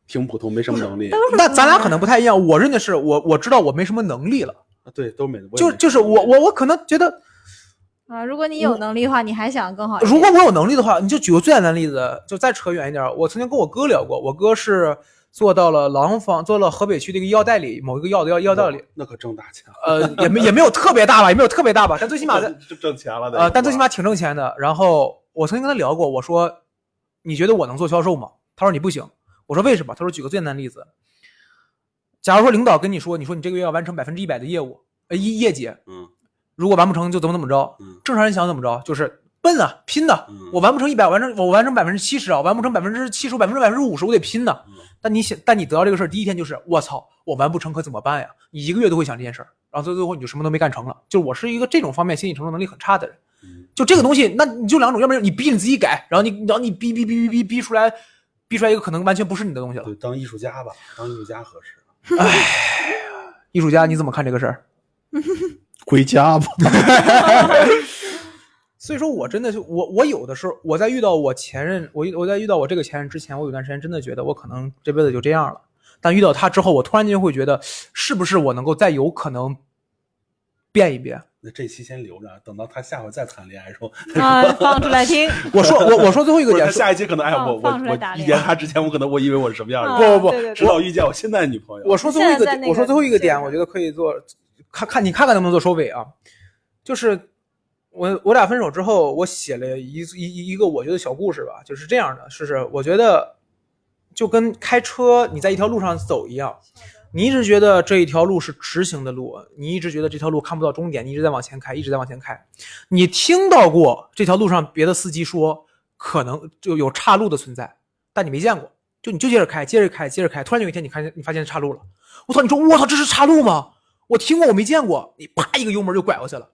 Speaker 4: 挺普通，没什么能力，
Speaker 2: 那咱俩可能不太一样，我认的是我我知道我没什么能力了，
Speaker 4: 啊对，都没，我也
Speaker 2: 就
Speaker 4: 没
Speaker 2: 就是我我我可能觉得，
Speaker 3: 啊，如果你有能力的话，你还想更好一点。
Speaker 2: 如果我有能力的话，你就举个最简单的例子，就再扯远一点儿，我曾经跟我哥聊过，我哥是做到了廊坊，做了河北区的一个药代理，某一个药的药药代理，
Speaker 4: 那可挣大钱了，
Speaker 2: 呃，也没也没有特别大吧，也没有特别大吧，但最起
Speaker 4: 起
Speaker 2: 码在
Speaker 4: 就挣钱了得
Speaker 2: 呃，但最起码挺挣钱的。然后我曾经跟他聊过，我说：“你觉得我能做销售吗？”他说：“你不行。”我说：“为什么？”他说：“举个最简单的例子，假如说领导跟你说，你说你这个月要完成百分之一百的业务，呃，业业绩，
Speaker 4: 嗯
Speaker 2: 如果完不成就怎么怎么着
Speaker 4: 嗯，
Speaker 2: 正常人想怎么着，就是笨啊，拼的
Speaker 4: 嗯。
Speaker 2: 我完不成一百，完成我完成百分之七十啊，我完不成百分之七十，百分之百分之五十，我得拼的
Speaker 4: 嗯。
Speaker 2: 但你想，但你得到这个事儿，第一天就是我操，我完不成可怎么办呀？你一个月都会想这件事儿，然后到最后你就什么都没干成了。就是我是一个这种方面心理承受能力很差的人。就这个东西，那你就两种，要不然你逼你自己改，然后你然后你逼逼逼逼逼逼出来，逼出来一个可能完全不是你的东西了
Speaker 4: 对，。当艺术家吧，当艺术家合适。
Speaker 2: 艺术家你怎么看这个事儿？
Speaker 1: 回家吧。
Speaker 2: 所以说我真的就我我有的时候我在遇到我前任，我遇我在遇到我这个前任之前，我有段时间真的觉得我可能这辈子就这样了。但遇到他之后，我突然间会觉得，是不是我能够再有可能变一变？
Speaker 4: 那这期先留着，等到他下回再谈恋爱的时 候，
Speaker 5: 啊，放出来听，
Speaker 2: 我说我我说最后一个
Speaker 4: 不是
Speaker 2: 点
Speaker 4: 他
Speaker 2: 说，
Speaker 4: 下一期可能哎，
Speaker 5: 放
Speaker 4: 我我
Speaker 5: 放出来打
Speaker 4: 我
Speaker 5: 脸
Speaker 4: 遇见他之前，我可能我以为我是什么样的人，
Speaker 5: 啊
Speaker 2: 不不不
Speaker 5: 对对
Speaker 4: 直
Speaker 5: 对
Speaker 4: 到遇见我现在的女朋友。
Speaker 2: 我说最后一个
Speaker 5: 现在在
Speaker 2: 点，
Speaker 5: 那
Speaker 2: 我说
Speaker 5: 个
Speaker 2: 最后一个点，
Speaker 5: 线
Speaker 2: 我觉得可以做，看看你看看能不能做收尾啊？就是我我俩分手之后，我写了一一一个我觉得小故事吧，就是这样的，就是我觉得就跟开车你在一条路上走一样，你一直觉得这一条路是直行的路，你一直觉得这条路看不到终点，你一直在往前开，一直在往前开，你听到过这条路上别的司机说可能就有岔路的存在，但你没见过。就你就接着开，接着开，接着开，突然有一天你看见你发现岔路了，我操！你说我操，这是岔路吗？我听过，我没见过。你啪一个油门就拐过去了，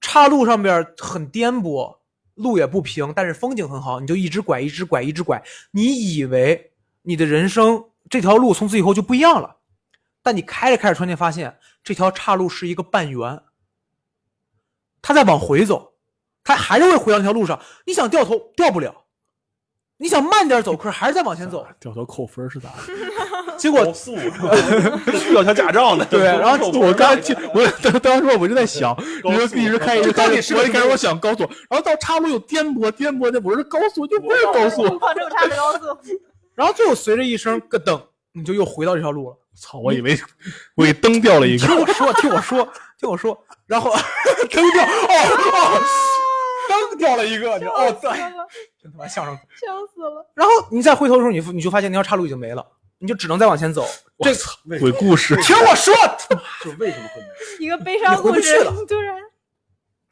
Speaker 2: 岔路上边很颠簸，路也不平，但是风景很好，你就一直拐，一直拐，一直拐。你以为你的人生这条路从此以后就不一样了，但你开着开着，突然间发现这条岔路是一个半圆，它在往回走，它还是会回到那条路上。你想掉头掉不了，你想慢点走，可是还是在往前走。
Speaker 1: 掉头扣分是咋的？
Speaker 2: 结果
Speaker 4: 高速， 吊桥驾照 呢？
Speaker 2: 对然 后
Speaker 1: 我刚才听，我当当时我就在 想，
Speaker 4: 高
Speaker 1: 你说
Speaker 4: 速
Speaker 1: 一直开一直
Speaker 2: 这
Speaker 1: 开，
Speaker 2: 到
Speaker 1: 我
Speaker 2: 底
Speaker 1: 一
Speaker 2: 是个
Speaker 1: 开始我想高速，然后到岔路又颠簸颠簸的，我说高速又不是高 速，
Speaker 5: 放这么差的高速，
Speaker 2: 然后最后随着一声咯噔，你就又回到这条路了。
Speaker 1: 操！我以为我给蹬掉了一个
Speaker 2: 听，我说，听我说，听我说，然后蹬掉，哦哦，蹬掉了一个，你哦 对，真他妈相声。
Speaker 5: 笑死了，
Speaker 2: 然后你再回头的时候，你你就发现那条岔路已经没了，你就只能再往前走。这听
Speaker 4: 为什
Speaker 1: 鬼
Speaker 4: 么
Speaker 1: 故事。
Speaker 2: 我说，
Speaker 4: 就为什么会没有？
Speaker 5: 一个悲伤
Speaker 2: 你回
Speaker 5: 故
Speaker 2: 不去
Speaker 5: 事
Speaker 2: 了，
Speaker 5: 突然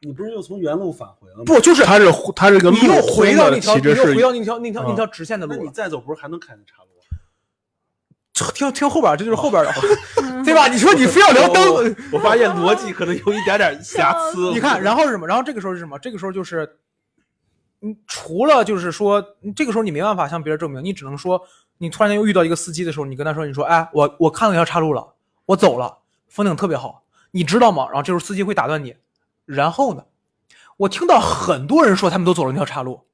Speaker 4: 你不是又从原路返回了吗？
Speaker 2: 不就是
Speaker 1: 它是它这个路
Speaker 2: 你又回到那条，
Speaker 1: 其
Speaker 2: 你
Speaker 1: 实
Speaker 2: 又回
Speaker 1: 是嗯
Speaker 2: 到那条那条那条直线的
Speaker 4: 那
Speaker 2: 路
Speaker 4: 你
Speaker 2: 了。
Speaker 4: 再走不是还能开那岔路啊？
Speaker 2: 听听后边儿，这就是后边儿的，对吧？你说你非要聊
Speaker 1: 哦
Speaker 4: 我
Speaker 2: 蹬，
Speaker 4: 哦我发现逻辑可能有一点点瑕疵。
Speaker 2: 你看，然后是什么？然后这个时候是什么？这个时候就是，你除了就是说，这个时候你没办法向别人证明，你只能说，你突然间又遇到一个司机的时候，你跟他说，你说，哎，我我看到一条岔路了，我走了，风景特别好，你知道吗？然后这时候司机会打断你，然后呢，我听到很多人说他们都走了那条岔路。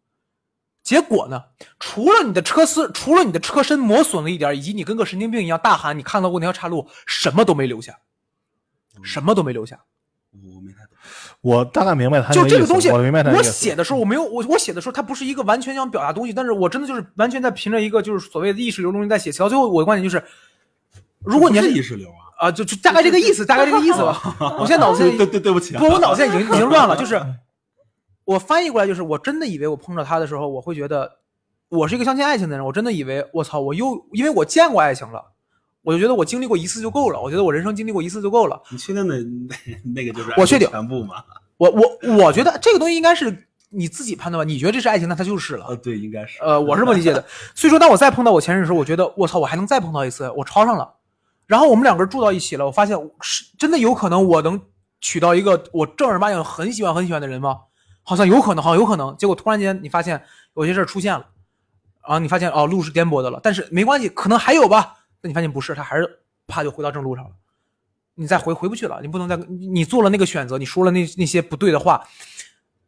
Speaker 2: 结果呢？除了你的车丝，除了你的车身磨损了一点儿，以及你跟个神经病一样大喊你看到过那条岔路，什么都没留下，什么都没留下。
Speaker 4: 我没太懂。
Speaker 1: 我大概明白它
Speaker 2: 就
Speaker 1: 那
Speaker 2: 这
Speaker 1: 意
Speaker 2: 个
Speaker 1: 思
Speaker 2: 东西，
Speaker 1: 我明白它那意思。
Speaker 2: 写的时候我没有我我写的时候，它不是一个完全想表达东西，但是我真的就是完全在凭着一个就是所谓的意识流中在写。写到最后，我的观点就是，如果你要
Speaker 4: 这
Speaker 2: 是
Speaker 4: 不是意识流啊，
Speaker 2: 啊，就就大概这个意思，大概这个意思 吧。我现在脑子
Speaker 4: 对
Speaker 2: 里
Speaker 4: 对对，对不起啊，
Speaker 2: 不，我脑子已经已经乱了，就是 我翻译过来就是，我真的以为我碰到他的时候，我会觉得我是一个相信爱情的人，我真的以为我操，我又因为我见过爱情了，我就觉得我经历过一次就够了，我觉得我人生经历过一次就够了。
Speaker 4: 你确定的那那个就是
Speaker 2: 我确定
Speaker 4: 全部吗？
Speaker 2: 我我我觉得这个东西应该是你自己判断吧，你觉得这是爱情，那它就是了
Speaker 4: 呃，。对，应该是。
Speaker 2: 呃，我是这么理解的。所以说，当我再碰到我前任的时候，我觉得我操，我还能再碰到一次，我超上了。然后我们两个人住到一起了，我发现是真的有可能我能娶到一个我正儿八经很喜欢很喜欢的人吗？好像有可能，好像有可能。结果突然间你发现有些事儿出现了，然后你发现哦路是颠簸的了，但是没关系，可能还有吧。但你发现不是，他还是啪就回到正路上了。你再回回不去了，你不能再你你做了那个选择，你说了那那些不对的话，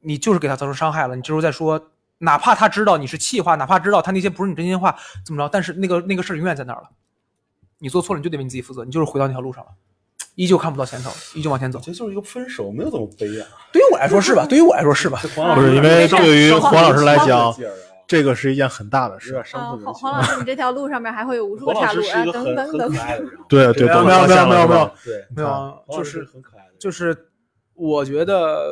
Speaker 2: 你就是给他造成伤害了。你这时候再说，哪怕他知道你是气话，哪怕知道他那些不是你真心话，怎么着？但是那个那个事儿永远在那儿了。你做错了，你就得为你自己负责，你就是回到那条路上了，依旧看不到前头，依旧往前走
Speaker 4: 我。觉得就是一个分手，没有怎么悲啊。
Speaker 2: 对于我来说是吧？对于我来说是吧？
Speaker 4: 这黄老师
Speaker 1: 不是因为对于
Speaker 4: 上
Speaker 1: 黄老师来讲
Speaker 4: 上上劲儿啊
Speaker 1: 这个是一件很大的
Speaker 4: 有
Speaker 1: 事。
Speaker 4: 点伤
Speaker 5: 啊，
Speaker 4: 透人
Speaker 5: 黄
Speaker 4: 心
Speaker 5: 黄。老师，你这条路上面还会有无数
Speaker 2: 呃
Speaker 5: 个
Speaker 4: 黄老
Speaker 5: 岔
Speaker 4: 师
Speaker 5: 路
Speaker 4: 是
Speaker 5: 啊，
Speaker 4: 一个
Speaker 5: 等
Speaker 4: 很
Speaker 5: 等
Speaker 4: 很
Speaker 5: 等
Speaker 4: 可，爱的人啊。
Speaker 1: 对对，
Speaker 4: 没有
Speaker 1: 都发
Speaker 2: 没有
Speaker 1: 现了
Speaker 2: 没有
Speaker 1: 是吧
Speaker 2: 没有
Speaker 4: 对，
Speaker 2: 没有啊，
Speaker 4: 黄
Speaker 2: 就
Speaker 4: 老师
Speaker 2: 是
Speaker 4: 很可爱的人，
Speaker 2: 就是，我觉得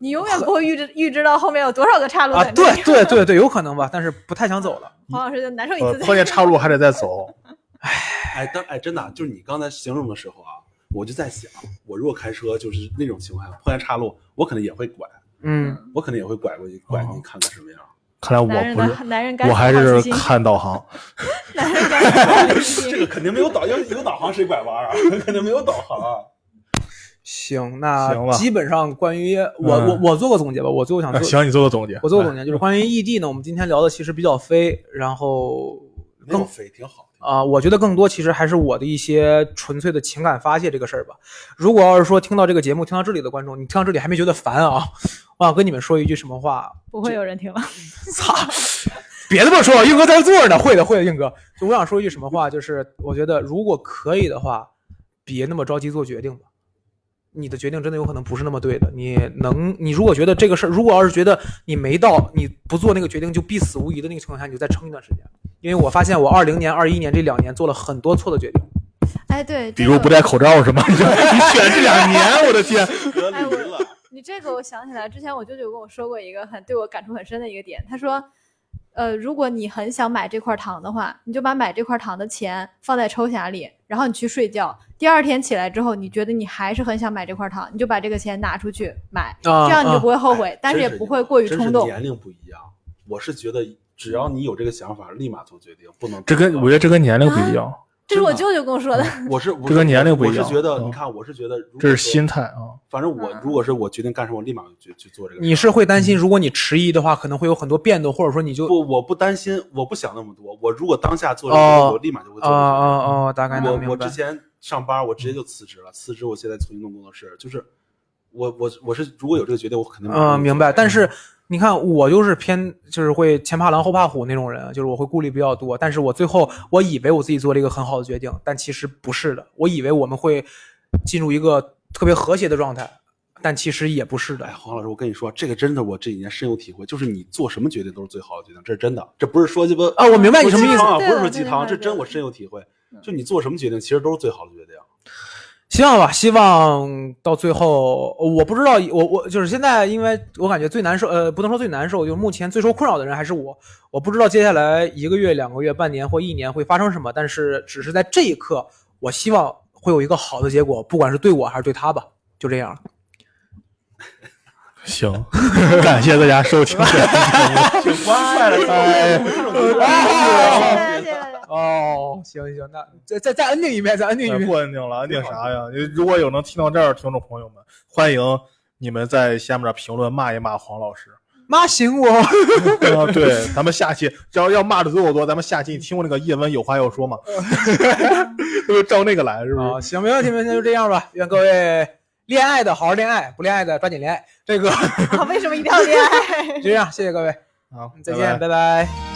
Speaker 5: 你永远不会预知预知到后面有多少个岔路
Speaker 2: 啊，
Speaker 5: 等着
Speaker 2: 对
Speaker 5: 你。
Speaker 2: 对对对，有可能吧，但是不太想走了。
Speaker 5: 黄老师就难受一
Speaker 1: 呃
Speaker 5: 次，
Speaker 1: 碰见岔路还 得再走。
Speaker 4: 哎，但哎，真的啊就是你刚才形容的时候啊，我就在想，我如果开车就是那种情况下碰见岔路，我可能也会拐，
Speaker 2: 嗯，
Speaker 4: 我肯定也会拐过去拐
Speaker 1: 哦
Speaker 4: 你看看什么样。
Speaker 1: 看来
Speaker 5: 男
Speaker 1: 我
Speaker 5: 人
Speaker 1: 不
Speaker 5: 的
Speaker 1: 是，
Speaker 5: 男人该
Speaker 1: 我还是
Speaker 5: 心，
Speaker 1: 看导航。
Speaker 5: 男人该好好理性
Speaker 4: 这个肯定没有导，要是有导航谁拐弯啊？ 肯定没有导航啊。
Speaker 2: 行，那
Speaker 1: 行吧
Speaker 2: 基本上关于我、
Speaker 1: 嗯
Speaker 2: 我我做个总结吧，我 最后想
Speaker 1: 啊
Speaker 2: 做、
Speaker 1: 行，你做个总结。
Speaker 2: 我做
Speaker 1: 来
Speaker 2: 个总结就是关于异地呢，我们今天聊的其实比较飞，然后
Speaker 4: 没
Speaker 2: 更
Speaker 4: 有飞挺好的。
Speaker 2: 啊、我觉得更多其实还是我的一些纯粹的情感发泄这个事儿吧。如果要是说听到这个节目听到这里的观众，你听到这里还没觉得烦啊， 我想跟你们说一句什么话，
Speaker 5: 不会有人听了。
Speaker 2: 操！别这么说，硬哥在这坐着呢。会的，会的，硬哥。就我想说一句什么话，就是我觉得如果可以的话，别那么着急做决定吧。你的决定真的有可能不是那么对的。你能，你如果觉得这个事儿，如果要是觉得你没到，你不做那个决定就必死无疑的那个情况下，你就再撑一段时间。因为我发现我二零年、二一年这两年做了很多错的决定。
Speaker 3: 哎，对，
Speaker 1: 比
Speaker 3: 这
Speaker 1: 如
Speaker 3: 个
Speaker 1: 不戴口罩 是吗？你就你选这两年，我的天！
Speaker 4: 隔
Speaker 3: 哎我
Speaker 4: 离了，
Speaker 3: 你这个我想起来，之前我舅舅跟我说过一个很对我感触很深的一个点，他说，呃，如果你很想买这块糖的话，你就把买这块糖的钱放在抽匣里，然后你去睡觉。第二天起来之后，你觉得你还是很想买这块糖，你就把这个钱拿出去买，
Speaker 2: 啊
Speaker 3: 这样你就不会后悔，
Speaker 4: 哎
Speaker 3: 但是也
Speaker 4: 真
Speaker 3: 不会过于
Speaker 4: 真
Speaker 3: 冲
Speaker 4: 是
Speaker 3: 动。
Speaker 4: 年龄不一样，我是觉得只要你有这个想法，立马做决定，不能
Speaker 1: 这跟我觉得这跟年龄不一
Speaker 4: 啊
Speaker 1: 样，
Speaker 3: 这是我
Speaker 4: 真
Speaker 3: 舅
Speaker 4: 的
Speaker 3: 舅跟我说 的。
Speaker 4: 我是我
Speaker 1: 这跟年龄不一样
Speaker 4: 我是觉得，
Speaker 1: 嗯
Speaker 4: 你看，我是觉得，
Speaker 1: 这是心，态啊。
Speaker 4: 反正我
Speaker 3: 嗯
Speaker 4: 如果是我决定干什么，我立马就去做这个事儿。
Speaker 2: 你是会担心，如果你迟疑的话，可能会有很多变动，或者说你就
Speaker 4: 不，我不担心，我不想那么多。我如果当下做这个
Speaker 2: 哦
Speaker 4: 决定，我立马就会
Speaker 2: 啊
Speaker 4: 做这个决定。
Speaker 2: 啊啊！大概能
Speaker 4: 我
Speaker 2: 明
Speaker 4: 我
Speaker 2: 白
Speaker 4: 之。前上班，我直接就辞职了，辞职我现在重新弄工作室，就是我我我是如果有这个决定，我肯定马上就
Speaker 2: 嗯，明白。
Speaker 4: 做
Speaker 2: 但是你看，我就是偏就是会前怕狼后怕虎那种人，就是我会顾虑比较多。但是我最后我以为我自己做了一个很好的决定，但其实不是的。我以为我们会进入一个特别和谐的状态，但其实也不是的
Speaker 4: 哎，。黄老师，我跟你说，这个真的我这几年深有体会，就是你做什么决定都是最好的决定，这是真的，这不是说鸡巴
Speaker 2: 啊，我明白你什么意
Speaker 4: 鸡
Speaker 2: 思
Speaker 4: 汤。啊，
Speaker 3: 对
Speaker 4: 不是说
Speaker 3: 了
Speaker 4: 鸡
Speaker 3: 对
Speaker 4: 汤，
Speaker 3: 了
Speaker 4: 这
Speaker 3: 对
Speaker 4: 真
Speaker 3: 了
Speaker 4: 我深有体会。就你做什么决定，其实都是最好的决定。
Speaker 2: 希望吧，希望到最后，我不知道，我我就是现在，因为我感觉最难受，呃，不能说最难受，就是目前最受困扰的人还是我。我不知道接下来一个月、两个月、半年或一年会发生什么，但是只是在这一刻，我希望会有一个好的结果，不管是对我还是对他吧，就这样了。
Speaker 1: 行， 感谢大家收听。
Speaker 4: 挺欢快的，哎，
Speaker 3: 谢谢谢谢。
Speaker 2: 哦，行行，那再再再 ending 一遍，再 ending 一遍。
Speaker 1: 不安定了，安定啥呀？如果有能听到这儿的听众朋友们，欢迎你们在下面的评论骂一骂黄老 师。
Speaker 2: 妈行我，
Speaker 1: 啊，对，咱们下期只要要骂的足够多，咱们下期你听过那个叶问有话要 说吗？ 就是照那个来，是不
Speaker 2: 啊，
Speaker 1: 是？
Speaker 2: 行，没问题，没问题，就这样吧。愿各位恋爱的好好恋爱，不恋爱的抓紧 恋爱。这 个
Speaker 5: 啊为什么一定要恋爱？
Speaker 2: 就这样，谢谢各位，
Speaker 1: 好，
Speaker 2: 再
Speaker 1: 拜拜
Speaker 2: 见，拜拜